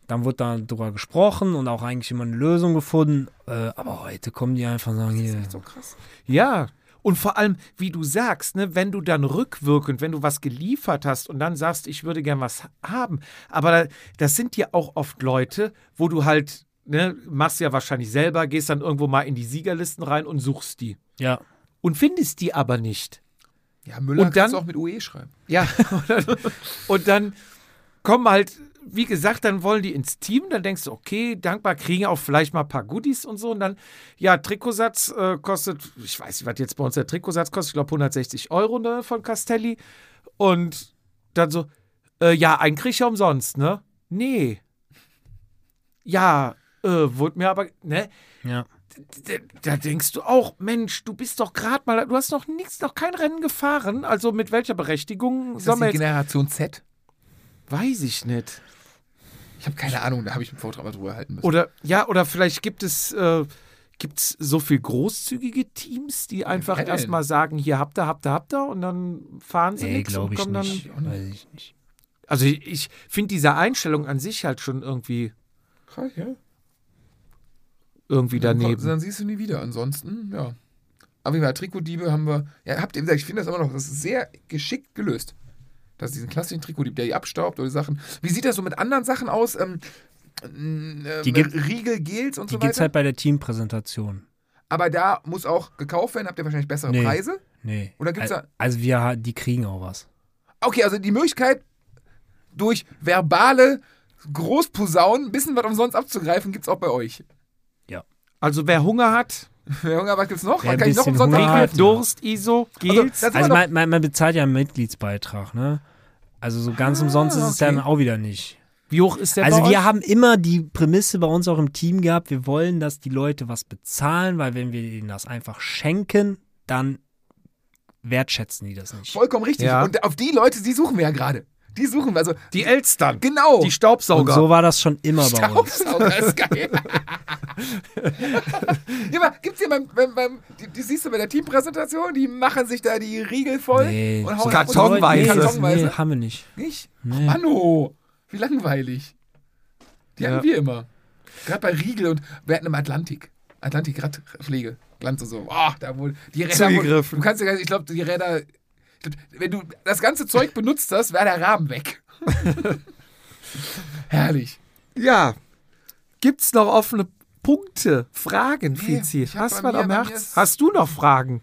Dann wurde da drüber gesprochen und auch eigentlich immer eine Lösung gefunden. Äh, aber heute kommen die einfach und sagen, hier, So krass. Ja. Und vor allem, wie du sagst, ne, wenn du dann rückwirkend, wenn du was geliefert hast und dann sagst, ich würde gern was haben, aber da- das sind ja auch oft Leute, wo du halt, ne, machst ja wahrscheinlich selber, gehst dann irgendwo mal in die Siegerlisten rein und suchst die. ja, und findest die aber nicht. Ja, Müller Und dann- kannst du auch mit UE schreiben. Ja. und dann kommen halt wie gesagt, dann wollen die ins Team, dann denkst du, okay, dankbar, kriegen auch vielleicht mal ein paar Goodies und so. Und dann, ja, Trikotsatz äh, kostet, ich weiß nicht, was jetzt bei uns der Trikotsatz kostet, ich glaube 160 Euro ne, von Castelli. Und dann so, äh, ja, einen krieg ich ja umsonst, ne? Nee. Ja, äh, wurde mir aber, ne? Ja. da- da denkst du auch, Mensch, du bist doch gerade mal, du hast noch nichts, noch kein Rennen gefahren. Also mit welcher Berechtigung Ist das soll man die jetzt? Generation Z? Weiß ich nicht. Ich habe keine Ahnung, da habe ich einen Vortrag mal drüber halten müssen. Oder ja, oder vielleicht gibt es äh, gibt's so viel großzügige Teams, die einfach Äh, Rennen. erstmal sagen, hier habt ihr, habt ihr, habt ihr und dann fahren sie Nee, nichts glaube und ich kommen nicht. dann. Weiß ich nicht. Also ich, ich finde diese Einstellung an sich halt schon irgendwie Krass, ja. irgendwie daneben. Dann siehst du nie wieder. Ansonsten, ja. Aber wie gesagt, Trikotdiebe haben wir. Ja, habt ihr gesagt, ich finde das immer noch, das ist sehr geschickt gelöst. Dass diesen klassischen Trikotdieb, der hier abstaubt oder die Sachen. Wie sieht das so mit anderen Sachen aus? Ähm, äh, Die mit gibt- Riegel, Gels und Die so gibt's weiter. halt bei der Teampräsentation. Aber da muss auch gekauft werden, habt ihr wahrscheinlich bessere Nee. Preise. Nee. Oder gibt's Al- da- Also wir, ha- die kriegen auch was. Okay, also die Möglichkeit, durch verbale Großposaunen ein bisschen was umsonst abzugreifen, gibt's auch bei euch. Also wer Hunger hat, Wer Hunger, was gibt's noch? Wer Was ein kann ich noch bisschen umsonst Hunger abgreifen? hat. Riegel, Durst, ISO, Gels. Also, das- Sind wir Also noch- man, man, man bezahlt ja einen Mitgliedsbeitrag, ne? Also so ganz umsonst ist es okay. dann auch wieder nicht. wie hoch ist der bei Also euch? wir haben immer die Prämisse bei uns auch im Team gehabt, wir wollen, dass die Leute was bezahlen, weil wenn wir ihnen das einfach schenken, dann wertschätzen die das nicht. Vollkommen richtig. Ja. Und auf die Leute, die suchen wir ja gerade. Die suchen wir. Also, die Elstern, genau. die Und Staubsauger. so war das schon immer bei uns. Staubsauger ist geil. ja, aber gibt's hier beim, beim, beim die, die siehst du bei der Teampräsentation, die machen sich da die Riegel voll Nee, und so hauen Kartonweise. Nee, Nee, das- Kartonweise. nee, haben wir nicht. Nicht? Nee. Manno, wie langweilig. Die Ja. haben wir immer. Gerade bei Riegel und wir hatten im Atlantik. Atlantik Radpflege. Glanz und so. Oh, da wohl. Die Räder. Wohl, Zugegriffen. du kannst ja, ich glaube, die Räder. Ich glaub, wenn du das ganze Zeug benutzt hast, wäre der Rahmen weg. Herrlich. Ja. Gibt's noch offene Punkte, Fragen, Nee, Fizi? ich hab Hast du bei was mir- am bei mir Herz? ist- Hast du noch Fragen?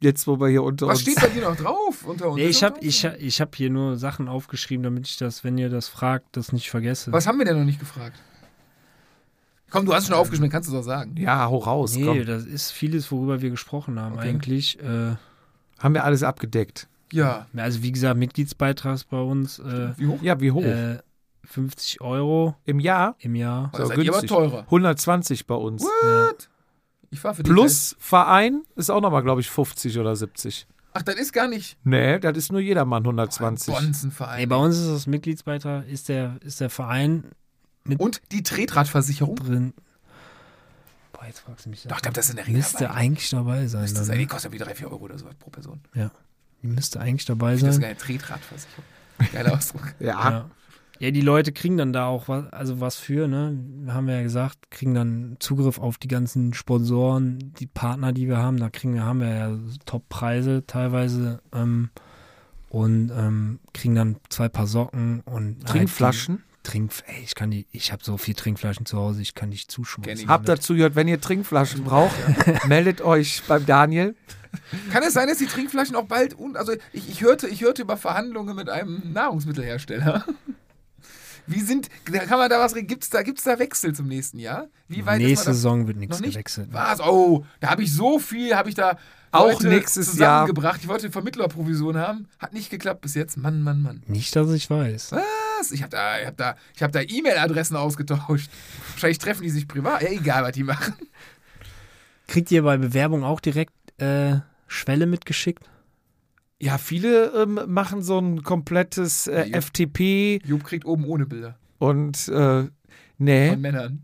Jetzt, wo wir hier unter Was uns steht bei dir noch drauf? Unter uns? Nee, ich habe ich, ich hab hier nur Sachen aufgeschrieben, damit ich das, wenn ihr das fragt, das nicht vergesse. Was haben wir denn noch nicht gefragt? Komm, du hast schon aufgeschrieben, kannst du doch sagen. Ja, hau raus. Nee, Komm. das ist vieles, worüber wir gesprochen haben Okay. eigentlich. Äh, Haben wir alles abgedeckt. Ja. also wie gesagt, Mitgliedsbeitrag ist bei uns äh, Wie hoch? Ja, wie hoch? äh, 50 Euro Im Jahr im Jahr. so seid ihr aber günstig. teurer. 120 bei uns. What? Ich war für die Zeit. Plus Verein ist auch nochmal, glaube ich, 50 oder 70. Ach, das ist gar nicht. Nee, das ist nur jedermann 120. Bonzenverein. Nee, bei uns ist das Mitgliedsbeitrag, ist der, ist der Verein Und die Tretradversicherung. drin. Boah, jetzt fragst du mich. Doch, ich glaube, das ist in der Regel. müsste dabei. eigentlich dabei sein. Müsste dann, sein. ne? Die kostet irgendwie 3, 4 Euro oder sowas pro Person. ja. Die müsste eigentlich dabei Das ist sein. eine Tretradversicherung. Geiler Ausdruck. Ja. Ja. ja, die Leute kriegen dann da auch was, also was für, ne? Haben wir ja gesagt, kriegen dann Zugriff auf die ganzen Sponsoren, die Partner, die wir haben. Da kriegen wir, haben wir ja Top-Preise teilweise ähm, und ähm, kriegen dann zwei Paar Socken und Trinkflaschen. Halt die, Trink, ey, ich kann die, ich habe so viel Trinkflaschen zu Hause, ich kann dich Kenn ich. zuschmeißen. Habt dazu gehört, wenn ihr Trinkflaschen braucht, meldet euch beim Daniel. Kann es sein, dass die Trinkflaschen auch bald. Un also, ich, ich, hörte, ich hörte über Verhandlungen mit einem Nahrungsmittelhersteller. Wie sind. da Kann man da was. Gibt es da, gibt's da Wechsel zum nächsten Jahr? Wie weit Nächste ist man Saison da, wird noch nichts nicht? gewechselt. Was? Oh, da habe ich so viel. Habe ich da. Auch Leute nächstes zusammengebracht. Ich wollte Vermittlerprovision haben. Hat nicht geklappt bis jetzt. Mann, Mann, Mann. Nicht, dass ich weiß. Was? Ich habe da, ich hab da, ich hab da E-Mail-Adressen ausgetauscht. Wahrscheinlich treffen die sich privat. Ja, egal, was die machen. Kriegt ihr bei Bewerbung auch direkt äh, Schwelle mitgeschickt? Ja, viele ähm, machen so ein komplettes äh, Ja, gut. FTP Job kriegt oben ohne Bilder und äh, nee. von Männern.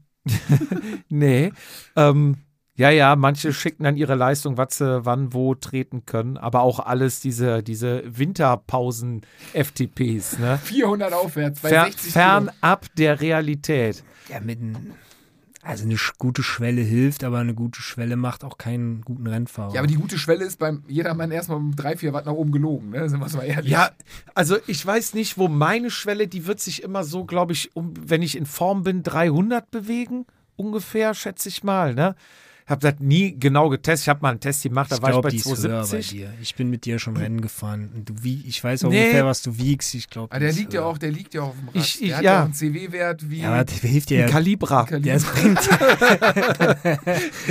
Nee. Ähm, ja, ja, manche schicken dann ihre Leistung, was sie wann wo treten können, aber auch alles diese, diese Winterpausen-FTPs, ne? 400 aufwärts bei Fer 60 Kilo. fernab der Realität. Ja, mit einem. Also eine sch- gute Schwelle hilft, aber eine gute Schwelle macht auch keinen guten Rennfahrer. Ja, aber die gute Schwelle ist beim jedermann erstmal um 3, 4 Watt nach oben gelogen, ne? Sind wir mal ehrlich. Ja, also ich weiß nicht, wo meine Schwelle, die wird sich immer so, glaube ich, um, wenn ich in Form bin, 300 bewegen, ungefähr, schätze ich mal, ne? habe das nie genau getestet. Ich habe mal einen Test gemacht, da war glaub, die ich ist bei höher bei 270. dir. Ich bin mit dir schon Rennen gefahren. Und Du, wie, ich weiß auch Nee. ungefähr, was du wiegst. Ich glaube. Ah, der liegt ja auch, der liegt ja auch auf dem Rad. Ich- ich- der hat ja. auch einen CW-Wert wie. Ja, aber das hilft dir Ein ja. Calibra. Kaliber. Das bringt,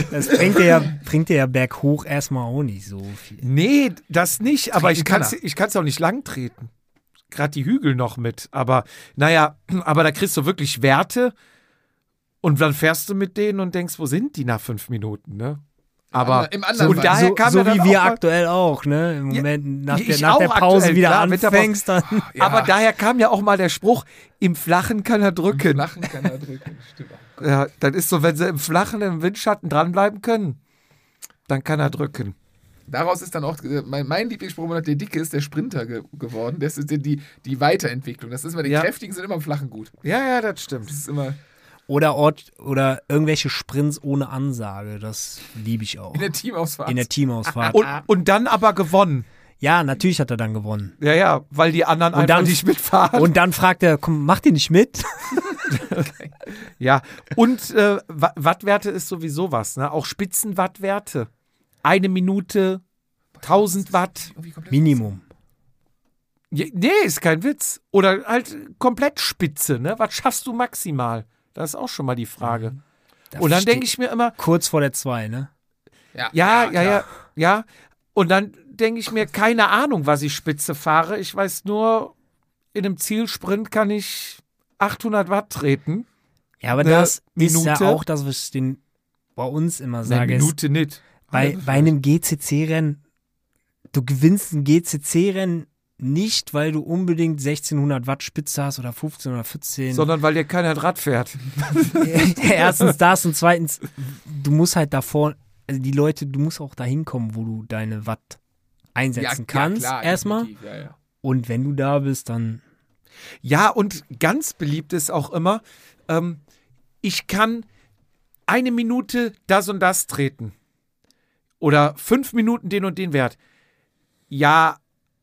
das bringt dir ja, bringt dir ja berghoch erstmal auch nicht so viel. Nee, das nicht, aber ich kann kann es ich kann's auch nicht lang treten. Gerade die Hügel noch mit. Aber naja, aber da kriegst du wirklich Werte und dann fährst du mit denen und denkst, wo sind die nach fünf Minuten, ne? Aber anderen- im anderen und Fall. daher so kam so ja dann wie auch wir mal- aktuell auch, ne? Im Ja, Moment, nach der, ich nach der auch Pause aktuell, wieder klar, mit der Pause. anfängst, dann. Ja, Aber daher kam ja auch mal der Spruch, im Flachen kann er drücken. Lachen kann er drücken. Stimmt. Ja, das ist so, wenn sie im Flachen im Windschatten dranbleiben können, dann kann er drücken. Daraus ist dann auch äh, mein, mein Lieblingsspruch immer noch, der Dicke ist der Sprinter ge geworden. Das ist die, die, die Weiterentwicklung. Das ist immer, die Ja. Kräftigen sind immer im Flachen gut. Ja, ja, das stimmt. Das ist immer. Oder Ort oder irgendwelche Sprints ohne Ansage, das liebe ich auch. In der Teamausfahrt. In der Teamausfahrt. Und, und dann aber gewonnen. ja, natürlich hat er dann gewonnen. Ja, ja, weil die anderen Und einfach dann- nicht mitfahren. Und dann fragt er, komm, mach dir nicht mit. Ja, und äh, Wa- Wattwerte ist sowieso was, ne? Auch Spitzenwattwerte. Eine Minute, 1000 Watt. Irgendwie komplett- Minimum. Je- Nee, ist kein Witz. Oder halt komplett Spitze, ne? Was schaffst du maximal? Das ist auch schon mal die Frage. Mhm. Da Und dann versteh- denke ich mir immer, Kurz vor der 2, ne? ja, ja, klar. ja, ja. Und dann denke ich mir, keine Ahnung, was ich Spitze fahre. Ich weiß nur, in einem Zielsprint kann ich 800 Watt treten. Ja, aber Eine das ist Minute. ja auch das, was ich den bei uns immer Eine sage. Ist, Minute nicht. bei, bei einem GCC-Rennen, du gewinnst ein GCC-Rennen nicht, weil du unbedingt 1600 Watt Spitze hast oder 15 oder 14. Sondern weil dir keiner Rad fährt. Erstens das und zweitens, du musst halt davor, also die Leute, du musst auch dahin kommen, wo du deine Watt Ja, einsetzen ja, kannst. klar, erstmal. definitiv, Ja, ja. Und wenn du da bist, dann Ja, und ganz beliebt ist auch immer, ähm, ich kann eine Minute das und das treten. Oder fünf Minuten den und den Wert. Ja,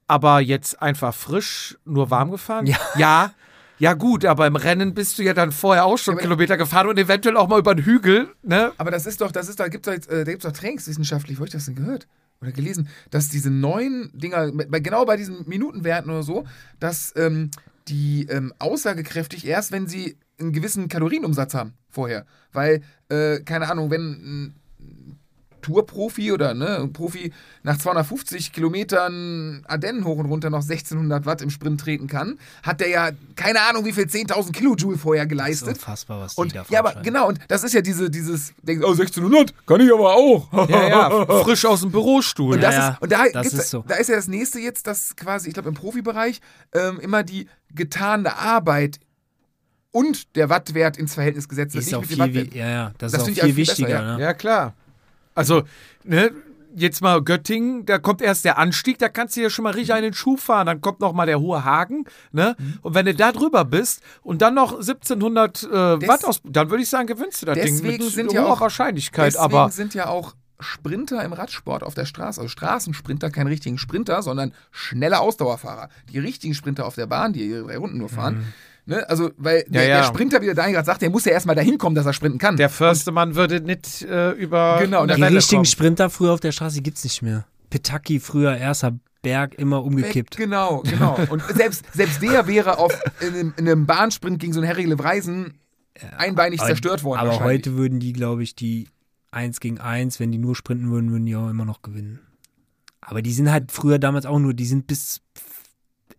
aber jetzt einfach frisch, nur warm gefahren? Ja. Ja, ja gut, aber im Rennen bist du ja dann vorher auch schon Ja, aber- Kilometer gefahren und eventuell auch mal über den Hügel, ne? Aber das ist doch, das ist, da gibt es doch, jetzt, äh, da gibt's doch trainingswissenschaftlich, wo hab ich das denn gehört? Oder gelesen, dass diese neuen Dinger, mit- bei, genau bei diesen Minutenwerten oder so, dass ähm, die ähm, aussagekräftig erst, wenn sie einen gewissen Kalorienumsatz haben vorher. Weil, äh, keine Ahnung, wenn ein Tourprofi oder ne, ein Profi nach 250 Kilometern Ardennen hoch und runter noch 1600 Watt im Sprint treten kann, hat der ja keine Ahnung wie viel 10.000 Kilojoule vorher ist geleistet. unfassbar, was die Und, da ja, aber veranstalten. genau, und das ist ja diese, dieses, denkst, oh, 1600, kann ich aber auch. Ja, ja, frisch aus dem Bürostuhl. Und, das Ja, ja, ist, und da, das gibt's- ist so. da ist ja das nächste jetzt, dass quasi, ich glaube, im Profibereich ähm, immer die getane Arbeit und der Wattwert ins Verhältnis gesetzt wird. ist nicht auch mit dem viel, Wattwert. wi- ja, ja, das, Das ist auch find viel, ich eigentlich viel wichtiger. besser, ne? Ja, klar. Also, ne, jetzt mal Göttingen, da kommt erst der Anstieg, da kannst du ja schon mal richtig einen Schuh fahren, dann kommt noch mal der hohe Hagen, ne? Mhm. Und wenn du da drüber bist und dann noch 1700 äh, Watt aus, dann würde ich sagen, gewinnst du das Ding Deswegen mit sind hoher ja auch- Wahrscheinlichkeit, Deswegen aber sind ja auch Sprinter im Radsport auf der Straße, also Straßensprinter, keine richtigen Sprinter, sondern schnelle Ausdauerfahrer. Die richtigen Sprinter auf der Bahn, die ihre drei Runden nur fahren. Mhm. Ne? Also, weil der, ja. der Sprinter, wie der Daniel gerade sagt, der muss ja erstmal dahin kommen, dass er sprinten kann. der Förstemann würde nicht äh, über Genau, eine die Die Welle richtigen kommen. Sprinter früher auf der Straße gibt's nicht mehr. Petaki früher erster Berg immer Weg, umgekippt. Genau, genau. Und selbst, selbst der wäre auf, in, einem, in einem Bahnsprint gegen so einen Harry Levreisen einbeinig zerstört worden. aber wahrscheinlich. heute würden die, glaube ich, die 1 gegen 1, wenn die nur sprinten würden, würden die auch immer noch gewinnen. Aber die sind halt früher damals auch nur, die sind bis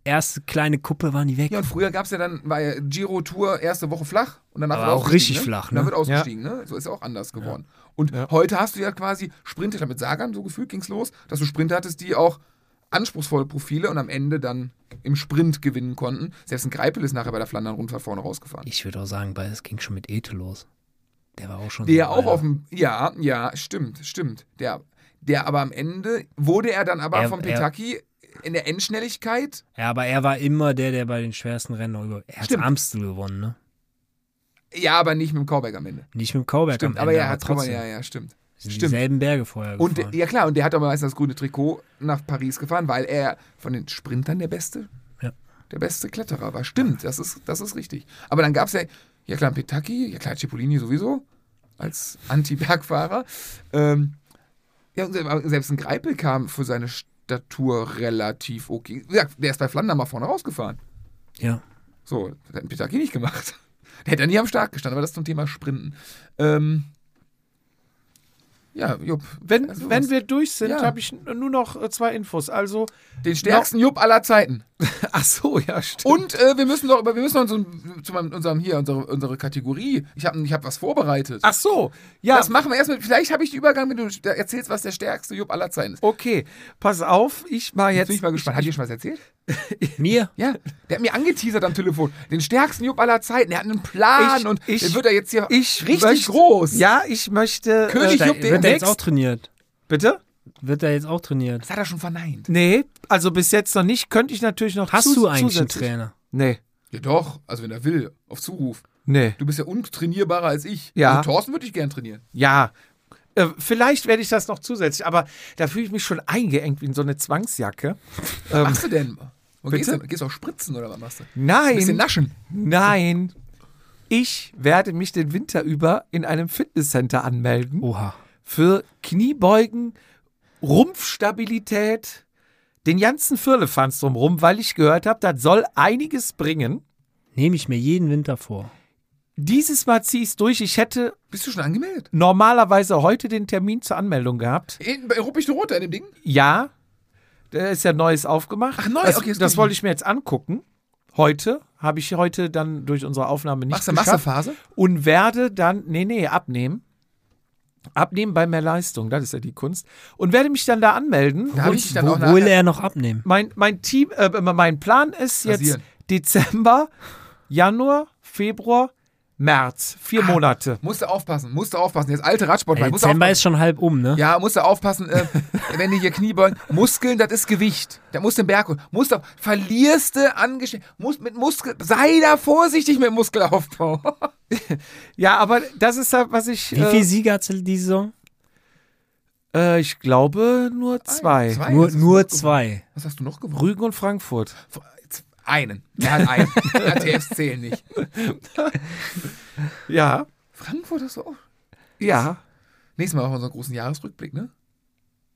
erste kleine Kuppe waren die weg. Ja, und früher gab es ja dann war ja Giro Tour erste Woche flach und danach Aber wird auch ausgestiegen, richtig flach, Und dann ne? wird ausgestiegen, ne? So ist ja auch anders geworden. Und Ja. heute hast du ja quasi Sprinter, mit Sagan so gefühlt ging's los, dass du Sprinter hattest, die auch anspruchsvolle Profile und am Ende dann im Sprint gewinnen konnten. Selbst ein Greipel ist nachher bei der Flandern-Rundfahrt vorne rausgefahren. Ich würde auch sagen, weil es ging schon mit Ete los. Der war auch schon. Der so auch einer. auf dem. Ja, ja, stimmt, stimmt. Der, der aber am Ende wurde er dann aber Er- von er- Petaki in der Endschnelligkeit. Ja, aber er war immer der, der bei den schwersten Rennen noch über. Er hat Stimmt. Amstel gewonnen, ne? Ja, aber nicht mit dem Callback am Ende. Nicht mit dem Kauberg Stimmt, am aber Ende, er hat trotzdem. Ja, ja, stimmt. sind stimmt. dieselben Berge vorher Und gefahren. ja klar, und der hat aber meistens das grüne Trikot nach Paris gefahren, weil er von den Sprintern der beste, Ja. der beste Kletterer war. Stimmt, das ist, das ist richtig. Aber dann gab es ja, ja klar, Petaki, ja klar, Cipollini sowieso. als Anti-Bergfahrer. Ähm, ja, und selbst- aber selbst ein Greipel kam für seine Statur relativ okay. Wie gesagt, der ist bei Flandern mal vorne rausgefahren. Ja. So, das hat ein Pitaki nicht gemacht. Der hätte ja nie am Start gestanden, aber das zum Thema Sprinten. Ähm, ja, Jupp. Wenn, Also, wenn was- wir durch sind, Ja. habe ich n- nur noch äh, zwei Infos. Also, den stärksten Jupp aller Zeiten. ach so, ja, stimmt. Und äh, wir müssen doch, aber wir müssen noch so, zu meinem, unserem hier, unsere, unsere Kategorie. Ich habe ich hab was vorbereitet. Ach so, ja, Das machen wir erstmal. Vielleicht habe ich den Übergang, wenn du erzählst, was der stärkste Jupp aller Zeiten ist. okay. Pass auf, ich mal Jetzt jetzt. bin ich mal gespannt. Hat dir schon was erzählt? Mir? Ja, der hat mir angeteasert am Telefon. Den stärksten Jupp aller Zeiten. Der hat einen Plan Ich- und ich- der wird er jetzt hier ich richtig möchte- groß. Ja, ich möchte. König äh, Jupp, der- Wird er jetzt next- auch trainiert? Bitte? Wird er jetzt auch trainiert? Das hat er schon verneint. Nee, also bis jetzt noch nicht. Könnte ich natürlich noch Hast zus- du eigentlich einen zusätzlich. Trainer? Nee, Ja, doch. Also, wenn er will, auf Zuruf. nee. Du bist ja untrainierbarer als ich. Ja. Also, Thorsten würde ich gern trainieren. Ja. Äh, Vielleicht werde ich das noch zusätzlich, aber da fühle ich mich schon eingeengt wie in so eine Zwangsjacke. Ähm, Machst du denn? Und Bitte? Gehst du gehst du auch spritzen oder was machst du? Ein nein, bisschen naschen. nein. Ich werde mich den Winter über in einem Fitnesscenter anmelden. Oha. für Kniebeugen, Rumpfstabilität, den ganzen Firlefanz drumrum, weil ich gehört habe, das soll einiges bringen. Nehme ich mir jeden Winter vor. Dieses Mal ziehe ich es durch. Ich hätte Bist du schon angemeldet? normalerweise heute den Termin zur Anmeldung gehabt. In, bei Ruppig Rote an dem Ding? Ja, da ist ja Neues aufgemacht. Ach, neu, das, okay, das das kann wollte ich mir jetzt angucken. Heute habe ich heute dann durch unsere Aufnahme nicht Machst du geschafft Massephase? und werde dann, nee, nee, abnehmen. Abnehmen bei mehr Leistung, das ist ja die Kunst. Und werde mich dann da anmelden. Da und habe ich dich dann auch Wo nachher- will er noch abnehmen? mein, mein Team, äh, mein Plan ist jetzt Rasieren. Dezember, Januar, Februar, März. Vier Ah. Monate. Musst du aufpassen, musst du aufpassen. Jetzt alte Radsport. Ey, Dezember ist schon halb um, ne? Ja, musst du aufpassen, äh, wenn du hier Kniebeugen. Muskeln, das ist Gewicht. Da musst du den Berg holen. Musst du, verlierst du angestellt. Musst mit Muskel, sei da vorsichtig mit Muskelaufbau. Ja, aber das ist halt, was ich. Wie viele Äh, Siege hatte die Saison? äh, ich glaube nur zwei. Nur, Was hast nur du noch zwei. gewonnen? Was hast du noch gewonnen? Rügen und Frankfurt. Z- Einen. Er hat einen. Er hat TFC nicht. Ja, Frankfurt hast du auch. ja. Nächstes Mal machen wir unseren großen Jahresrückblick, ne?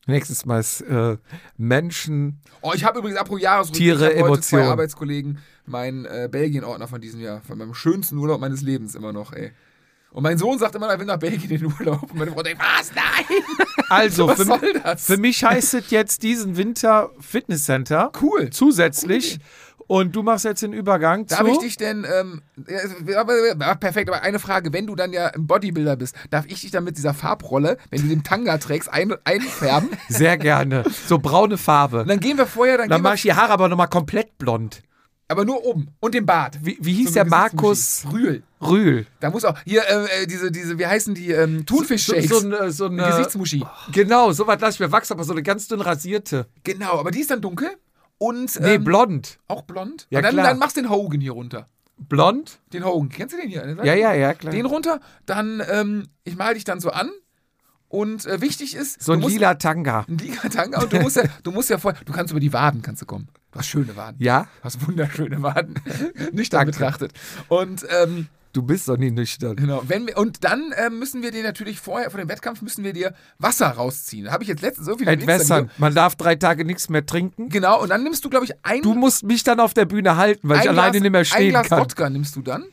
Nächstes Mal ist äh, Menschen. Oh, ich habe übrigens apropos Jahresrückblick. Tiere, ich hab heute zwei Emotionen. Arbeitskollegen, meinen äh, Belgien-Ordner von diesem Jahr, von meinem schönsten Urlaub meines Lebens immer noch, ey. Und mein Sohn sagt immer, er will nach Belgien in den Urlaub. Und meine Frau denkt, was? Nein! Also, Was für, soll das? für mich heißt es jetzt diesen Winter Fitnesscenter Cool. zusätzlich. Und du machst jetzt den Übergang Darf zu. ich dich denn, ähm, äh, aber- aber perfekt, aber eine Frage, wenn du dann ja ein Bodybuilder bist, darf ich dich dann mit dieser Farbrolle, wenn du den Tanga trägst, ein, einfärben? Und Sehr gerne. So braune Farbe. dann gehen wir vorher, dann, Dann gehen mache wir, ich die Haare aber nochmal komplett blond. aber nur oben und den Bart. Wie, wie hieß So der eine Gesichtsmuschi. Markus Rühl. Rühl? Da muss auch, hier, äh, äh, diese, diese, wie heißen die, ähm, So, Thunfisch-Shakes. so, ein, äh, so eine, Gesichtsmuschi. Genau, so weit lasse ich mir wachsen, aber so eine ganz dünn rasierte. Genau, aber die ist dann dunkel und Nee, ähm, blond. auch blond. Ja, und dann, klar. dann machst du den Hogan hier runter. Blond? Den Hogan. Kennst du den hier? Ja, ja, ja, klar. Den runter, dann, ähm, ich mal dich dann so an. Und äh, wichtig ist, so ein du musst, lila Tanga. ein Liga-Tanga und du musst ja, du musst ja voll, du kannst über die Waden kannst du kommen. Du hast schöne Waden. Ja? Du hast wunderschöne Waden. Nüchtern Danke. betrachtet. Und ähm, Du bist doch nie nüchtern. Genau, wenn wir, und dann ähm, müssen wir dir natürlich vorher, vor dem Wettkampf müssen wir dir Wasser rausziehen. Da Habe ich jetzt letztens irgendwie ein Instagram- Entwässern. Man darf drei Tage nichts mehr trinken. Genau, und dann nimmst du, glaube ich, ein, Du musst mich dann auf der Bühne halten, weil ein ich alleine nicht mehr stehen ein Glas kann. Wodka nimmst du dann,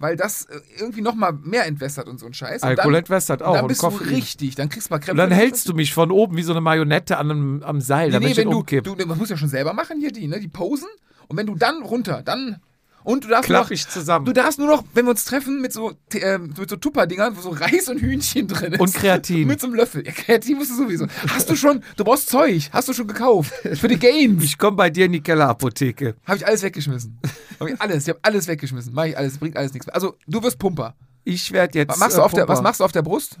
weil das äh, irgendwie nochmal mehr entwässert und so ein Scheiß. Und Alkohol dann, entwässert auch Und dann und bist Koffein. du richtig, dann kriegst du mal Krämpfe. Und dann hältst du mich von oben wie so eine Marionette an einem, am Seil, Nee, damit nee, ich ihn wenn du, umkippe. du, das musst du ja schon selber machen hier, die, ne, die Posen. Und wenn du dann runter, dann, und du darfst nur Klapp noch, ich zusammen. du darfst nur noch, wenn wir uns treffen, mit so, T- ähm, mit so Tupperdingern, wo so Reis und Hühnchen drin ist. Und Kreatin. Mit so einem Löffel. Ja, Kreatin musst du sowieso. Hast du schon, du brauchst Zeug, hast du schon gekauft. Für die Games. ich komme bei dir in die Kellerapotheke. Habe ich alles weggeschmissen. Habe ich alles, ich habe alles weggeschmissen. Mach ich alles, bringt alles nichts mehr. Also, du wirst Pumper. Ich werde jetzt. Was machst, du äh, auf der, was Pumper. machst du auf der Brust?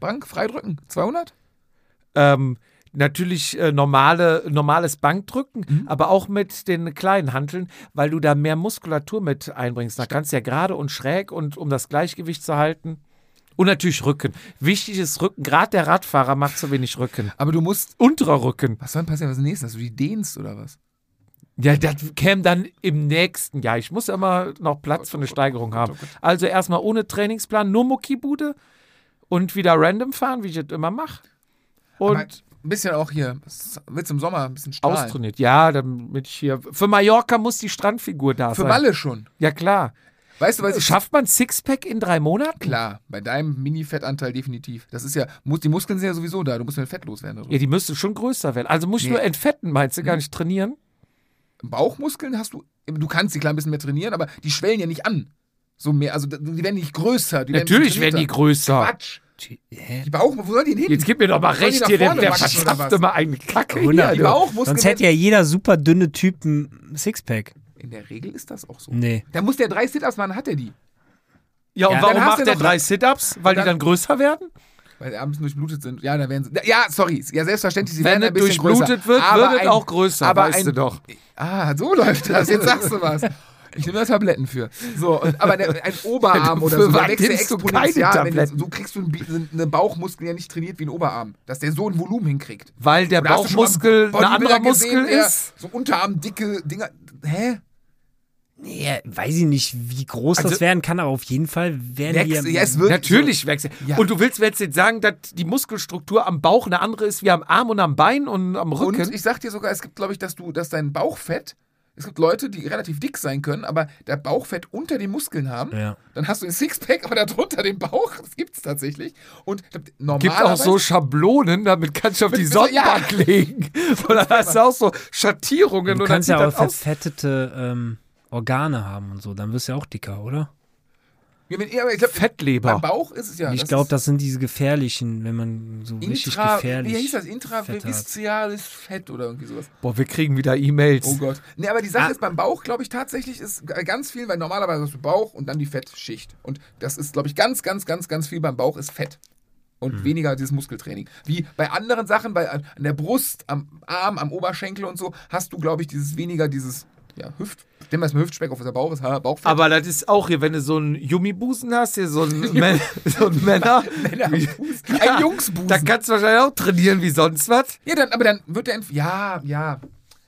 Bank, freidrücken, 200? Ähm, natürlich äh, normale, normales Bankdrücken, aber auch mit den kleinen Hanteln, weil du da mehr Muskulatur mit einbringst. Da kannst du ja gerade und schräg und um das Gleichgewicht zu halten. Und natürlich Rücken. Wichtig ist Rücken. Gerade der Radfahrer macht zu wenig Rücken. Aber du musst, Unterer Rücken. was soll denn passieren, was ist das nächste? Dass du die dehnst oder was? Ja, das käme dann im nächsten Jahr. Ich muss ja immer noch Platz für eine Steigerung haben. Also erstmal ohne Trainingsplan, nur Muckibude und wieder random fahren, wie ich das immer mache. Und Aber ein bisschen auch hier, willst du im Sommer ein bisschen strahlen. austrainiert. Ja, damit ich hier. Für Mallorca muss die Strandfigur da Für sein. Malle schon. Ja, klar. Weißt du, was ich Schafft man Sixpack in drei Monaten? Klar, bei deinem Mini-Fettanteil definitiv. Das ist ja, muss, die Muskeln sind ja sowieso da, du musst nur Fett loswerden. darüber. Ja, die müsste schon größer werden. Also muss ich Nee. Hm. nur entfetten, meinst du, gar nicht trainieren? Bauchmuskeln hast du, du kannst die klar ein bisschen mehr trainieren, aber die schwellen ja nicht an. So mehr, also die werden nicht größer. Die Natürlich werden werden die nicht trainierter. größer. Quatsch. Die Bauch, wo soll die denn hin? Jetzt gib mir doch mal Sollen die recht nach hier, der, vorne der wachsen oder verschafft was? immer einen Kacke Wunder- hier. die du. Bauchmuskeln. Sonst hätte ja jeder super dünne Typ ein Sixpack. in der Regel ist das auch so. Nee. Da muss der drei Sit-Ups machen, hat er die. Ja, und Ja. warum Dann hast macht du der noch- drei Sit-Ups? Weil die Dann- dann größer werden? Weil sie abends durchblutet sind. Ja, dann werden sie. Ja, sorry. Ja, selbstverständlich, sie Wenn werden es ein bisschen durchblutet größer. wird, Aber wird es ein- auch größer, aber weißt ein, du doch. Ah, so läuft das. Jetzt sagst du was. Ich nehme da Tabletten für. So, und- aber der, ein Oberarm oder Für so, was der wächst ja nimmst du keine exponentiell. Wenn, Tabletten? so kriegst du einen, Bi- einen Bauchmuskel ja nicht trainiert wie ein Oberarm, dass der so ein Volumen hinkriegt. Weil der Oder hast du schon mal Bauchmuskel ein Bodybuilder anderer Muskel gesehen, der ist? So unterarmdicke Dinger. Hä? Nee, weiß ich nicht, wie groß Also- das werden kann, aber auf jeden Fall werden Wächst, wir. ja, es wird Natürlich wechselt. Ja. Und du willst mir jetzt nicht sagen, dass die Muskelstruktur am Bauch eine andere ist wie am Arm und am Bein und am Und Rücken? ich sag dir sogar, es gibt, glaube ich, dass du, dass dein Bauchfett, es gibt Leute, die relativ dick sein können, aber der Bauchfett unter den Muskeln haben. Ja. Dann hast du den Sixpack, aber darunter den Bauch. Das gibt's tatsächlich. Und normal. Gibt auch so Schablonen, damit kannst du auf die Mit- mit- ja. Sonnenbank legen. Oder hast du auch so Schattierungen Du und dann kannst sieht ja auch das aus. verfettete ähm, Organe haben und so, dann wirst du ja auch dicker, oder? Ja, wenn- ja, aber ich glaub, Fettleber. Beim Bauch ist es ja. ich das glaube, ist das sind diese gefährlichen, wenn man so richtig Intra, gefährlich. wie hieß das? Fett hat. Intravisziales Fett oder irgendwie sowas. Boah, wir kriegen wieder E-Mails. Oh Gott. Nee, aber die Sache Ah. ist beim Bauch, glaube ich, tatsächlich ist ganz viel, weil normalerweise hast du Bauch und dann die Fettschicht. Und das ist, glaube ich, ganz, ganz, ganz, ganz viel beim Bauch ist Fett. Und Hm. weniger dieses Muskeltraining. Wie bei anderen Sachen, bei, an der Brust, am Arm, am Oberschenkel und so, hast du, glaube ich, dieses weniger, dieses ja, Hüft. Stell mal das mit Hüftspeck auf, was der Bauch ist, ha, Bauchfett. Aber das ist auch hier, wenn du so einen Yummi-Busen hast, hier so einen, Män so einen Männer. Männer am Fuß. Ja, Ein Jungsbusen. Da kannst du wahrscheinlich auch trainieren wie sonst was. ja, dann, aber dann wird der. entf- Ja, ja.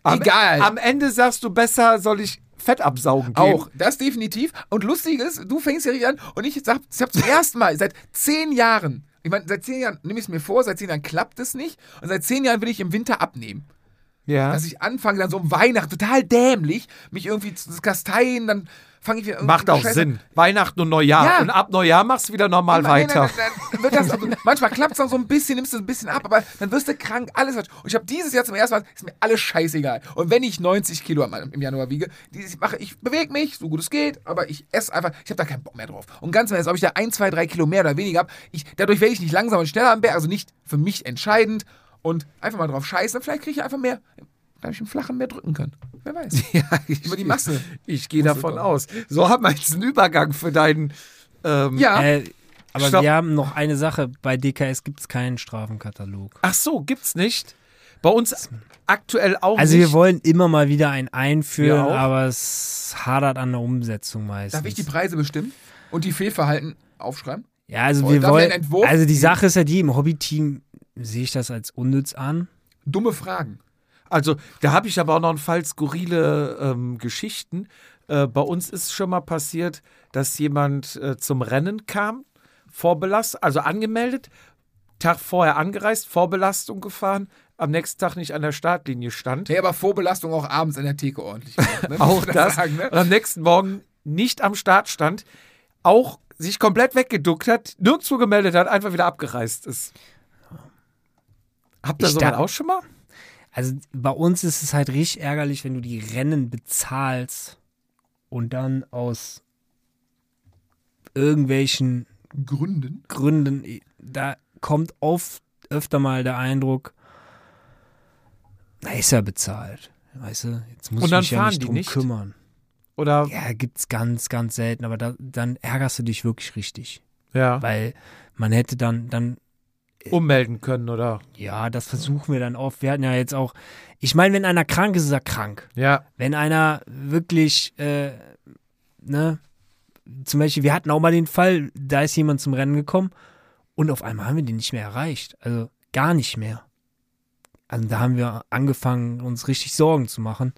Am- Egal. Am Ende sagst du besser, soll ich Fett absaugen gehen. Auch, das definitiv. Und lustig ist, du fängst ja richtig an und ich sag, ich habe zum ersten Mal seit zehn Jahren, ich meine, seit zehn Jahren nehme ich es mir vor, seit zehn Jahren klappt es nicht und seit zehn Jahren will ich im Winter abnehmen. Ja. Dass ich anfange dann so um Weihnachten, total dämlich, mich irgendwie zu kasteien, dann fange ich wieder irgendwie Macht auch Scheiße- Sinn. Weihnachten und Neujahr. Ja. Und ab Neujahr machst du wieder normal Nein, weiter. Nein, nein, nein, wird das, also, manchmal klappt es dann so ein bisschen, nimmst du ein bisschen ab, aber dann wirst du krank, alles was. Und ich habe dieses Jahr zum ersten Mal, ist mir alles scheißegal. Und wenn ich 90 Kilo am- im Januar wiege, dieses, mache, ich bewege mich, so gut es geht, aber ich esse einfach, ich habe da keinen Bock mehr drauf. Und ganz ehrlich, ob ich da ein, zwei, drei Kilo mehr oder weniger habe, ich, dadurch werde ich nicht langsamer und schneller am Berg, also nicht für mich entscheidend. Und einfach mal drauf scheißen, vielleicht kriege ich einfach mehr, da ich im Flachen mehr drücken kann. Wer weiß. Ja, ich, Über die Masse. Ich gehe davon kommen. aus. So haben wir jetzt einen Übergang für deinen. Ähm, Ja. Äh, aber Stopp. wir haben noch eine Sache, bei DKS gibt es keinen Strafenkatalog. Ach so, gibt's nicht. Bei uns aktuell auch Also nicht. wir wollen immer mal wieder einen Wir einführen, auch. aber es hadert an der Umsetzung meistens. Darf ich die Preise bestimmen und die Fehlverhalten aufschreiben? ja, also Voll. wir Darf ich wollen, einen Entwurf also die Sache ist ja die, im Hobbyteam sehe ich das als unnütz an. Dumme Fragen. Also, da habe ich aber auch noch ein paar skurrile ähm, Geschichten. Äh, bei uns ist schon mal passiert, dass jemand äh, zum Rennen kam, vorbelastet, also angemeldet, Tag vorher angereist, Vorbelastung gefahren, am nächsten Tag nicht an der Startlinie stand. Nee, aber Vorbelastung auch abends an der Theke ordentlich. gemacht, ne? auch Muss man das. sagen, ne? Und am nächsten Morgen nicht am Start stand, auch sich komplett weggeduckt hat, nirgendwo gemeldet hat, einfach wieder abgereist ist. Habt ihr Ich sowas da- auch schon mal? Also bei uns ist es halt richtig ärgerlich, wenn du die Rennen bezahlst und dann aus irgendwelchen Gründen. Gründen, da kommt oft öfter mal der Eindruck, na ist ja bezahlt. Weißt du, jetzt muss Und ich dann mich ja fahren nicht die drum nicht? kümmern. Oder? Ja, gibt's ganz, ganz selten, aber da, dann ärgerst du dich wirklich richtig. Ja. Weil man hätte dann, dann, Ummelden können, oder? ja, das versuchen wir dann oft. Wir hatten ja jetzt auch, ich meine, wenn einer krank ist, ist er krank. Ja. Wenn einer wirklich, äh, ne, zum Beispiel, wir hatten auch mal den Fall, da ist jemand zum Rennen gekommen und auf einmal haben wir den nicht mehr erreicht. Also gar nicht mehr. Also da haben wir angefangen, uns richtig Sorgen zu machen.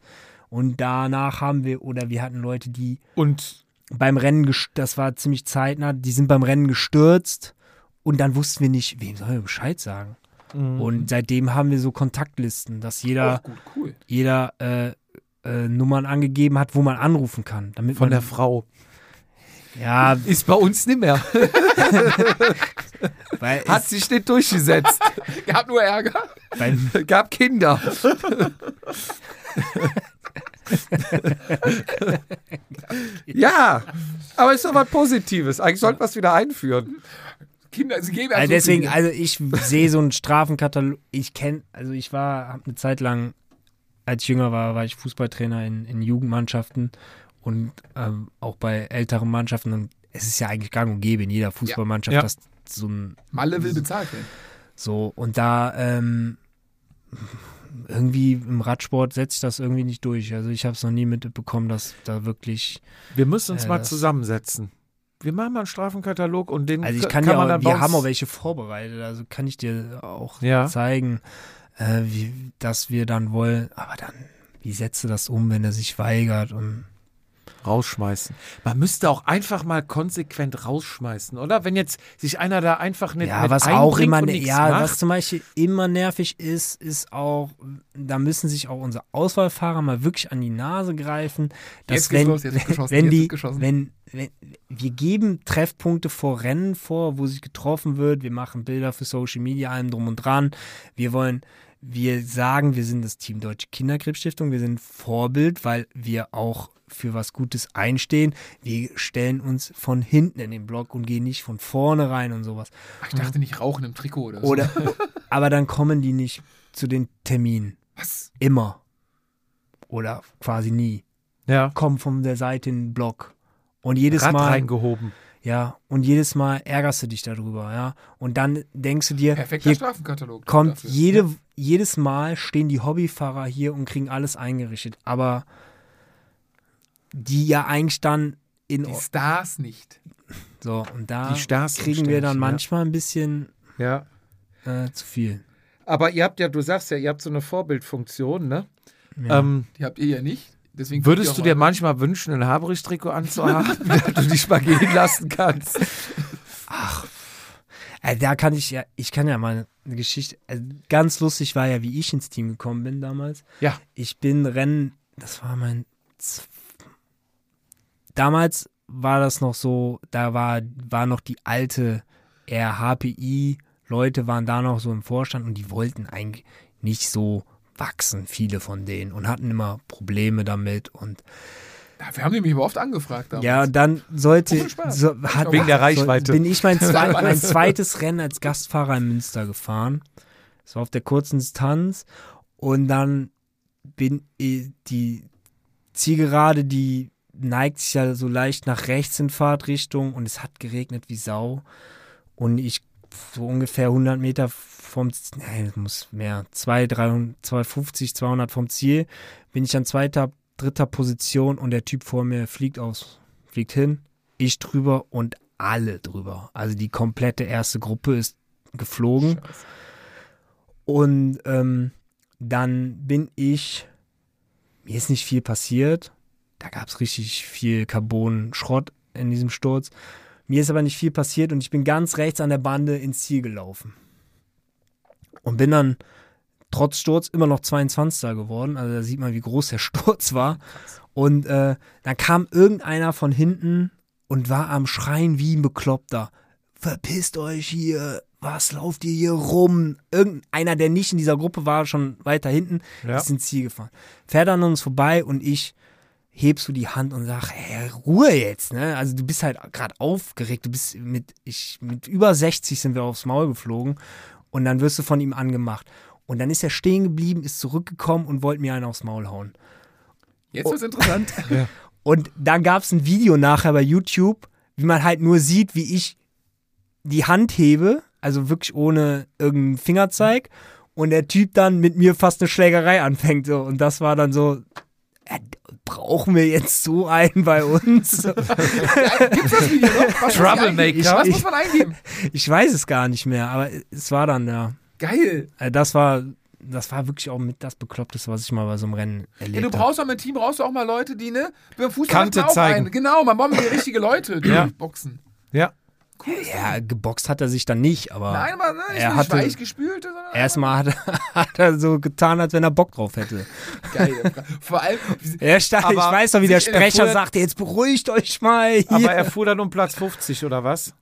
Und danach haben wir, oder wir hatten Leute, die Und beim Rennen, gest- das war ziemlich zeitnah, die sind beim Rennen gestürzt Und dann wussten wir nicht, wem sollen wir Bescheid sagen. Mhm. mm, Und seitdem haben wir so Kontaktlisten, dass jeder, Auch gut, cool. jeder äh, äh, Nummern angegeben hat, wo man anrufen kann. Damit Von der man, Frau. ja, Ist bei uns nicht mehr. weil Hat sich nicht durchgesetzt. Gab nur Ärger. es, weil, Gab Kinder. ja, aber ist doch was Positives. Eigentlich sollten wir es wieder einführen. Kinder, sie geben also so deswegen, viel. also ich sehe so einen Strafenkatalog. Ich kenne, also ich war, habe eine Zeit lang, als ich jünger war, war ich Fußballtrainer in, in Jugendmannschaften und ähm, auch bei älteren Mannschaften. Und es ist ja eigentlich gang und gäbe in jeder Fußballmannschaft, Ja. dass so ein Malle will bezahlt werden. So, und da ähm, irgendwie im Radsport setzt sich das irgendwie nicht durch. Also ich habe es noch nie mitbekommen, dass da wirklich. Wir müssen uns Ja, mal das- zusammensetzen. Wir machen mal einen Strafenkatalog und den Also ich ka- kann, man ja dann auch, bei wir uns- haben auch welche vorbereitet, also kann ich dir auch Ja. zeigen, äh, wie, dass wir dann wollen, aber dann, wie setzt du das um, wenn er sich weigert und Rausschmeißen. Man müsste auch einfach mal konsequent rausschmeißen, oder? Wenn jetzt sich einer da einfach nicht Ja, mit was auch einbringt immer, und ne- nichts ja, macht. was zum Beispiel immer nervig ist, ist auch, da müssen sich auch unsere Auswahlfahrer mal wirklich an die Nase greifen. Dass Jetzt geht's wenn, los, jetzt wird geschossen, wenn jetzt die, wird geschossen. Wenn, wenn, wir geben Treffpunkte vor Rennen vor, wo sich getroffen wird. Wir machen Bilder für Social Media, allem drum und dran. Wir wollen, wir sagen, wir sind das Team Deutsche Kinderkrebsstiftung. Wir sind Vorbild, weil wir auch für was Gutes einstehen. Wir stellen uns von hinten in den Block und gehen nicht von vorne rein und sowas. Ach, ich dachte nicht rauchen im Trikot oder so. Oder, Also aber dann kommen die nicht zu den Terminen. Was? Immer. Oder quasi nie. ja. Kommen von der Seite in den Block. Und jedes Rad Mal, reingehoben. ja, und jedes Mal ärgerst du dich darüber, ja. Und dann denkst du dir, Perfekter hier Strafenkatalog. kommt dafür. jede, jedes Mal stehen die Hobbyfahrer hier und kriegen alles eingerichtet. Aber die ja eigentlich dann in Die Stars nicht. so und da Die Stars kriegen wir dann ja. manchmal ein bisschen Ja. äh, zu viel. Aber ihr habt ja, du sagst ja, ihr habt so eine Vorbildfunktion, ne? Ja. Ähm, Die habt ihr ja nicht. Deswegen kriegt ihr auch würdest du dir mal- manchmal wünschen, ein Haberich-Trikot anzuhaben, dass du dich mal gehen lassen kannst? Äh, da kann ich ja, ich kann ja mal eine Geschichte. Also ganz lustig war ja, wie ich ins Team gekommen bin damals. Ja. Ich bin Rennen, das war mein. Z damals war das noch so, da war, war noch die alte RHPI. Leute waren da noch so im Vorstand und die wollten eigentlich nicht so wachsen, viele von denen, und hatten immer Probleme damit. Und Ja, wir haben nämlich aber oft angefragt. Damals. ja, und dann sollte Ohne Spaß. so, hat, Wegen der Reichweite. So, bin ich mein, war zwei, alles. mein zweites Rennen als Gastfahrer in Münster gefahren. Das war auf der kurzen Distanz und dann bin ich die Zielgerade, die neigt sich ja so leicht nach rechts in Fahrtrichtung und es hat geregnet wie Sau und ich so ungefähr 100 Meter vom, Z- nein, es muss mehr, 2, 300, 250, 200 vom Ziel, bin ich an zweiter, dritter Position und der Typ vor mir fliegt aus, fliegt hin, ich drüber und alle drüber. Also die komplette erste Gruppe ist geflogen Scheiße. und ähm, dann bin ich, mir ist nicht viel passiert, da gab es richtig viel Carbon-Schrott in diesem Sturz. Mir ist aber nicht viel passiert und ich bin ganz rechts an der Bande ins Ziel gelaufen. Und bin dann trotz Sturz immer noch 22. geworden. Also da sieht man, wie groß der Sturz war. Und äh, dann kam irgendeiner von hinten und war am Schreien wie ein Bekloppter. Verpisst euch hier, was lauft ihr hier rum? Irgendeiner, der nicht in dieser Gruppe war, schon weiter hinten, Ja. ist ins Ziel gefahren. Fährt an uns vorbei und ich hebst du die Hand und sagst, hey, Ruhe jetzt, ne? Also du bist halt gerade aufgeregt, du bist mit, ich, mit über 60 sind wir aufs Maul geflogen und dann wirst du von ihm angemacht. Und dann ist er stehen geblieben, ist zurückgekommen und wollte mir einen aufs Maul hauen. Jetzt wird's interessant. Und dann gab es ein Video nachher bei YouTube, wie man halt nur sieht, wie ich die Hand hebe, also wirklich ohne irgendeinen Fingerzeig, und der Typ dann mit mir fast eine Schlägerei anfängt. So. Und das war dann so, äh, brauchen wir jetzt so einen bei uns? Gibt's das Video noch? Was Troublemaker. Was muss man eingeben? ich weiß es gar nicht mehr, aber es war dann da. Geil. Äh, Das war, das war wirklich auch mit das Bekloppteste, was ich mal bei so einem Rennen erlebt Ja, habe. du brauchst auch im Team brauchst du auch mal Leute, die ne beim Fußball Kante macht man auch zeigen. Einen. Genau, man braucht mal richtige Leute, die Ja. boxen. Ja. Ja, geboxt hat er sich dann nicht, aber Nein, aber ne, ich er bin nicht hatte- weich gespült. sondern- erstmal hat, er- hat er so getan, als wenn er Bock drauf hätte. Geil. Vor allem, Er stand, Aber ich weiß doch, wie der sich Sprecher erfuhr- sagte, jetzt beruhigt euch mal. Aber Hier. er fuhr dann um Platz 50 oder was?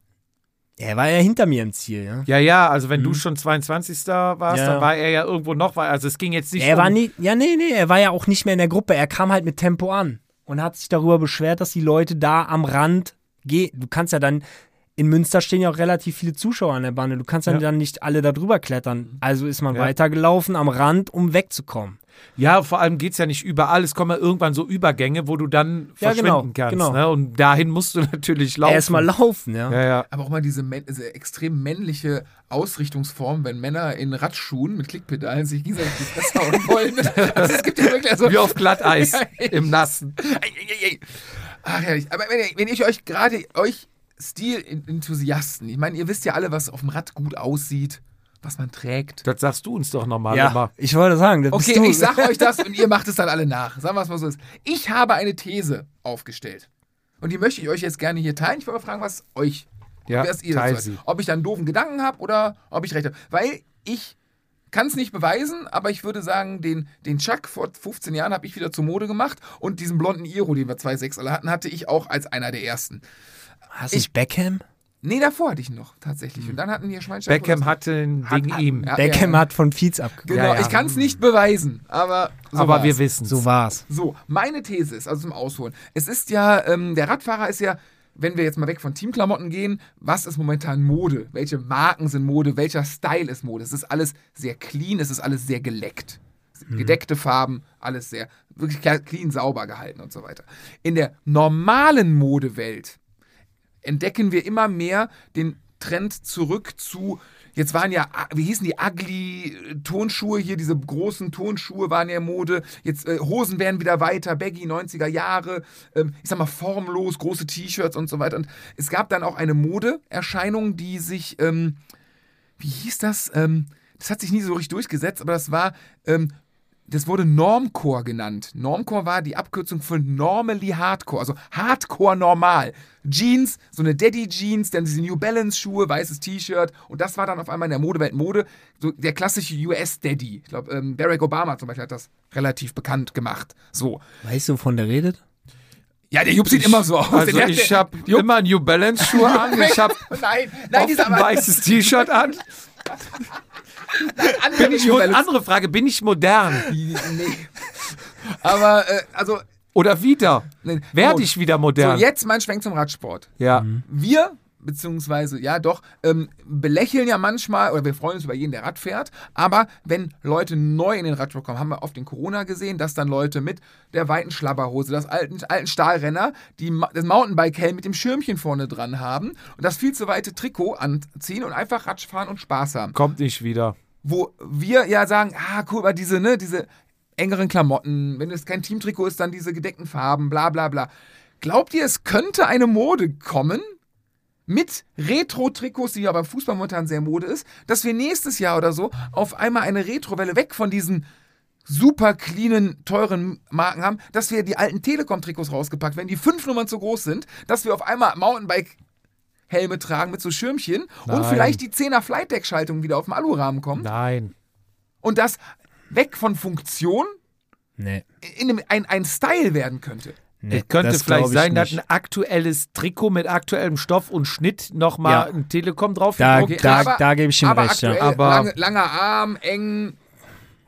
Er war ja hinter mir im Ziel, ja. Ja, ja, also wenn du schon 22. warst, Mhm. Ja. dann war er ja irgendwo noch wei- Also es ging jetzt nicht Er war um, nie, ja, nee, nee, er war ja auch nicht mehr in der Gruppe. Er kam halt mit Tempo an und hat sich darüber beschwert, dass die Leute da am Rand gehen. Du kannst ja dann, in Münster stehen ja auch relativ viele Zuschauer an der Bande. Du kannst ja, Ja. dann nicht alle da drüber klettern. Also ist man Ja. weitergelaufen am Rand, um wegzukommen. Ja, vor allem geht's ja nicht überall. Es kommen ja irgendwann so Übergänge, wo du dann Ja, genau, verschwinden kannst. genau. Ne? Und dahin musst du natürlich laufen. Erstmal laufen, ja. Ja, ja. aber auch mal diese, män- diese extrem männliche Ausrichtungsform, wenn Männer in Radschuhen mit Klickpedalen sich gegenseitig die Fresse hauen wollen. Also es gibt ja wirklich also, Wie auf Glatteis im Nassen. Ei, ei, ei, ei. Ach herrlich. Aber wenn, ihr- wenn ich euch gerade euch Stil-Enthusiasten, ich meine, ihr wisst ja alle, was auf dem Rad gut aussieht, was man trägt. Das sagst du uns doch nochmal Ja, immer. ich wollte sagen, das bist Okay, du. ich sag euch das und ihr macht es dann alle nach. Sagen wir es mal so. ist. Ich habe eine These aufgestellt. Und die möchte ich euch jetzt gerne hier teilen. Ich wollte mal fragen, was euch, Ja, was ihr teil dazu sie. sagt. Ob ich da einen doofen Gedanken habe oder ob ich recht habe. Weil ich kann es nicht beweisen, aber ich würde sagen, den, den Chuck vor 15 Jahren habe ich wieder zur Mode gemacht und diesen blonden Iro, den wir 2.6 alle hatten, hatte ich auch als einer der ersten. Hast du nicht Beckham? Nee, davor hatte ich ihn noch tatsächlich. Und dann hatten wir Schweinsteiger. Hm. Beckham hat ihn wegen ihm. ja, Beckham ja. hat von Fietz abgegeben. Genau, ja, ja. ich kann es nicht beweisen, aber so Aber war's. wir wissen So war's. So, meine These ist, also zum Ausholen, es ist ja, ähm, der Radfahrer ist ja, wenn wir jetzt mal weg von Teamklamotten gehen, was ist momentan Mode? Welche Marken sind Mode? Welcher Style ist Mode? Es ist alles sehr clean, es ist alles sehr geleckt. Gedeckte Farben, alles sehr, wirklich clean, sauber gehalten und so weiter. In der normalen Modewelt entdecken wir immer mehr den Trend zurück zu. Jetzt waren ja, wie hießen die Ugly-Tonschuhe hier, diese großen Tonschuhe waren ja Mode. Jetzt äh, Hosen werden wieder weiter, Baggy 90er Jahre, ähm, ich sag mal formlos, große T-Shirts und so weiter. Und es gab dann auch eine Modeerscheinung, die sich, ähm, wie hieß das? Ähm, das hat sich nie so richtig durchgesetzt, aber das war ähm, das wurde Normcore genannt. Normcore war die Abkürzung für Normally Hardcore, also Hardcore normal. Jeans, so eine Daddy Jeans, dann diese New Balance Schuhe, weißes T-Shirt und das war dann auf einmal in der Modewelt Mode, so der klassische US Daddy. Ich glaube, ähm, Barack Obama zum Beispiel hat das relativ bekannt gemacht. So. Weißt du, wovon der redet? Ja, der Jupp sieht immer so aus. Also der, ich habe immer New Balance Schuhe an. Ich habe Nein, nein, oft dieser ein weißes T-Shirt an. andere Bin ich, New Balance. andere Frage, bin ich modern? Nee. Aber äh, also Oder wieder? Nein, Werde Mode. ich wieder so modern? jetzt mein Schwenk zum Radsport. ja. wir, beziehungsweise, ja doch, ähm, belächeln ja manchmal, oder wir freuen uns über jeden, der Rad fährt, aber wenn Leute neu in den Radsport kommen, haben wir oft in Corona gesehen, dass dann Leute mit der weiten Schlabberhose, das alten, alten Stahlrenner, die, Ma- das Mountainbike-Helm mit dem Schirmchen vorne dran haben und das viel zu weite Trikot anziehen und einfach Rad fahren und Spaß haben Kommt nicht wieder. wo wir ja sagen, ah, cool, aber diese, ne, diese engeren Klamotten, wenn es kein Teamtrikot ist, dann diese gedeckten Farben, bla bla bla. Glaubt ihr, es könnte eine Mode kommen mit Retro-Trikots, die ja beim Fußball momentan sehr Mode ist, dass wir nächstes Jahr oder so auf einmal eine Retro-Welle weg von diesen super cleanen, teuren Marken haben, dass wir die alten Telekom-Trikots rausgepackt werden, die fünf Nummern zu groß sind, dass wir auf einmal Mountainbike Helme tragen mit so Schirmchen und Nein. vielleicht die 10er Flight Deck Schaltung wieder auf dem Alurahmen kommen Nein. und das weg von Funktion Nee. in einem, ein, ein Style werden könnte. nee es könnte das glaub vielleicht ich sein, dass nicht. ein aktuelles Trikot mit aktuellem Stoff und Schnitt nochmal Ja. ein Telekom drauf Da- gedruckt da- ist. da gebe ich ihm aber recht, ja. Aktuell, Aber- lange, langer Arm, eng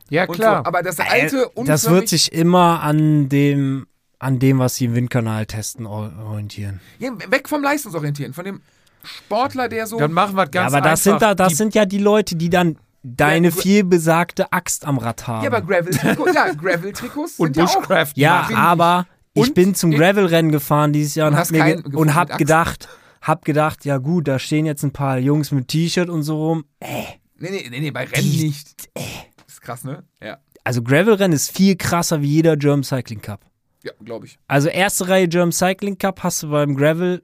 Ja, und klar. so. Aber das alte, Äh, das wird unförmig- sich immer an dem, an dem, was sie im Windkanal testen, or- orientieren. Ja, weg vom Leistungsorientieren, von dem Sportler, der so. Dann machen wir es Ja, ganz aber das sind, einfach. da, das Die- sind ja die Leute, die dann deine Ja, gut. vielbesagte Axt am Rad haben. ja, aber Gravel-Trikots ja, Gravel sind und ja auch. Bushcraft. Ja, Finde ich. aber ich Und- bin zum Gravel-Rennen gefahren dieses Jahr und, Und hab, hast mir keinen ge gefunden und mit hab Axt. gedacht, hab gedacht, ja gut, da stehen jetzt ein paar Jungs mit T-Shirt und so rum. Nee, nee, nee, nee, bei Rennen nicht. Äh. Ist krass, ne? Ja, Also Gravel-Rennen ist viel krasser wie jeder German Cycling Cup. ja glaube ich. Also erste Reihe German Cycling Cup hast du beim Gravel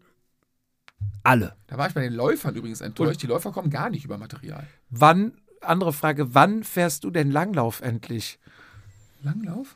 alle. Da war ich bei den Läufern übrigens enttäuscht. Die Läufer kommen gar nicht über Material. Wann, andere Frage, wann fährst du denn Langlauf endlich? Langlauf?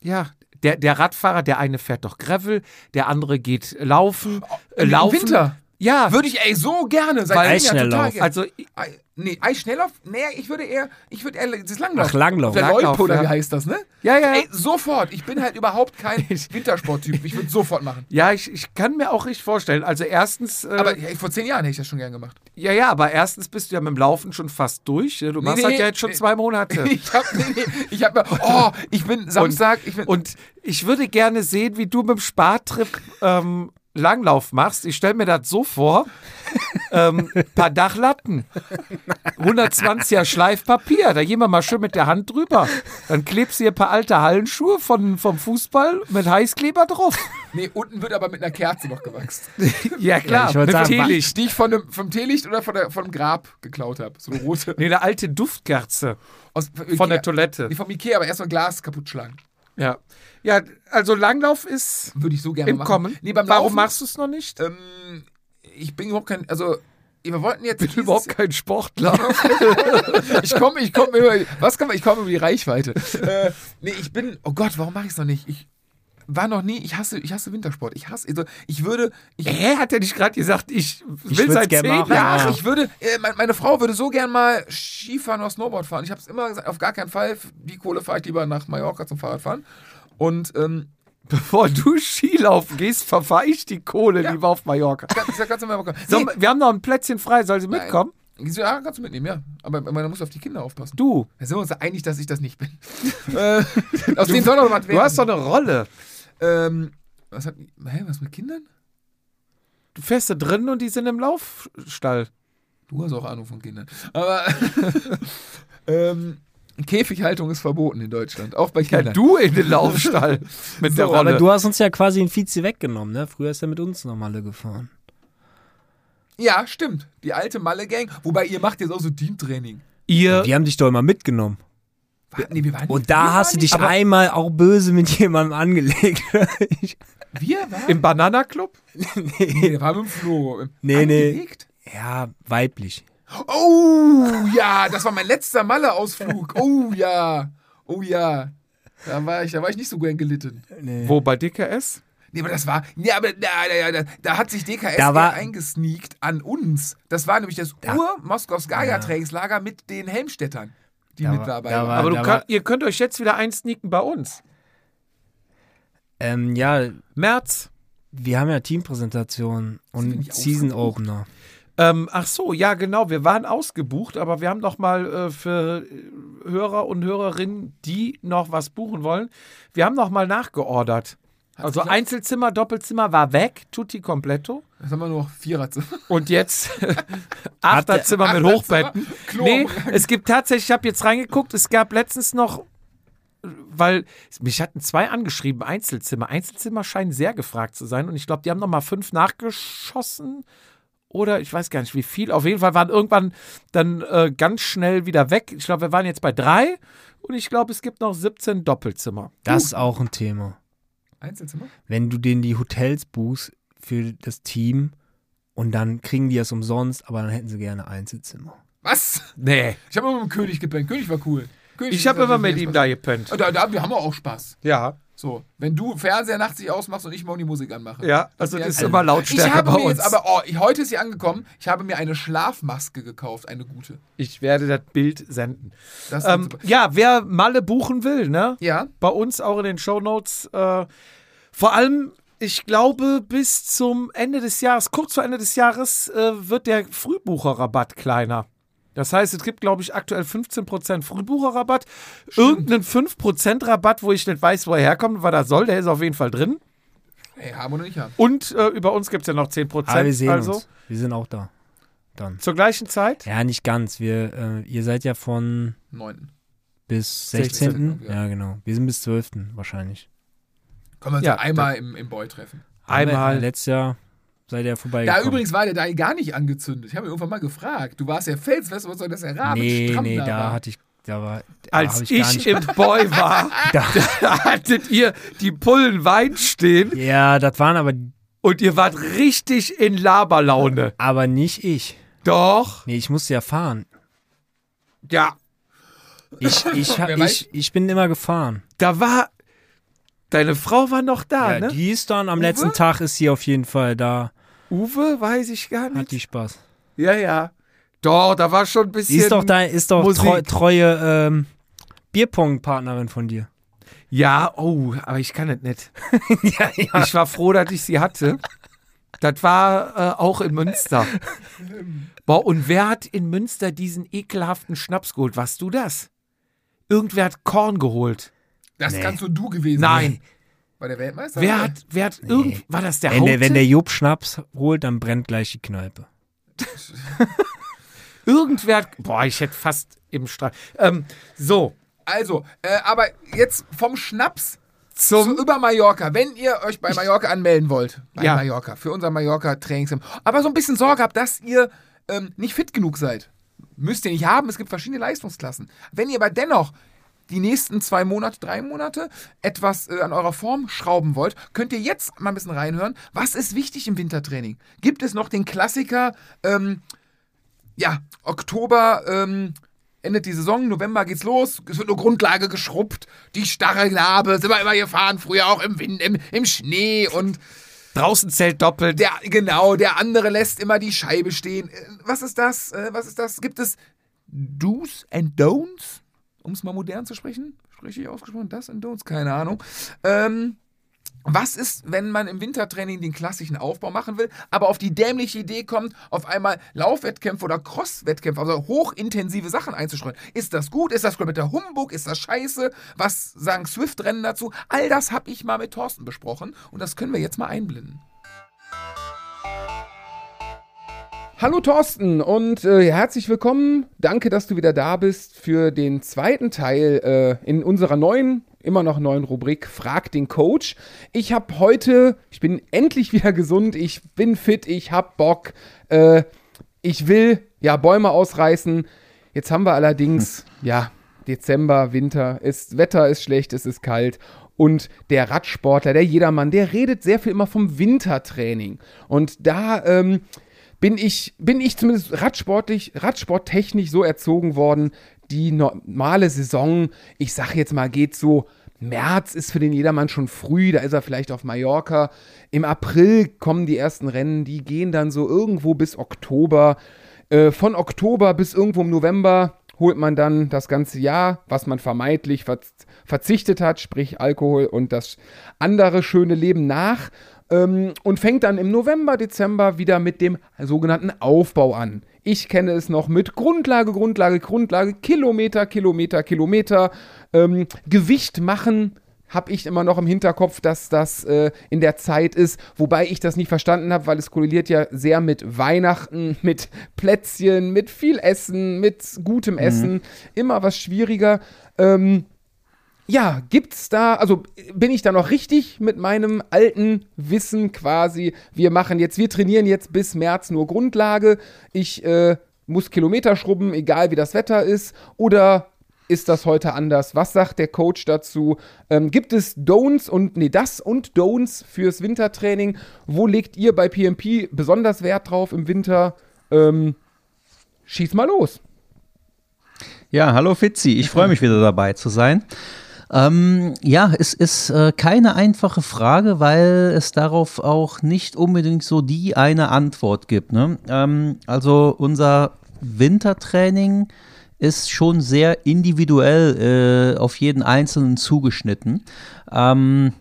Ja, der, der Radfahrer, der eine fährt doch Gravel, der andere geht laufen. äh, im laufen. Winter. Ja, Würde ich ey so gerne sein. Weil- Ich bin ja total Eisschnelllauf. gerne. also Ei- Nee, Eisschnelllauf? Nee, ich würde eher, ich würde eher das Langlauf. Ach, Langlauf. Der Langlauf, Loipe oder ja. wie heißt das, ne? ja, ja. Ey, sofort. Ich bin halt überhaupt kein Wintersporttyp. Ich würde sofort machen. Ja, ich, ich kann mir auch richtig vorstellen. Also erstens, äh, Aber ey, vor zehn Jahren hätte ich das schon gern gemacht. ja, ja, aber erstens bist du ja mit dem Laufen schon fast durch. ne? Du machst nee, das ja jetzt schon nee. zwei Monate. Ich hab, nee, nee, ich hab mir, oh, ich bin Samstag, ich bin, Und ich würde gerne sehen, wie du mit dem Spartrip ähm, Langlauf machst. Ich stelle mir das so vor. ähm, paar Dachlatten, 120er Schleifpapier, da gehen wir mal schön mit der Hand drüber. Dann klebst du hier ein paar alte Hallenschuhe von, vom Fußball mit Heißkleber drauf. nee, unten wird aber mit einer Kerze noch gewachsen. Ja Ja, klar, ich wollt mit sagen, Teelicht. Die ich von dem, vom Teelicht oder von der, vom Grab geklaut habe. So eine rote. Nee, eine alte Duftkerze Aus, äh, von der Ikea. Toilette. Nee, vom Ikea, aber erst mal ein Glas kaputt schlagen. Ja. Ja, also Langlauf ist Würde ich so gerne im machen. Kommen. Nee, beim Warum Laufen, machst du es noch nicht? Ähm, ich bin überhaupt kein, also, wir wollten jetzt. Ich bin überhaupt kein Sportler. ich komme, ich komme über, was kann man, ich komme über die Reichweite. Äh, nee, ich bin, oh Gott, warum mache ich es noch nicht? Ich war noch nie, ich hasse, ich hasse Wintersport. Ich hasse, also, ich würde, ich, Hä, hat er nicht gerade gesagt, ich will würd's seit gern zehn machen. Jahren. ja, Ja. ich würde, äh, mein- meine Frau würde so gern mal Skifahren oder Snowboard fahren. Ich habe es immer gesagt, auf gar keinen Fall, die Kohle fahre ich lieber nach Mallorca zum Fahrradfahren. Und, ähm, Bevor du Skilaufen gehst, verfahre ich die Kohle lieber auf Mallorca. kann- ich sag ganz normal, Mallorca. So, Nee, Wir haben noch ein Plätzchen frei, soll sie mitkommen? ja, kannst du mitnehmen, ja. Aber man muss auf die Kinder aufpassen. Du, Da sind wir uns ja einig, dass ich das nicht bin. äh, aus dem soll noch was werden. du hast doch eine Rolle. Ähm, was hat. Hä, was mit Kindern? Du fährst da drin und die sind im Laufstall. Du hast auch Ahnung von Kindern. Aber. ähm, Käfighaltung ist verboten in Deutschland, auch bei Ja, Kindern. du in den Laufstall mit der So, aber Rolle. du hast uns ja quasi den Vize weggenommen, ne? Früher ist er mit uns noch Malle gefahren. ja, stimmt. Die alte Malle-Gang. Wobei, ihr macht jetzt auch so Teamtraining. Ihr, Die haben dich doch immer mitgenommen. Wa- Nee, wir waren Und da wir hast du waren dich einmal auch böse mit jemandem angelegt. Ich- nicht- Wir waren. im Banana Club? Nee, wir waren mit dem Flo. Nee, nee. Angelegt? ja, weiblich. Oh, ja, das war mein letzter Malle-Ausflug. Oh, ja. Oh, ja. Da war ich, da war ich nicht so gern gelitten. Wo, bei DKS? Nee, aber das war. Nee, aber da, da, da, da hat sich DKS Da war- eher eingesneakt an uns. Das war nämlich das Ur-Moskowskaja-Trainingslager mit den Helmstädtern, die Da mit war- dabei da waren. war- Aber du da kann, ihr könnt euch jetzt wieder einsneaken bei uns. Ähm, ja, März. wir haben ja Teampräsentationen bin ich und Season Opener. Ähm, ach so, ja genau, wir waren ausgebucht, aber wir haben noch mal äh, für äh, Hörer und Hörerinnen, die noch was buchen wollen, wir haben noch mal nachgeordert. also sich auch- Einzelzimmer, Doppelzimmer war weg, tutti completo. Das haben wir nur noch Viererzimmer. Und jetzt Achterzimmer mit Hochbetten. Klo Nee, am Rand. es gibt tatsächlich, ich habe jetzt reingeguckt, es gab letztens noch, weil mich hatten zwei angeschrieben, Einzelzimmer. Einzelzimmer scheinen sehr gefragt zu sein und ich glaube, die haben noch mal fünf nachgeschossen oder ich weiß gar nicht wie viel. Auf jeden Fall waren irgendwann dann äh, ganz schnell wieder weg. Ich glaube, wir waren jetzt bei drei und ich glaube, es gibt noch 17 Doppelzimmer. Das ist auch ein Thema. Einzelzimmer? Wenn du denen die Hotels buchst für das Team und dann kriegen die das umsonst, aber dann hätten sie gerne Einzelzimmer. Was? Nee, Ich habe immer mit dem König gepennt. König war cool. König ich habe immer mit natürlich ihm Spaß. da gepennt. Da, da haben wir auch Spaß. Ja, So, wenn du Fernseher nachts sich ausmachst und ich morgen die Musik anmache. ja, also das ist immer Ich lautstärker habe bei mir uns. jetzt aber, oh, ich, heute ist sie angekommen, ich habe mir eine Schlafmaske gekauft, eine gute. Ich werde das Bild senden. Das ist Ähm, super. ja, wer Malle buchen will, ne? Ja, Bei uns auch in den Shownotes. Äh, vor allem, ich glaube, bis zum Ende des Jahres, kurz vor Ende des Jahres, äh, wird der Frühbucherrabatt kleiner. Das heißt, es gibt, glaube ich, aktuell 15% Frühbucherrabatt. Irgendeinen 5% Rabatt, wo ich nicht weiß, wo er herkommt, weil da soll, der ist auf jeden Fall drin. ey, haben oder nicht haben. Und äh, über uns gibt es ja noch 10%. Aber wir sehen also uns. Wir sind auch da. Dann. zur gleichen Zeit. Ja, nicht ganz. Wir, äh, ihr seid ja von Neunten. bis 16. 16., ja. Ja, genau. Wir sind bis 12. wahrscheinlich. Können wir uns Ja, einmal im, im Boy treffen. Einmal. Aber Letztes Jahr seid ihr Da vorbeigekommen. übrigens war der da gar nicht angezündet. Ich habe ihn irgendwann mal gefragt. Du warst ja felsfest, was soll das erraten? Nee, nee, da hatte ich, da war, da Als hab ich, ich, gar nicht, im Boy war, da, da hattet ihr die Pullen Wein stehen ja, das waren aber, und ihr wart richtig in Laberlaune. aber nicht ich. Doch. Nee, ich musste ja fahren. Ja, Ich, ich, hab, Wer weiß? ich, ich bin immer gefahren. da war. Deine Frau war noch da, ja, ne? die ist dann am letzten Tag ist sie auf jeden Fall da. Uwe, weiß ich gar Hat nicht. die Spaß. Ja, ja. Doch, da war schon ein bisschen. Die ist doch, dein, ist doch Musik. treu, treue ähm, Bierpong-Partnerin von dir. Ja, oh, aber ich kann das nicht. ja, ja. Ich war froh, dass ich sie hatte. Das war äh, auch in Münster. Boah, und wer hat in Münster diesen ekelhaften Schnaps geholt? Warst du das? Irgendwer hat Korn geholt. Das Nee. kannst nur du gewesen Nein. Bei der Weltmeister? Wer hat, wer hat irgend, war das der Wenn Haupte? der, wenn der Jupp Schnaps holt, dann brennt gleich die Kneipe. Irgendwer hat, boah, ich hätte fast im Strahl. Ähm, so, Also, äh, aber jetzt vom Schnaps zum, zu über Mallorca. Wenn ihr euch bei Mallorca anmelden wollt, bei Ja. Mallorca, für unser Mallorca-Trainings, aber so ein bisschen Sorge habt, dass ihr ähm, nicht fit genug seid. Müsst ihr nicht haben, es gibt verschiedene Leistungsklassen. Wenn ihr aber dennoch die nächsten zwei Monate, drei Monate etwas äh, an eurer Form schrauben wollt, könnt ihr jetzt mal ein bisschen reinhören. Was ist wichtig im Wintertraining? Gibt es noch den Klassiker, ähm, ja, Oktober ähm, endet die Saison, November geht's los, es wird eine Grundlage geschrubbt, die starre Narbe, sind wir immer gefahren, früher auch im Wind, im, im Schnee und draußen zählt doppelt. der, genau, der andere lässt immer die Scheibe stehen. Äh, Was ist das? Äh, Was ist das? Gibt es Do's and Don'ts? Um es mal modern zu sprechen, spreche ich ausgesprochen, das and Don'ts, keine Ahnung. Ähm, was ist, wenn man im Wintertraining den klassischen Aufbau machen will, aber auf die dämliche Idee kommt, auf einmal Laufwettkämpfe oder Crosswettkämpfe, also hochintensive Sachen einzustreuen? Ist das gut? Ist das kompletter Humbug? Ist das scheiße? Was sagen Swift-Rennen dazu? All das habe ich mal mit Thorsten besprochen und das können wir jetzt mal einblenden. Hallo Thorsten und äh, herzlich willkommen. Danke, dass du wieder da bist für den zweiten Teil äh, in unserer neuen, immer noch neuen Rubrik Frag den Coach. Ich habe heute, ich bin endlich wieder gesund, ich bin fit, ich hab Bock, äh, ich will ja Bäume ausreißen. Jetzt haben wir allerdings, ja, Dezember, Winter, ist, Wetter ist schlecht, es ist kalt. Und der Radsportler, der Jedermann, der redet sehr viel immer vom Wintertraining. Und da ähm, bin ich, bin ich zumindest radsportlich, radsporttechnisch so erzogen worden, die normale Saison, ich sag jetzt mal, geht so. März ist für den Jedermann schon früh, da ist er vielleicht auf Mallorca. Im April kommen die ersten Rennen, die gehen dann so irgendwo bis Oktober. Äh, von Oktober bis irgendwo im November holt man dann das ganze Jahr, was man vermeintlich verz verzichtet hat, sprich Alkohol und das andere schöne Leben nach ähm, und fängt dann im November, Dezember wieder mit dem sogenannten Aufbau an. Ich kenne es noch mit Grundlage, Grundlage, Grundlage, Kilometer, Kilometer, Kilometer, ähm, Gewicht machen, habe ich immer noch im Hinterkopf, dass das äh, in der Zeit ist, wobei ich das nicht verstanden habe, weil es korreliert ja sehr mit Weihnachten, mit Plätzchen, mit viel Essen, mit gutem Essen, immer was schwieriger. Ähm, ja, gibt's da, also bin ich da noch richtig mit meinem alten Wissen quasi? Wir machen jetzt, wir trainieren jetzt bis März nur Grundlage. Ich äh, muss Kilometer schrubben, egal wie das Wetter ist. Oder ist das heute anders? Was sagt der Coach dazu? Ähm, gibt es Don'ts und, nee, das und Don'ts fürs Wintertraining? Wo legt ihr bei PMP besonders Wert drauf im Winter? Ähm, schieß mal los. Ja, hallo Fitzi, ich freue mich wieder dabei zu sein. Ähm, ja, es ist äh, keine einfache Frage, weil es darauf auch nicht unbedingt so die eine Antwort gibt. Ne? Ähm, also unser Wintertraining ist schon sehr individuell äh, auf jeden Einzelnen zugeschnitten. Ähm,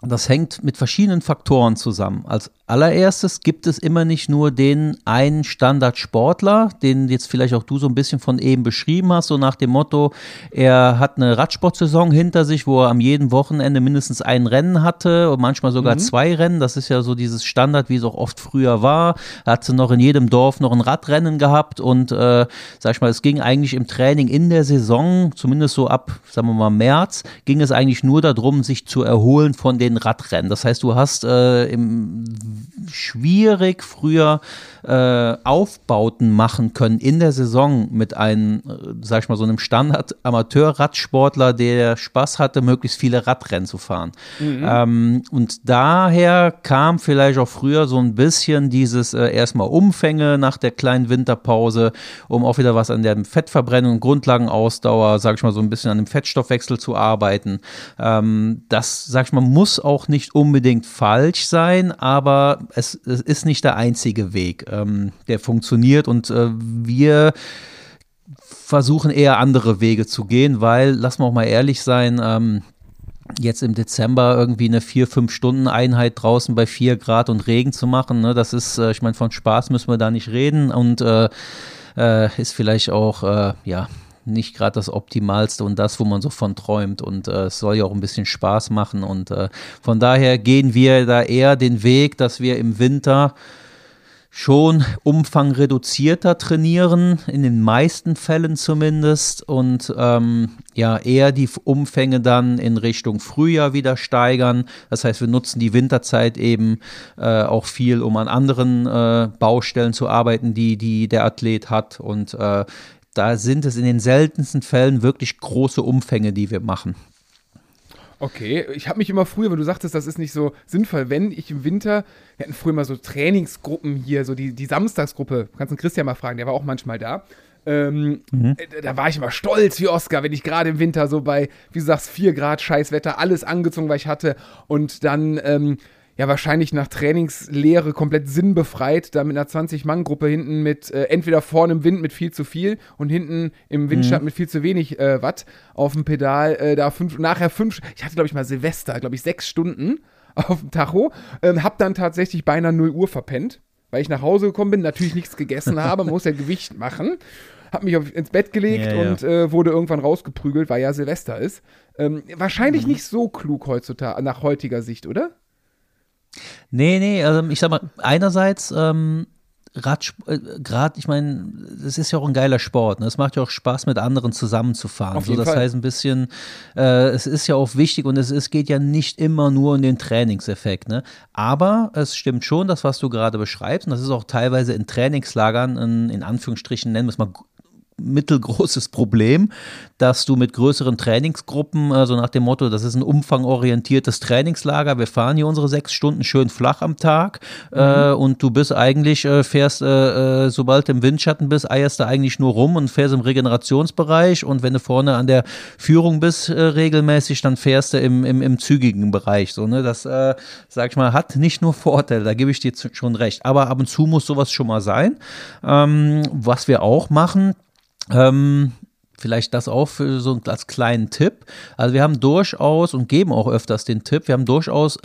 das hängt mit verschiedenen Faktoren zusammen. Als allererstes gibt es immer nicht nur den einen Standardsportler, den jetzt vielleicht auch du so ein bisschen von eben beschrieben hast, so nach dem Motto, er hat eine Radsportsaison hinter sich, wo er am jeden Wochenende mindestens ein Rennen hatte und manchmal sogar zwei Rennen. Das ist ja so dieses Standard, wie es auch oft früher war. Er hatte noch in jedem Dorf noch ein Radrennen gehabt und äh, sag ich mal, es ging eigentlich im Training in der Saison, zumindest so ab, sagen wir mal, März, ging es eigentlich nur darum, sich zu erholen von den Radrennen. Das heißt, du hast äh, im schwierig früher äh, Aufbauten machen können in der Saison mit einem, äh, sag ich mal, so einem Standard-Amateur-Radsportler, der Spaß hatte, möglichst viele Radrennen zu fahren. Ähm, und daher kam vielleicht auch früher so ein bisschen dieses äh, erstmal Umfänge nach der kleinen Winterpause, um auch wieder was an der Fettverbrennung, Grundlagenausdauer, sag ich mal, so ein bisschen an dem Fettstoffwechsel zu arbeiten. Ähm, das, sag ich mal, muss muss auch nicht unbedingt falsch sein, aber es, es ist nicht der einzige Weg, ähm, der funktioniert. Und äh, wir versuchen eher andere Wege zu gehen, weil, lassen wir auch mal ehrlich sein, ähm, jetzt im Dezember irgendwie eine 4-5-Stunden-Einheit draußen bei 4 Grad und Regen zu machen, ne, das ist, äh, ich meine, von Spaß müssen wir da nicht reden und äh, äh, ist vielleicht auch, äh, ja, nicht gerade das Optimalste und das, wo man so von träumt. Und äh, es soll ja auch ein bisschen Spaß machen. Und äh, von daher gehen wir da eher den Weg, dass wir im Winter schon umfangreduzierter trainieren, in den meisten Fällen zumindest. Und ähm, ja, eher die Umfänge dann in Richtung Frühjahr wieder steigern. Das heißt, wir nutzen die Winterzeit eben äh, auch viel, um an anderen äh, Baustellen zu arbeiten, die, die der Athlet hat. Und äh, da sind es in den seltensten Fällen wirklich große Umfänge, die wir machen. Okay, ich habe mich immer früher, wenn du sagtest, das ist nicht so sinnvoll, wenn ich im Winter, wir hatten früher mal so Trainingsgruppen hier, so die, die Samstagsgruppe, kannst den Christian mal fragen, der war auch manchmal da. Ähm, äh, Da war ich immer stolz wie Oscar, wenn ich gerade im Winter so bei, wie du sagst, 4 Grad Scheißwetter, alles angezogen, was ich hatte und dann ähm, ja wahrscheinlich nach Trainingslehre komplett sinnbefreit, da mit einer 20-Mann-Gruppe hinten mit, äh, entweder vorne im Wind mit viel zu viel und hinten im Mhm. Windschatten mit viel zu wenig äh, Watt auf dem Pedal, äh, da fünf, nachher fünf, ich hatte glaube ich mal Silvester, glaube ich sechs Stunden auf dem Tacho, ähm, hab dann tatsächlich beinahe 0 Uhr verpennt, weil ich nach Hause gekommen bin, natürlich nichts gegessen habe, man muss ja Gewicht machen. Hab mich auf, ins Bett gelegt Ja, ja. und äh, wurde irgendwann rausgeprügelt, weil ja Silvester ist. Ähm, wahrscheinlich Mhm. nicht so klug heutzutage, nach heutiger Sicht, oder? Nee, nee, also ich sag mal, einerseits, ähm, Radsch- äh, gerade, ich meine, das ist ja auch ein geiler Sport. Ne? Es macht ja auch Spaß, mit anderen zusammenzufahren. Auf So, jeden das Fall. heißt ein bisschen, äh, es ist ja auch wichtig und es, es geht ja nicht immer nur um den Trainingseffekt. Ne? Aber es stimmt schon, das, was du gerade beschreibst, und das ist auch teilweise in Trainingslagern, in, in Anführungsstrichen nennen wir es mal mittelgroßes Problem, dass du mit größeren Trainingsgruppen, also nach dem Motto, das ist ein umfangorientiertes Trainingslager, wir fahren hier unsere sechs Stunden schön flach am Tag äh, und du bist eigentlich, äh, fährst, äh, äh, sobald du im Windschatten bist, eierst du eigentlich nur rum und fährst im Regenerationsbereich und wenn du vorne an der Führung bist äh, regelmäßig, dann fährst du im, im, im zügigen Bereich. So, ne? Das, äh, sag ich mal, hat nicht nur Vorteile, da gebe ich dir zu- schon recht, aber ab und zu muss sowas schon mal sein. Ähm, was wir auch machen, ähm, vielleicht das auch für so einen, als kleinen Tipp. Also wir haben durchaus und geben auch öfters den Tipp, wir haben durchaus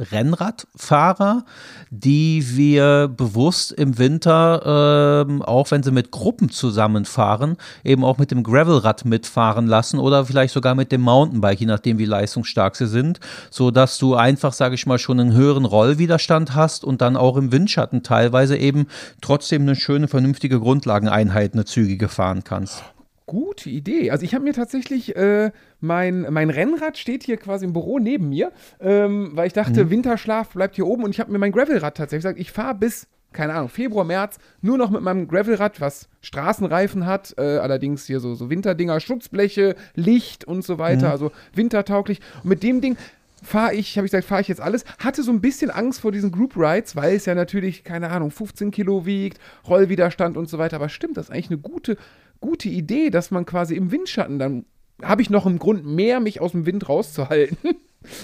Rennradfahrer, die wir bewusst im Winter, ähm, auch wenn sie mit Gruppen zusammenfahren, eben auch mit dem Gravelrad mitfahren lassen oder vielleicht sogar mit dem Mountainbike, je nachdem wie leistungsstark sie sind, so dass du einfach, sage ich mal, schon einen höheren Rollwiderstand hast und dann auch im Windschatten teilweise eben trotzdem eine schöne, vernünftige Grundlageneinheit, eine zügige fahren kannst. Gute Idee. Also ich habe mir tatsächlich, äh, mein, mein Rennrad steht hier quasi im Büro neben mir, ähm, weil ich dachte, Winterschlaf bleibt hier oben und ich habe mir mein Gravelrad tatsächlich gesagt, ich fahre bis, keine Ahnung, Februar, März nur noch mit meinem Gravelrad, was Straßenreifen hat, äh, allerdings hier so, so Winterdinger, Schutzbleche, Licht und so weiter, also wintertauglich. Und mit dem Ding fahre ich, habe ich gesagt, fahre ich jetzt alles. Hatte so ein bisschen Angst vor diesen Group Rides, weil es ja natürlich, keine Ahnung, 15 Kilo wiegt, Rollwiderstand und so weiter. Aber stimmt, das ist eigentlich eine gute, gute Idee, dass man quasi im Windschatten dann habe ich noch einen Grund mehr, mich aus dem Wind rauszuhalten.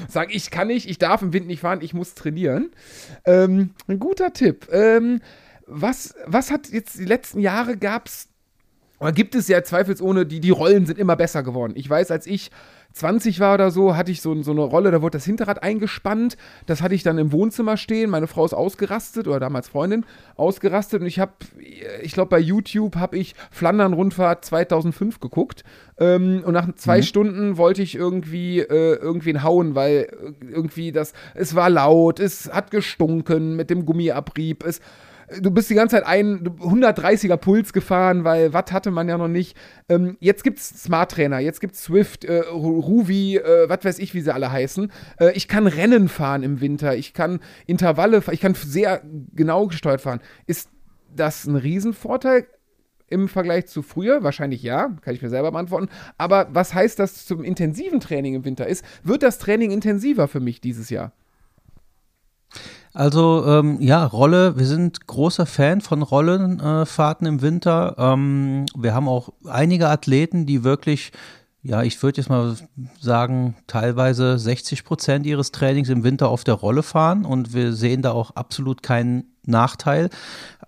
Sag ich kann nicht, ich darf im Wind nicht fahren, ich muss trainieren. Ähm, ein guter Tipp. Ähm, was, was hat jetzt die letzten Jahre gab's oder gibt es ja zweifelsohne, die, die Rollen sind immer besser geworden. Ich weiß, als ich 20 war oder so, hatte ich so, so eine Rolle, da wurde das Hinterrad eingespannt. Das hatte ich dann im Wohnzimmer stehen. Meine Frau ist ausgerastet oder damals Freundin ausgerastet. Und ich habe, ich glaube, bei YouTube habe ich Flandern-Rundfahrt 2005 geguckt. Ähm, und nach zwei Stunden wollte ich irgendwie äh, irgendwen hauen, weil äh, irgendwie das, es war laut, es hat gestunken mit dem Gummiabrieb, es du bist die ganze Zeit ein 130er Puls gefahren, weil Watt hatte man ja noch nicht. Ähm, jetzt gibt's Smart Trainer, jetzt gibt's Swift, äh, Ru- Ruvi, äh, was weiß ich, wie sie alle heißen. Äh, ich kann Rennen fahren im Winter, ich kann Intervalle, fa- ich kann sehr genau gesteuert fahren. Ist das ein Riesenvorteil im Vergleich zu früher? Wahrscheinlich ja, kann ich mir selber beantworten. Aber was heißt das zum intensiven Training im Winter ist? Wird das Training intensiver für mich dieses Jahr? Also ähm, ja, Rolle, wir sind großer Fan von Rollenfahrten äh, Fahrten im Winter. Ähm, wir haben auch einige Athleten, die wirklich ja, ich würde jetzt mal sagen, teilweise 60 Prozent ihres Trainings im Winter auf der Rolle fahren und wir sehen da auch absolut keinen Nachteil.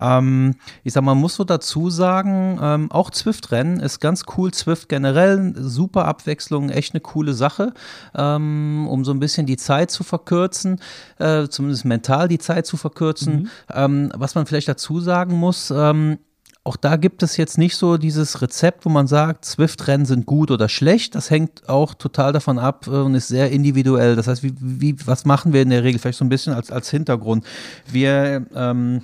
Ähm, ich sag mal, muss so dazu sagen, ähm, auch Zwift-Rennen ist ganz cool. Zwift generell, super Abwechslung, echt eine coole Sache, ähm, um so ein bisschen die Zeit zu verkürzen, äh, zumindest mental die Zeit zu verkürzen. Ähm, was man vielleicht dazu sagen muss, ähm, auch da gibt es jetzt nicht so dieses Rezept, wo man sagt, Zwift-Rennen sind gut oder schlecht. Das hängt auch total davon ab äh, und ist sehr individuell. Das heißt, wie, wie, was machen wir in der Regel? Vielleicht so ein bisschen als, als Hintergrund. Wir ähm,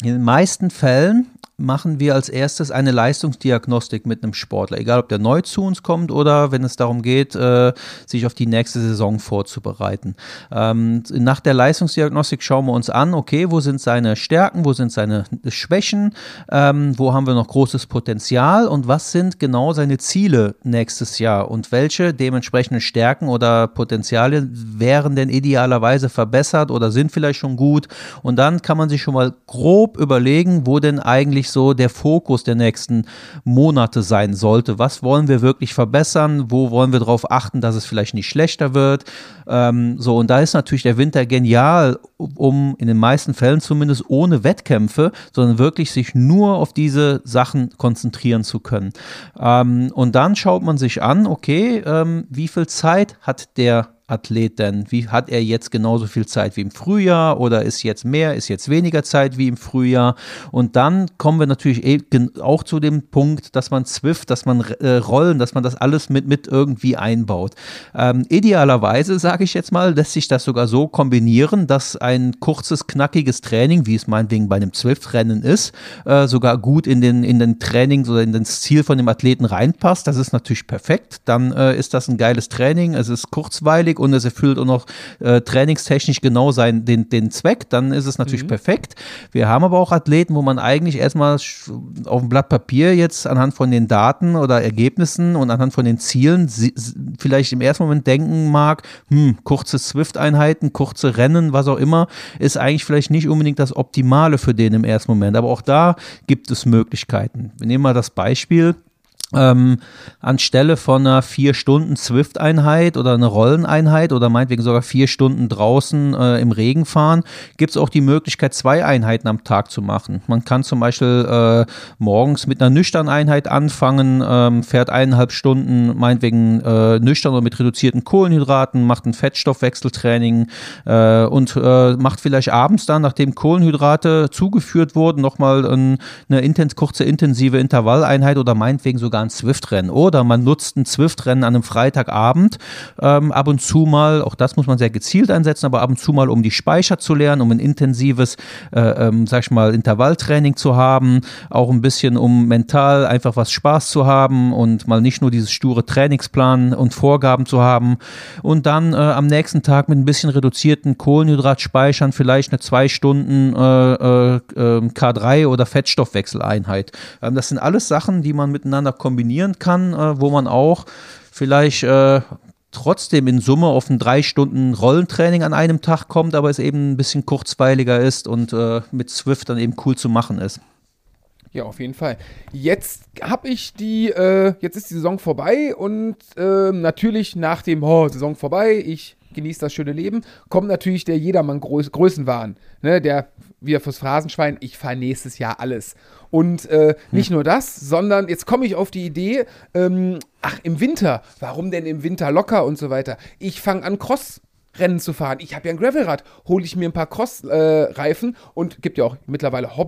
in den meisten Fällen machen wir als erstes eine Leistungsdiagnostik mit einem Sportler, egal ob der neu zu uns kommt oder wenn es darum geht, äh, sich auf die nächste Saison vorzubereiten. Ähm, nach der Leistungsdiagnostik schauen wir uns an, okay, wo sind seine Stärken, wo sind seine Schwächen, ähm, wo haben wir noch großes Potenzial und was sind genau seine Ziele nächstes Jahr und welche dementsprechenden Stärken oder Potenziale wären denn idealerweise verbessert oder sind vielleicht schon gut und dann kann man sich schon mal grob überlegen, wo denn eigentlich so der Fokus der nächsten Monate sein sollte. Was wollen wir wirklich verbessern? Wo wollen wir darauf achten, dass es vielleicht nicht schlechter wird? Ähm, so, und da ist natürlich der Winter genial, um in den meisten Fällen zumindest ohne Wettkämpfe, sondern wirklich sich nur auf diese Sachen konzentrieren zu können. Ähm, und dann schaut man sich an, okay, ähm, wie viel Zeit hat der Athlet denn? Wie hat er jetzt genauso viel Zeit wie im Frühjahr oder ist jetzt mehr, ist jetzt weniger Zeit wie im Frühjahr? Und dann kommen wir natürlich eh gen- auch zu dem Punkt, dass man Zwift, dass man äh, Rollen, dass man das alles mit, mit irgendwie einbaut. Ähm, idealerweise, sage ich jetzt mal, lässt sich das sogar so kombinieren, dass ein kurzes, knackiges Training, wie es meinetwegen bei einem Zwift-Rennen ist, äh, sogar gut in den, in den Trainings oder in das Ziel von dem Athleten reinpasst. Das ist natürlich perfekt. Dann äh, ist das ein geiles Training, es ist kurzweilig und es erfüllt auch noch äh, trainingstechnisch genau sein, den, den Zweck, dann ist es natürlich perfekt. Wir haben aber auch Athleten, wo man eigentlich erstmal sch- auf dem Blatt Papier jetzt anhand von den Daten oder Ergebnissen und anhand von den Zielen si- s- vielleicht im ersten Moment denken mag, hm, kurze Swift-Einheiten, kurze Rennen, was auch immer, ist eigentlich vielleicht nicht unbedingt das Optimale für den im ersten Moment. Aber auch da gibt es Möglichkeiten. Wir nehmen mal das Beispiel. Ähm, anstelle von einer vier Stunden Zwift-Einheit oder einer Rolleneinheit oder meinetwegen sogar vier Stunden draußen äh, im Regen fahren, gibt es auch die Möglichkeit, zwei Einheiten am Tag zu machen. Man kann zum Beispiel äh, morgens mit einer nüchtern Einheit anfangen, ähm, fährt eineinhalb Stunden meinetwegen äh, nüchtern oder mit reduzierten Kohlenhydraten, macht ein Fettstoffwechseltraining äh, und äh, macht vielleicht abends dann, nachdem Kohlenhydrate zugeführt wurden, nochmal ein, eine intens, kurze intensive Intervalleinheit oder meinetwegen sogar ein Zwift-Rennen. Oder man nutzt ein Zwift-Rennen an einem Freitagabend ähm, ab und zu mal, auch das muss man sehr gezielt einsetzen, aber ab und zu mal, um die Speicher zu lernen, um ein intensives, äh, ähm, sag ich mal, Intervalltraining zu haben, auch ein bisschen, um mental einfach was Spaß zu haben und mal nicht nur dieses sture Trainingsplan und Vorgaben zu haben. Und dann äh, am nächsten Tag mit ein bisschen reduzierten Kohlenhydratspeichern vielleicht eine zwei Stunden äh, äh, äh, K3 oder Fettstoffwechseleinheit. Ähm, das sind alles Sachen, die man miteinander kombinieren kann, äh, wo man auch vielleicht äh, trotzdem in Summe auf ein drei Stunden Rollentraining an einem Tag kommt, aber es eben ein bisschen kurzweiliger ist und äh, mit Swift dann eben cool zu machen ist. Ja, auf jeden Fall. Jetzt habe ich die, äh, jetzt ist die Saison vorbei und ähm, natürlich nach dem, oh, Saison vorbei, ich genieße das schöne Leben, kommt natürlich der Jedermann Groß Größenwahn. Ne, der, wieder fürs Phrasenschwein, ich fahre nächstes Jahr alles. Und äh, nicht nur das, sondern jetzt komme ich auf die Idee, ähm, ach, im Winter, warum denn im Winter locker und so weiter? Ich fange an, Cross Rennen zu fahren. Ich habe ja ein Gravelrad, hole ich mir ein paar Cross-Reifen und gibt ja auch mittlerweile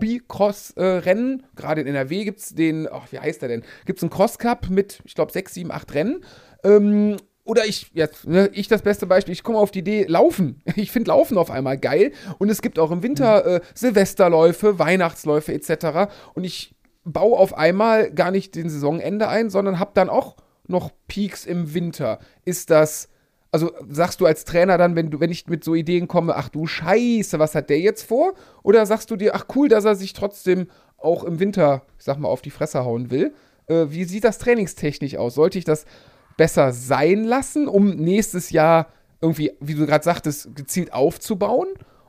Hobby-Cross-Rennen. Gerade in NRW gibt es den, ach, wie heißt der denn? Gibt es einen Cross-Cup mit, ich glaube, sechs, sieben, acht Rennen. Ähm, oder ich, jetzt, ne, ich das beste Beispiel, ich komme auf die Idee, Laufen. Ich finde Laufen auf einmal geil. Und es gibt auch im Winter äh, Silvesterläufe, Weihnachtsläufe etc. Und ich baue auf einmal gar nicht den Saisonende ein, sondern habe dann auch noch Peaks im Winter. Ist das also sagst du als Trainer dann, wenn du, wenn ich mit so Ideen komme, ach du Scheiße, was hat der jetzt vor? Oder sagst du dir, ach cool, dass er sich trotzdem auch im Winter, ich sag mal, auf die Fresse hauen will? Äh, wie sieht das trainingstechnisch aus? Sollte ich das besser sein lassen, um nächstes Jahr irgendwie, wie du gerade sagtest, gezielt aufzubauen?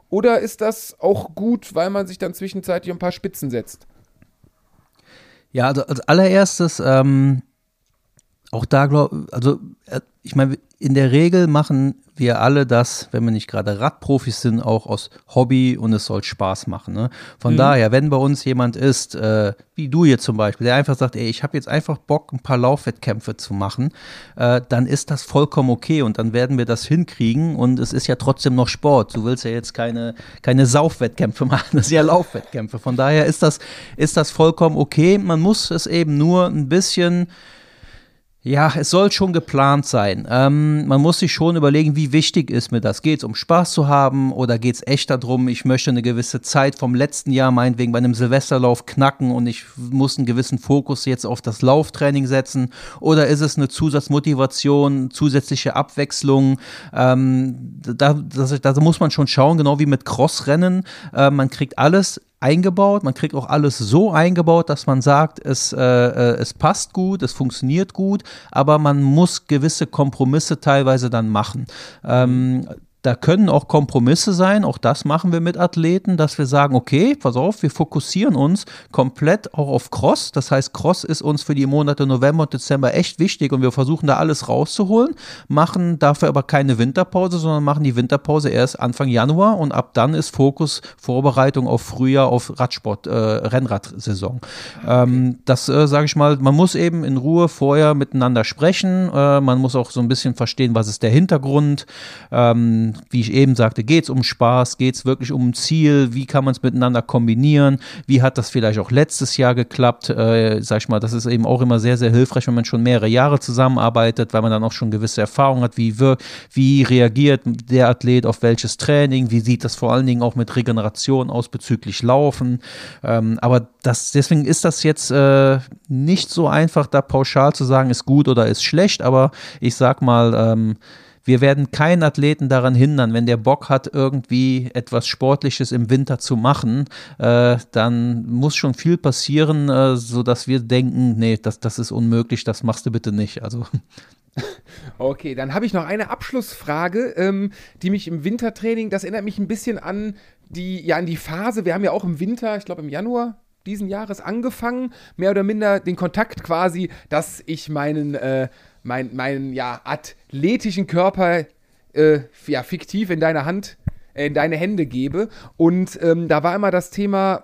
Oder ist das auch gut, weil man sich dann zwischenzeitlich ein paar Spitzen setzt? Ja, also als allererstes, ähm, auch da glaube also äh, ich meine, in der Regel machen wir alle das, wenn wir nicht gerade Radprofis sind, auch aus Hobby und es soll Spaß machen. Ne? Von daher, wenn bei uns jemand ist, äh, wie du hier zum Beispiel, der einfach sagt, ey, ich habe jetzt einfach Bock, ein paar Laufwettkämpfe zu machen, äh, dann ist das vollkommen okay und dann werden wir das hinkriegen und es ist ja trotzdem noch Sport. Du willst ja jetzt keine, keine Saufwettkämpfe machen, das sind ja Laufwettkämpfe. Von daher ist das, ist das vollkommen okay. Man muss es eben nur ein bisschen ja, es soll schon geplant sein. Ähm, man muss sich schon überlegen, wie wichtig ist mir das. Geht es um Spaß zu haben oder geht es echt darum, ich möchte eine gewisse Zeit vom letzten Jahr meinetwegen bei einem Silvesterlauf knacken und ich muss einen gewissen Fokus jetzt auf das Lauftraining setzen? Oder ist es eine Zusatzmotivation, zusätzliche Abwechslung? Ähm, da, das, da muss man schon schauen, genau wie mit Crossrennen. Äh, man kriegt alles eingebaut. Man kriegt auch alles so eingebaut, dass man sagt, es, äh, äh, es passt gut, es funktioniert gut, aber man muss gewisse Kompromisse teilweise dann machen. Ähm, da können auch Kompromisse sein, auch das machen wir mit Athleten, dass wir sagen, okay, pass auf, wir fokussieren uns komplett auch auf Cross. Das heißt, Cross ist uns für die Monate November und Dezember echt wichtig und wir versuchen da alles rauszuholen, machen dafür aber keine Winterpause, sondern machen die Winterpause erst Anfang Januar und ab dann ist Fokus Vorbereitung auf Frühjahr, auf Radsport, äh, Rennradsaison. Ähm, das äh, sage ich mal, man muss eben in Ruhe vorher miteinander sprechen, äh, man muss auch so ein bisschen verstehen, was ist der Hintergrund. Ähm, wie ich eben sagte, geht es um Spaß, geht es wirklich um ein Ziel, wie kann man es miteinander kombinieren, wie hat das vielleicht auch letztes Jahr geklappt. Äh, sag ich mal, das ist eben auch immer sehr, sehr hilfreich, wenn man schon mehrere Jahre zusammenarbeitet, weil man dann auch schon gewisse Erfahrungen hat, wie, wir, wie reagiert der Athlet auf welches Training, wie sieht das vor allen Dingen auch mit Regeneration aus bezüglich Laufen. Ähm, aber das, deswegen ist das jetzt äh, nicht so einfach, da pauschal zu sagen, ist gut oder ist schlecht, aber ich sag mal, ähm, wir werden keinen Athleten daran hindern, wenn der Bock hat, irgendwie etwas Sportliches im Winter zu machen, äh, dann muss schon viel passieren, äh, sodass wir denken, nee, das, das ist unmöglich, das machst du bitte nicht. Also Okay, dann habe ich noch eine Abschlussfrage, ähm, die mich im Wintertraining, das erinnert mich ein bisschen an die, ja, an die Phase. Wir haben ja auch im Winter, ich glaube im Januar diesen Jahres angefangen, mehr oder minder den Kontakt quasi, dass ich meinen, äh, mein, meinen ja, athletischen Körper äh, ja, fiktiv in deine Hand, äh, in deine Hände gebe. Und ähm, da war immer das Thema,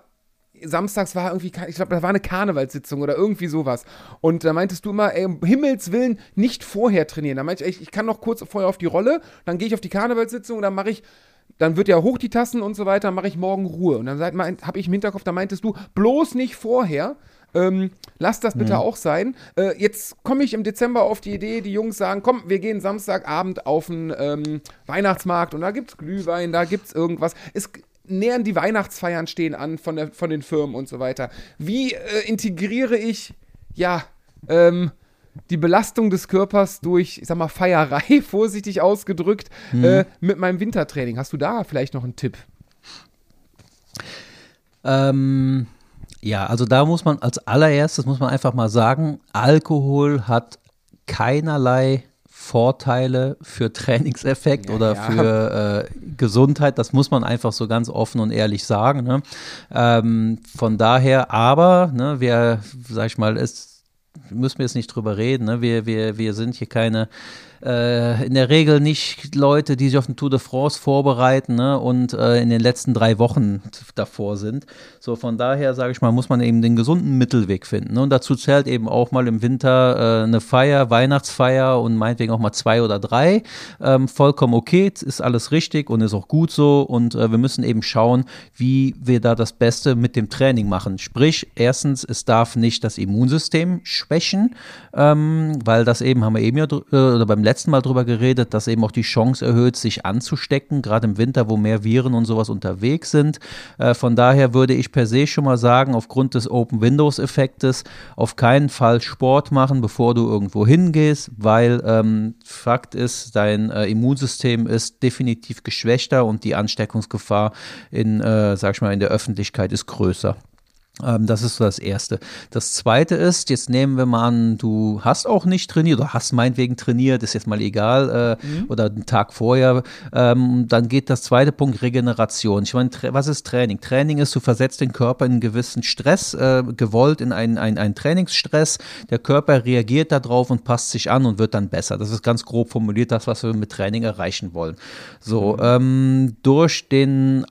samstags war irgendwie, Kar- ich glaube, da war eine Karnevalssitzung oder irgendwie sowas. Und da meintest du immer, ey, um Himmels Willen, nicht vorher trainieren. Da meinte ich, ey, ich kann noch kurz vorher auf die Rolle, dann gehe ich auf die Karnevalssitzung und dann mache ich, dann wird ja hoch die Tassen und so weiter, mache ich morgen Ruhe. Und dann habe ich im Hinterkopf, da meintest du, bloß nicht vorher. Ähm, lass das bitte auch sein. Äh, jetzt komme ich im Dezember auf die Idee, die Jungs sagen, komm, wir gehen Samstagabend auf den ähm, Weihnachtsmarkt und da gibt's Glühwein, da gibt's irgendwas. Es g- nähern die Weihnachtsfeiern stehen an von, der, von den Firmen und so weiter. Wie äh, integriere ich, ja, ähm, die Belastung des Körpers durch, ich sag mal, Feierei, vorsichtig ausgedrückt, äh, mit meinem Wintertraining. Hast du da vielleicht noch einen Tipp? Ähm, ja, also da muss man als allererstes muss man einfach mal sagen, Alkohol hat keinerlei Vorteile für Trainingseffekt oder ja. für äh, Gesundheit. Das muss man einfach so ganz offen und ehrlich sagen. Ne? Ähm, von daher, aber, ne, wir, sag ich mal, ist müssen wir jetzt nicht drüber reden. Ne? Wir, wir, wir sind hier keine, äh, in der Regel nicht Leute, die sich auf den Tour de France vorbereiten ne? und äh, in den letzten drei Wochen t- davor sind. So von daher, sage ich mal, muss man eben den gesunden Mittelweg finden. Ne? Und dazu zählt eben auch mal im Winter äh, eine Feier, Weihnachtsfeier und meinetwegen auch mal zwei oder drei. Ähm, vollkommen okay, ist alles richtig und ist auch gut so. Und äh, wir müssen eben schauen, wie wir da das Beste mit dem Training machen. Sprich, erstens, es darf nicht das Immunsystem schwächen, ähm, weil das eben, haben wir eben ja drü- äh, oder beim letzten Mal drüber geredet, dass eben auch die Chance erhöht, sich anzustecken, gerade im Winter, wo mehr Viren und sowas unterwegs sind. Äh, von daher würde ich per se schon mal sagen, aufgrund des Open Windows-Effektes, auf keinen Fall Sport machen, bevor du irgendwo hingehst, weil ähm, Fakt ist, dein äh, Immunsystem ist definitiv geschwächter und die Ansteckungsgefahr in, äh, sag ich mal, in der Öffentlichkeit ist größer. Ähm, das ist so das Erste. Das Zweite ist, jetzt nehmen wir mal an, du hast auch nicht trainiert oder hast meinetwegen trainiert, ist jetzt mal egal, äh, oder einen Tag vorher. Ähm, dann geht das zweite Punkt Regeneration. Ich meine, tra- was ist Training? Training ist, du versetzt den Körper in einen gewissen Stress, äh, gewollt in einen, einen, einen Trainingsstress. Der Körper reagiert darauf und passt sich an und wird dann besser. Das ist ganz grob formuliert das, was wir mit Training erreichen wollen. So, ähm, durch den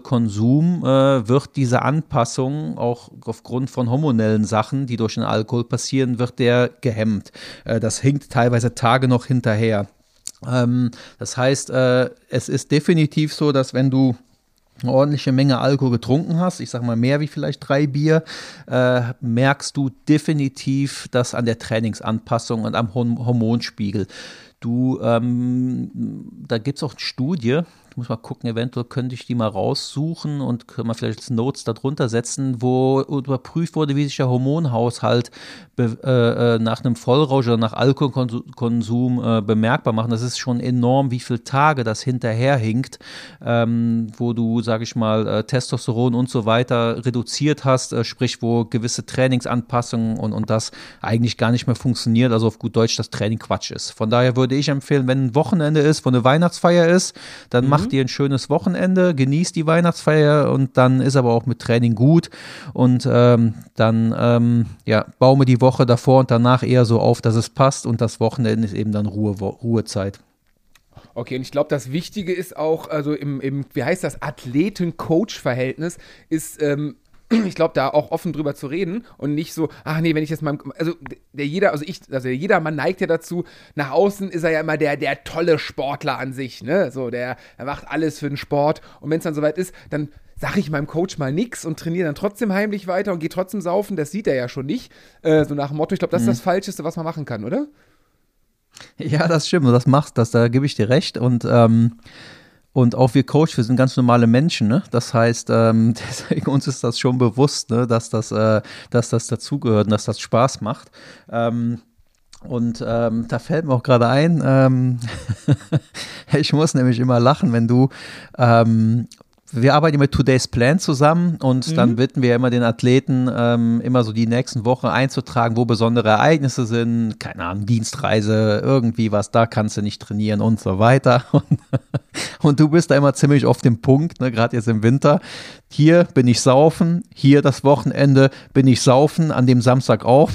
Alkoholkonsum äh, wird diese Anpassung auch aufgrund von hormonellen Sachen, die durch den Alkohol passieren, wird der gehemmt. Äh, das hinkt teilweise Tage noch hinterher. Ähm, das heißt, äh, es ist definitiv so, dass wenn du eine ordentliche Menge Alkohol getrunken hast, ich sag mal mehr wie vielleicht drei Bier, äh, merkst du definitiv das an der Trainingsanpassung und am Horm- Hormonspiegel. Du, ähm, da gibt es auch eine Studie, ich muss mal gucken, eventuell könnte ich die mal raussuchen und können wir vielleicht als Notes darunter setzen, wo überprüft wurde, wie sich der Hormonhaushalt be, äh, äh, nach einem Vollrausch oder nach Alkoholkonsum äh, bemerkbar machen. Das ist schon enorm, wie viele Tage das hinterherhinkt, ähm, wo du, sage ich mal, äh, Testosteron und so weiter reduziert hast, äh, sprich, wo gewisse Trainingsanpassungen und, und das eigentlich gar nicht mehr funktioniert, also auf gut Deutsch, das Training Quatsch ist. Von daher würde ich empfehlen, wenn ein Wochenende ist, wo eine Weihnachtsfeier ist, dann macht ihr ein schönes Wochenende, genießt die Weihnachtsfeier und dann ist aber auch mit Training gut und ähm, dann ähm, ja, bauen wir die Woche davor und danach eher so auf, dass es passt und das Wochenende ist eben dann Ruhe, Wo- Ruhezeit. Okay, und ich glaube, das Wichtige ist auch, also im, im wie heißt das, Athleten-Coach-Verhältnis ist, ähm, ich glaube, da auch offen drüber zu reden und nicht so, ach nee, wenn ich jetzt mal, also der jeder, also ich, also der jedermann neigt ja dazu, nach außen ist er ja immer der, der tolle Sportler an sich, ne, so, der, er macht alles für den Sport und wenn es dann soweit ist, dann sag ich meinem Coach mal nix und trainiere dann trotzdem heimlich weiter und gehe trotzdem saufen, das sieht er ja schon nicht, äh, so nach dem Motto, ich glaube, das Mhm. ist das Falscheste, was man machen kann, oder? Ja, das stimmt, das machst das, da gebe ich dir recht und ähm, und auch wir Coach, wir sind ganz normale Menschen, ne? Das heißt, ähm, deswegen uns ist das schon bewusst, ne? dass das, äh, dass das dazugehört und dass das Spaß macht. Ähm, Und ähm, da fällt mir auch gerade ein, ähm, ich muss nämlich immer lachen, wenn du, ähm, wir arbeiten ja mit Today's Plan zusammen und Mhm. dann bitten wir ja immer den Athleten, ähm, immer so die nächsten Woche einzutragen, wo besondere Ereignisse sind, keine Ahnung, Dienstreise, irgendwie was, da kannst du nicht trainieren und so weiter. Und, und du bist da immer ziemlich auf dem Punkt, ne, gerade jetzt im Winter. Hier bin ich saufen, hier das Wochenende bin ich saufen, an dem Samstag auch.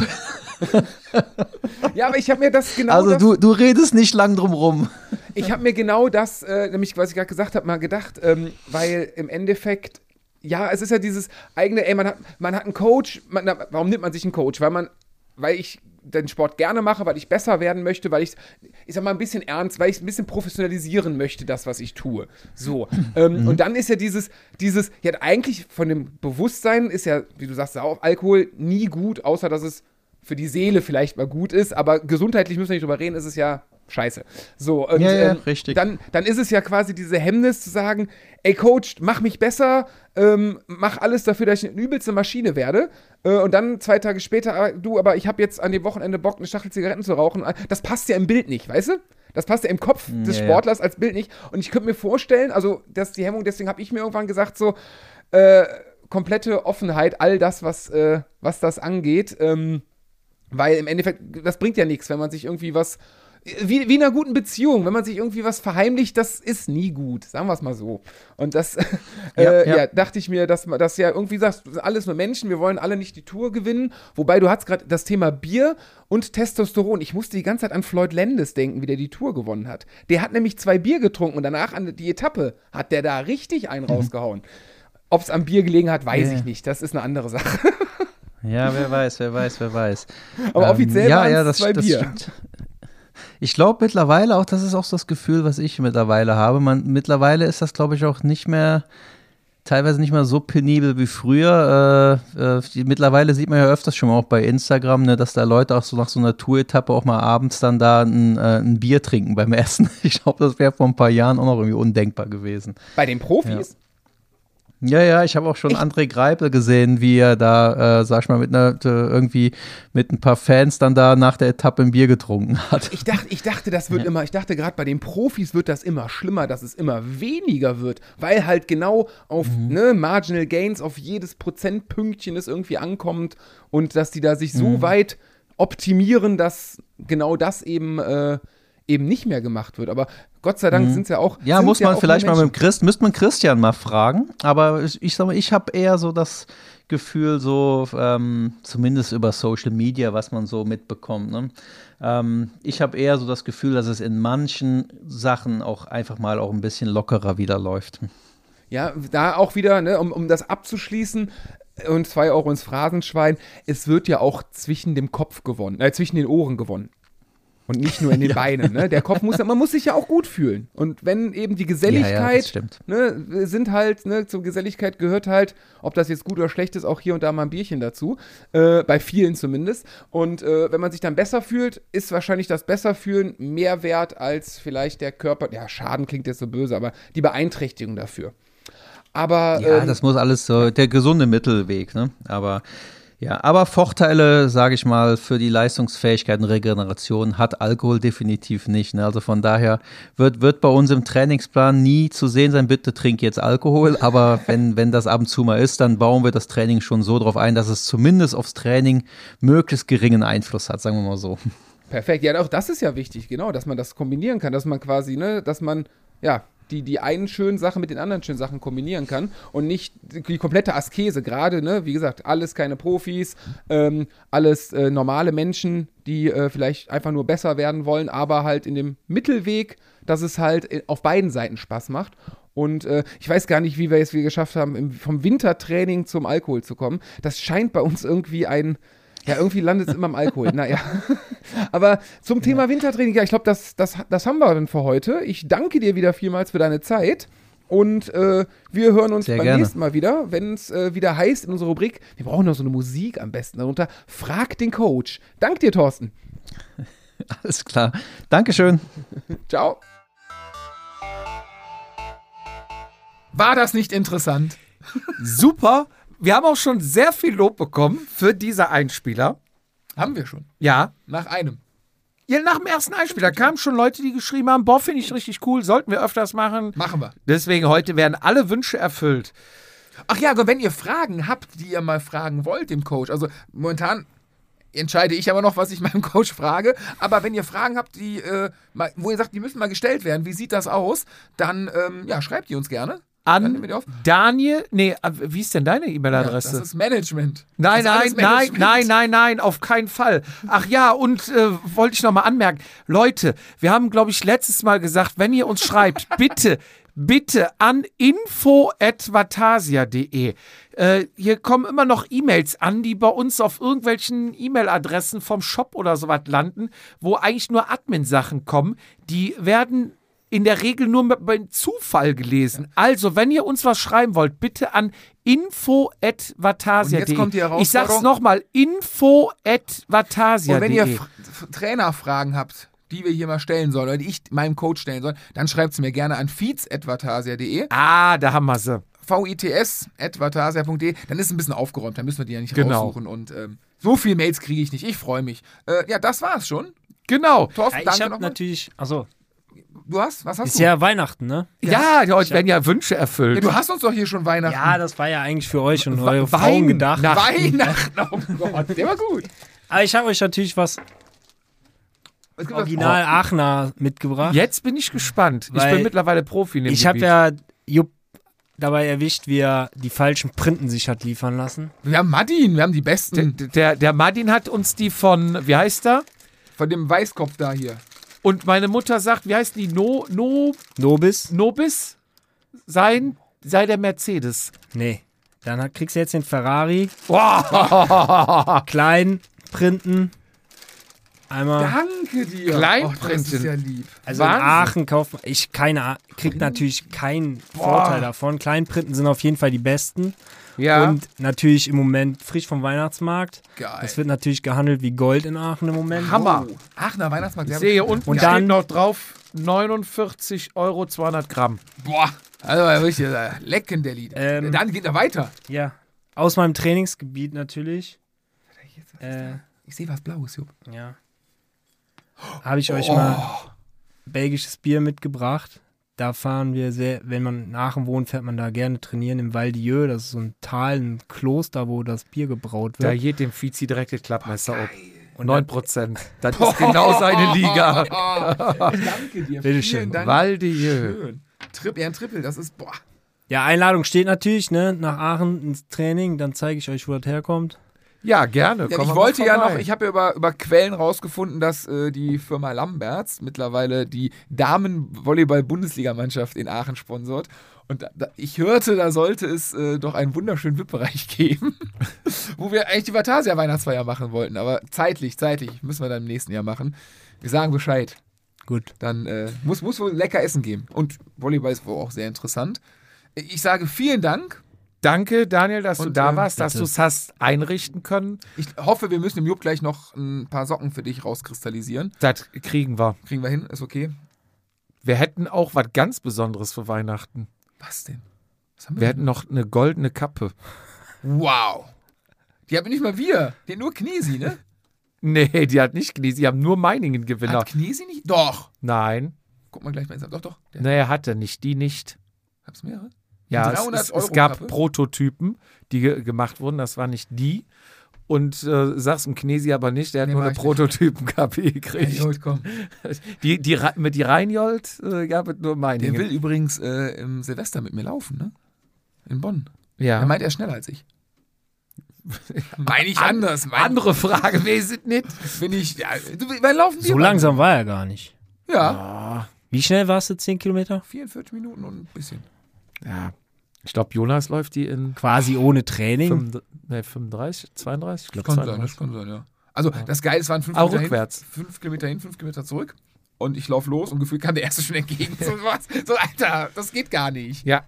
Ja, aber ich habe mir das genau Also das du, du redest nicht lang drum rum. Ich habe mir genau das, äh, nämlich was ich gerade gesagt habe, mal gedacht, ähm, weil im Endeffekt, ja, es ist ja dieses eigene, ey, man hat, man hat einen Coach, man, na, warum nimmt man sich einen Coach? Weil man, weil ich den Sport gerne mache, weil ich besser werden möchte, weil ich, ich sag mal ein bisschen ernst, weil ich ein bisschen professionalisieren möchte, das, was ich tue. So. Ähm, Und dann ist ja dieses, dieses, ja, eigentlich von dem Bewusstsein ist ja, wie du sagst, auch Alkohol nie gut, außer dass es für die Seele vielleicht mal gut ist, aber gesundheitlich müssen wir nicht drüber reden, ist es ja scheiße. So, und, Ja, ja, ähm, richtig. Dann, dann ist es ja quasi diese Hemmnis zu sagen, ey Coach, mach mich besser, ähm, mach alles dafür, dass ich eine übelste Maschine werde. Äh, und dann zwei Tage später, ah, du, aber ich habe jetzt an dem Wochenende Bock, eine Schachtel Zigaretten zu rauchen. Ah, Das passt ja im Bild nicht, weißt du? Das passt ja im Kopf des ja, ja. Sportlers als Bild nicht. Und ich könnte mir vorstellen, also dass die Hemmung, deswegen habe ich mir irgendwann gesagt, so, äh, komplette Offenheit, all das, was, äh, was das angeht. Ähm, weil im Endeffekt, das bringt ja nichts, wenn man sich irgendwie was. Wie, wie in einer guten Beziehung, wenn man sich irgendwie was verheimlicht, das ist nie gut, sagen wir es mal so. Und das äh, ja, ja. dachte ich mir, dass man das ja irgendwie sagst, wir sind alles nur Menschen, wir wollen alle nicht die Tour gewinnen. Wobei du hattest gerade das Thema Bier und Testosteron. Ich musste die ganze Zeit an Floyd Landis denken, wie der die Tour gewonnen hat. Der hat nämlich zwei Bier getrunken und danach an die Etappe hat der da richtig einen rausgehauen. Ob es am Bier gelegen hat, weiß Ja. ich nicht. Das ist eine andere Sache. Ja, wer weiß, wer weiß, wer weiß. Ähm, Aber offiziell ja, waren's ja, das, zwei das Bier. Stimmt. Ich glaube mittlerweile auch, das ist auch so das Gefühl, was ich mittlerweile habe. Man, mittlerweile ist das, glaube ich, auch nicht mehr, teilweise nicht mehr so penibel wie früher. Äh, äh, die, mittlerweile sieht man ja öfters schon auch bei Instagram, ne, dass da Leute auch so nach so einer Tour-Etappe auch mal abends dann da ein, äh, ein Bier trinken beim Essen. Ich glaube, das wäre vor ein paar Jahren auch noch irgendwie undenkbar gewesen. Bei den Profis? Ja, ja, ich habe auch schon André Greipel gesehen, wie er da, äh, sag ich mal, mit einer, äh, irgendwie mit ein paar Fans dann da nach der Etappe ein Bier getrunken hat. Ich dachte, ich dachte, das wird immer, ich dachte gerade bei den Profis wird das immer schlimmer, dass es immer weniger wird, weil halt genau auf Mhm. ne, Marginal Gains, auf jedes Prozentpünktchen es irgendwie ankommt und dass die da sich Mhm. so weit optimieren, dass genau das eben, äh, eben nicht mehr gemacht wird. Aber Gott sei Dank sind es ja auch. Mhm. Ja, sind's muss man auch vielleicht nur mal mit dem Menschen. Christ, müsste man Christian mal fragen. Aber ich, ich sag mal, ich habe eher so das Gefühl, so ähm, zumindest über Social Media, was man so mitbekommt. Ne? Ähm, ich habe eher so das Gefühl, dass es in manchen Sachen auch einfach mal auch ein bisschen lockerer wieder läuft. Ja, da auch wieder, ne, um, um das abzuschließen, und zwei Euro ins Phrasenschwein, es wird ja auch zwischen dem Kopf gewonnen, äh, zwischen den Ohren gewonnen. Und nicht nur in den Beinen. Ne? Der Kopf muss, ja- man muss sich ja auch gut fühlen. Und wenn eben die Ja, ja, das Geselligkeit, stimmt. ne, sind halt, ne, zur Geselligkeit gehört halt, ob das jetzt gut oder schlecht ist, auch hier und da mal ein Bierchen dazu. Äh, bei vielen zumindest. Und äh, wenn man sich dann besser fühlt, ist wahrscheinlich das Besserfühlen mehr wert als vielleicht der Körper. Ja, Schaden klingt jetzt so böse, aber die Beeinträchtigung dafür. Aber Ja, ähm, das muss alles so der gesunde Mittelweg, ne? Aber ja, aber Vorteile, sage ich mal, für die Leistungsfähigkeit und Regeneration hat Alkohol definitiv nicht. Ne? Also von daher wird, wird bei uns im Trainingsplan nie zu sehen sein, bitte trink jetzt Alkohol. Aber wenn, wenn das ab und zu mal ist, dann bauen wir das Training schon so drauf ein, dass es zumindest aufs Training möglichst geringen Einfluss hat, sagen wir mal so. Perfekt. Ja, auch das ist ja wichtig, genau, dass man das kombinieren kann, dass man quasi, ne, dass man, ja, die, die einen schönen Sachen mit den anderen schönen Sachen kombinieren kann und nicht die komplette Askese gerade, ne, wie gesagt, alles keine Profis, ähm, alles äh, normale Menschen, die äh, vielleicht einfach nur besser werden wollen, aber halt in dem Mittelweg, dass es halt äh, auf beiden Seiten Spaß macht. Und äh, ich weiß gar nicht, wie wir es wir geschafft haben, im, vom Wintertraining zum Alkohol zu kommen. Das scheint bei uns irgendwie ein, ja, irgendwie landet es immer im Alkohol. Naja. Aber zum Thema Wintertraining, ja, ich glaube, das, das, das haben wir dann für heute. Ich danke dir wieder vielmals für deine Zeit. Und äh, wir hören uns Sehr beim gerne. nächsten Mal wieder, wenn es äh, wieder heißt in unserer Rubrik, wir brauchen noch so eine Musik am besten darunter. Frag den Coach. Dank dir, Thorsten. Alles klar. Dankeschön. Ciao. War das nicht interessant? Super. Wir haben auch schon sehr viel Lob bekommen für diese Einspieler. Haben wir schon. Ja. Nach einem. Ja, nach dem ersten Einspieler kamen schon Leute, die geschrieben haben, boah, finde ich richtig cool, sollten wir öfters machen. Machen wir. Deswegen heute werden alle Wünsche erfüllt. Ach ja, wenn ihr Fragen habt, die ihr mal fragen wollt dem Coach, also momentan entscheide ich aber noch, was ich meinem Coach frage, aber wenn ihr Fragen habt, die, äh, mal, wo ihr sagt, die müssen mal gestellt werden, wie sieht das aus, dann ähm, ja, schreibt die uns gerne. Dann nehmen wir die An auf. Daniel, nee, äh, wie ist denn deine Ja, das E-Mail-Adresse? ist Management. Nein, nein, das ist alles nein, Management. nein, nein, nein, auf keinen Fall. Ach ja, und äh, wollte ich nochmal anmerken, Leute, wir haben, glaube ich, letztes Mal gesagt, wenn ihr uns schreibt, bitte, bitte an info.vatasia.de. Äh, hier kommen immer noch E-Mails an, die bei uns auf irgendwelchen E-Mail-Adressen vom Shop oder sowas landen, wo eigentlich nur Admin-Sachen kommen. Die werden in der Regel nur mit- beim Zufall gelesen. Also, wenn ihr uns was schreiben wollt, bitte an info@vatasia.de. Und jetzt kommt die Ich sag's Herausforderung. nochmal, info@vatasia.de. Und wenn ihr F F Trainerfragen habt, die wir hier mal stellen sollen oder die ich meinem Coach stellen soll, dann schreibt es mir gerne an feeds.advertasia.de, Ah, da haben wir sie. vits.advertasia.de, dann ist es ein bisschen aufgeräumt, dann müssen wir die ja nicht Genau. raussuchen und ähm, so viel Mails kriege ich nicht, ich freue mich. Äh, ja, das war's schon. Genau. Torsten, Ja, ich danke habe nochmal. natürlich, achso, Du hast, was hast ist du? ja Weihnachten, ne? Ja, heute werden ja Wünsche Ja, erfüllt. du hast uns doch hier schon Weihnachten. Ja, das war ja eigentlich für euch und Wa- eure Wein- Frauen gedacht. Na- Weihnachten, oh Gott, der war gut. Aber ich habe euch natürlich was Es gibt was- Original Aachener mitgebracht. Jetzt bin ich gespannt. Ich Weil bin mittlerweile Profi in dem Ich habe Gebiet. ja Jupp dabei erwischt, wie er die falschen Printen sich hat liefern lassen. Oh, Wir haben Martin, wir haben die Der, hm. Besten der, der Martin hat uns die von, wie heißt er? von dem Weißkopf da hier. Und meine Mutter sagt, wie heißt die? No, no, Nobis? Nobis? Sein, sei der Mercedes. Nee. Dann hat, kriegst du jetzt den Ferrari, Wow. klein, Printen. Einmal. Danke dir. Kleinprinten. Och, das ist ja lieb. Also in Wahnsinn. Aachen kauft man. Ich keine, Ah- krieg natürlich keinen Vorteil davon. Kleinprinten sind auf jeden Fall die besten. Ja. Und natürlich im Moment frisch vom Weihnachtsmarkt. Geil. Das wird natürlich gehandelt wie Gold in Aachen im Moment. Hammer. Oh, Aachener Weihnachtsmarkt. Ich sehe hier unten Und steht dann- noch drauf 49 Euro 200 Gramm. Boah, also richtig, äh, lecken der Lied. Ähm. Dann geht er weiter. Ja. Aus meinem Trainingsgebiet natürlich. Äh, Ich sehe was Blaues, Jupp. ja. Habe ich euch mal belgisches Bier mitgebracht. Da fahren wir sehr, wenn man nach dem Wohnen fährt man da gerne trainieren im Val d'Ieu. Das ist so ein Tal, ein Kloster, wo das Bier gebraut Da wird. geht dem Vizi direkt das Klappmesser ab. Und 9 Prozent. Das ist genau seine Liga. Danke dir. Bitteschön. Vielen Dank. Waldieu. Schön. Trip, ja, ein Triple, das ist, boah. Ja, Einladung steht natürlich, ne? Nach Aachen ins Training. Dann zeige ich euch, wo das herkommt. Ja, gerne. Ja, Komm ich mal wollte ja vorbei. noch, ich habe ja über, über Quellen rausgefunden, dass äh, die Firma Lamberts mittlerweile die Damen-Volleyball-Bundesligamannschaft in Aachen sponsort. Und da, da, ich hörte, da sollte es äh, doch einen wunderschönen VIP-Bereich geben, wo wir eigentlich die Vatasia-Weihnachtsfeier machen wollten. Aber zeitlich, zeitlich müssen wir dann im nächsten Jahr machen. Wir sagen Bescheid. Gut. Dann äh, muss, muss wohl lecker essen gehen. Und Volleyball ist wohl auch sehr interessant. Ich sage vielen Dank. Danke, Daniel, dass du Und, da ähm, warst, dass bitte. du es hast einrichten können. Ich hoffe, wir müssen im Jupp gleich noch ein paar Socken für dich rauskristallisieren. Das kriegen wir. Kriegen wir hin, ist okay. Wir hätten auch was ganz Besonderes für Weihnachten. Was denn? Was haben Wir wir hätten noch eine goldene Kappe. denn? Wow. Die haben nicht mal wir. Die hat nur Knesi, ne? Nee, die hat nicht genießt. Die haben nur Meiningen-Gewinner. Hat Knesi nicht? Doch. Nein. Guck mal gleich mal insgesamt. Doch, doch. Der Nee, hat er nicht. Die nicht. gab's mehrere. Ja, es, 300 es, Euro es gab Kappe? Prototypen, die ge gemacht wurden. Das war nicht die. Und äh, sag's dem Knesi aber nicht, der hat Nee, nur mach eine ich nicht. Prototypenkappe Ey, gekriegt. Jolt, komm. Die, die, Ra- mit die Reinhold äh, gab es nur Der Meiningen. will übrigens äh, im Silvester mit mir laufen, ne? In Bonn. ja. Er meint, er ist schneller als ich. Meine ich anders. Mein, Andere Frage, wir sind nicht. Bin ich. Ja, du, wann laufen wir? So langsam war er gar nicht. Ja. Wie schnell warst du? 10 Kilometer? 44 Minuten und ein bisschen. Ja. Ich glaube, Jonas läuft die in Quasi ohne Training. 35, nee, 35 32, ich glaube Kann sein, das 32. kann sein, ja. Also, das Geile ist, waren fünf Ah, Kilometer, rückwärts. Hin, fünf Kilometer hin, fünf Kilometer zurück. Und ich laufe los und gefühlt kam der erste schon entgegen. So, was? so Alter, das geht gar nicht. Ja.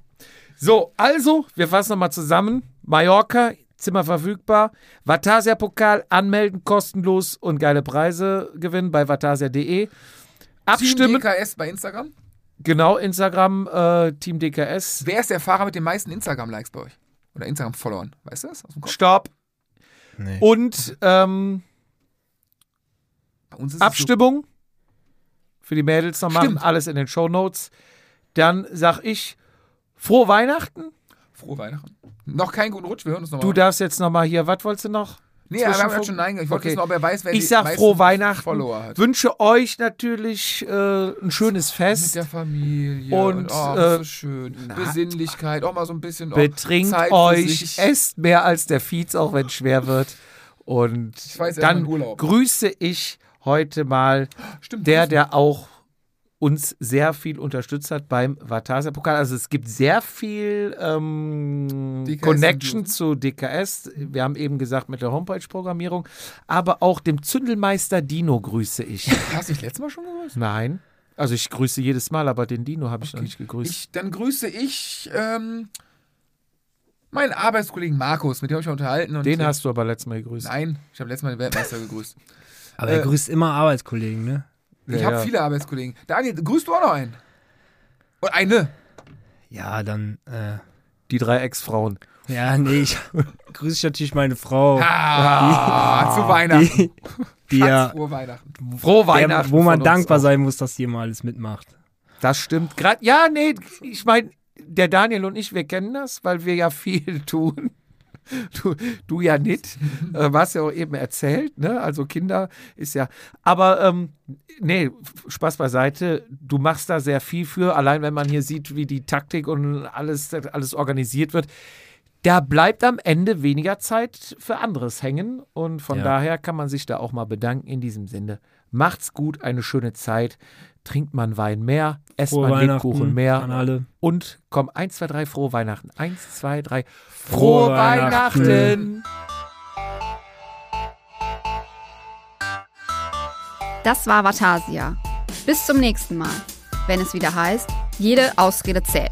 So, also, wir fassen nochmal zusammen. Mallorca, Zimmer verfügbar. Vatasia Pokal anmelden, kostenlos und geile Preise gewinnen bei vatasia.de. Abstimmen, Team DKS bei Instagram. genau, Instagram, äh, Team DKS. Wer ist der Fahrer mit den meisten Instagram-Likes bei euch? Oder Instagram-Followern? Weißt du das? Aus dem Kopf? Stopp. Nee. Und ähm, Bei uns ist es so- Abstimmung für die Mädels noch machen. Stimmt. Alles in den Show Notes. Dann sag ich frohe Weihnachten. Frohe Weihnachten. Noch keinen guten Rutsch, wir hören uns nochmal. Du darfst jetzt noch mal hier. Was wolltest du noch? nee, aber wir haben Zwischenfunk- gerade schon Nein gesagt. Ich wollte Okay. wissen, ob er weiß, wer die Ich sag meisten frohe Weihnachten. Follower hat. Wünsche euch natürlich äh, ein schönes Mit Fest. der Familie. Und, oh, äh, so schön. Besinnlichkeit, auch mal so ein bisschen. Oh, Betrinkt Zeit für euch, sich. esst mehr als der Fiez, auch wenn es schwer wird. Und weiß, er hat dann einen Urlaub. grüße ich heute mal Stimmt, der, grüßen. der auch uns sehr viel unterstützt hat beim Vatasia Pokal. Also es gibt sehr viel ähm, DKS Connection und zu DKS. Wir haben eben gesagt mit der Homepage-Programmierung, aber auch dem Zündelmeister Dino grüße ich. Hast du dich letztes Mal schon gegrüßt? Nein. Also ich grüße jedes Mal, aber den Dino habe ich noch nicht gegrüßt. Ich, dann grüße ich ähm, meinen Arbeitskollegen Markus, mit dem habe ich mich unterhalten. Und den hast du aber letztes Mal gegrüßt. Nein, ich habe letztes Mal den Weltmeister gegrüßt. Aber er Äh, grüßt immer Arbeitskollegen, ne? Ich Ja, habe ja. viele Arbeitskollegen. Daniel, grüßt du auch noch einen? Und eine. Ja, dann, äh, Die drei Ex-Frauen. ja, nee, ich grüße ich natürlich meine Frau, Ah, zu Weihnachten. die, die ja, Schatz, frohe Weihnachten. Frohe der, Weihnachten. wo von man uns dankbar auch. sein muss, dass die immer alles mitmacht. Das stimmt. Grad, ja, nee, ich meine, der Daniel und ich, wir kennen das, weil wir ja viel tun. Du, du ja nicht. Äh, was ja auch eben erzählt, ne? Also Kinder ist ja. Aber ähm, nee, Spaß beiseite, du machst da sehr viel für. Allein wenn man hier sieht, wie die Taktik und alles, alles organisiert wird. Da bleibt am Ende weniger Zeit für anderes hängen. Und von Ja. daher kann man sich da auch mal bedanken in diesem Sinne. Macht's gut, eine schöne Zeit. Trinkt man Wein mehr, esst Frohe man Weihnachten Lebkuchen an mehr. alle. Und komm, eins, zwei, drei, frohe Weihnachten. Eins, zwei, drei, frohe, Frohe Weihnachten. Weihnachten. Das war Vatasia. Bis zum nächsten Mal, wenn es wieder heißt, jede Ausrede zählt.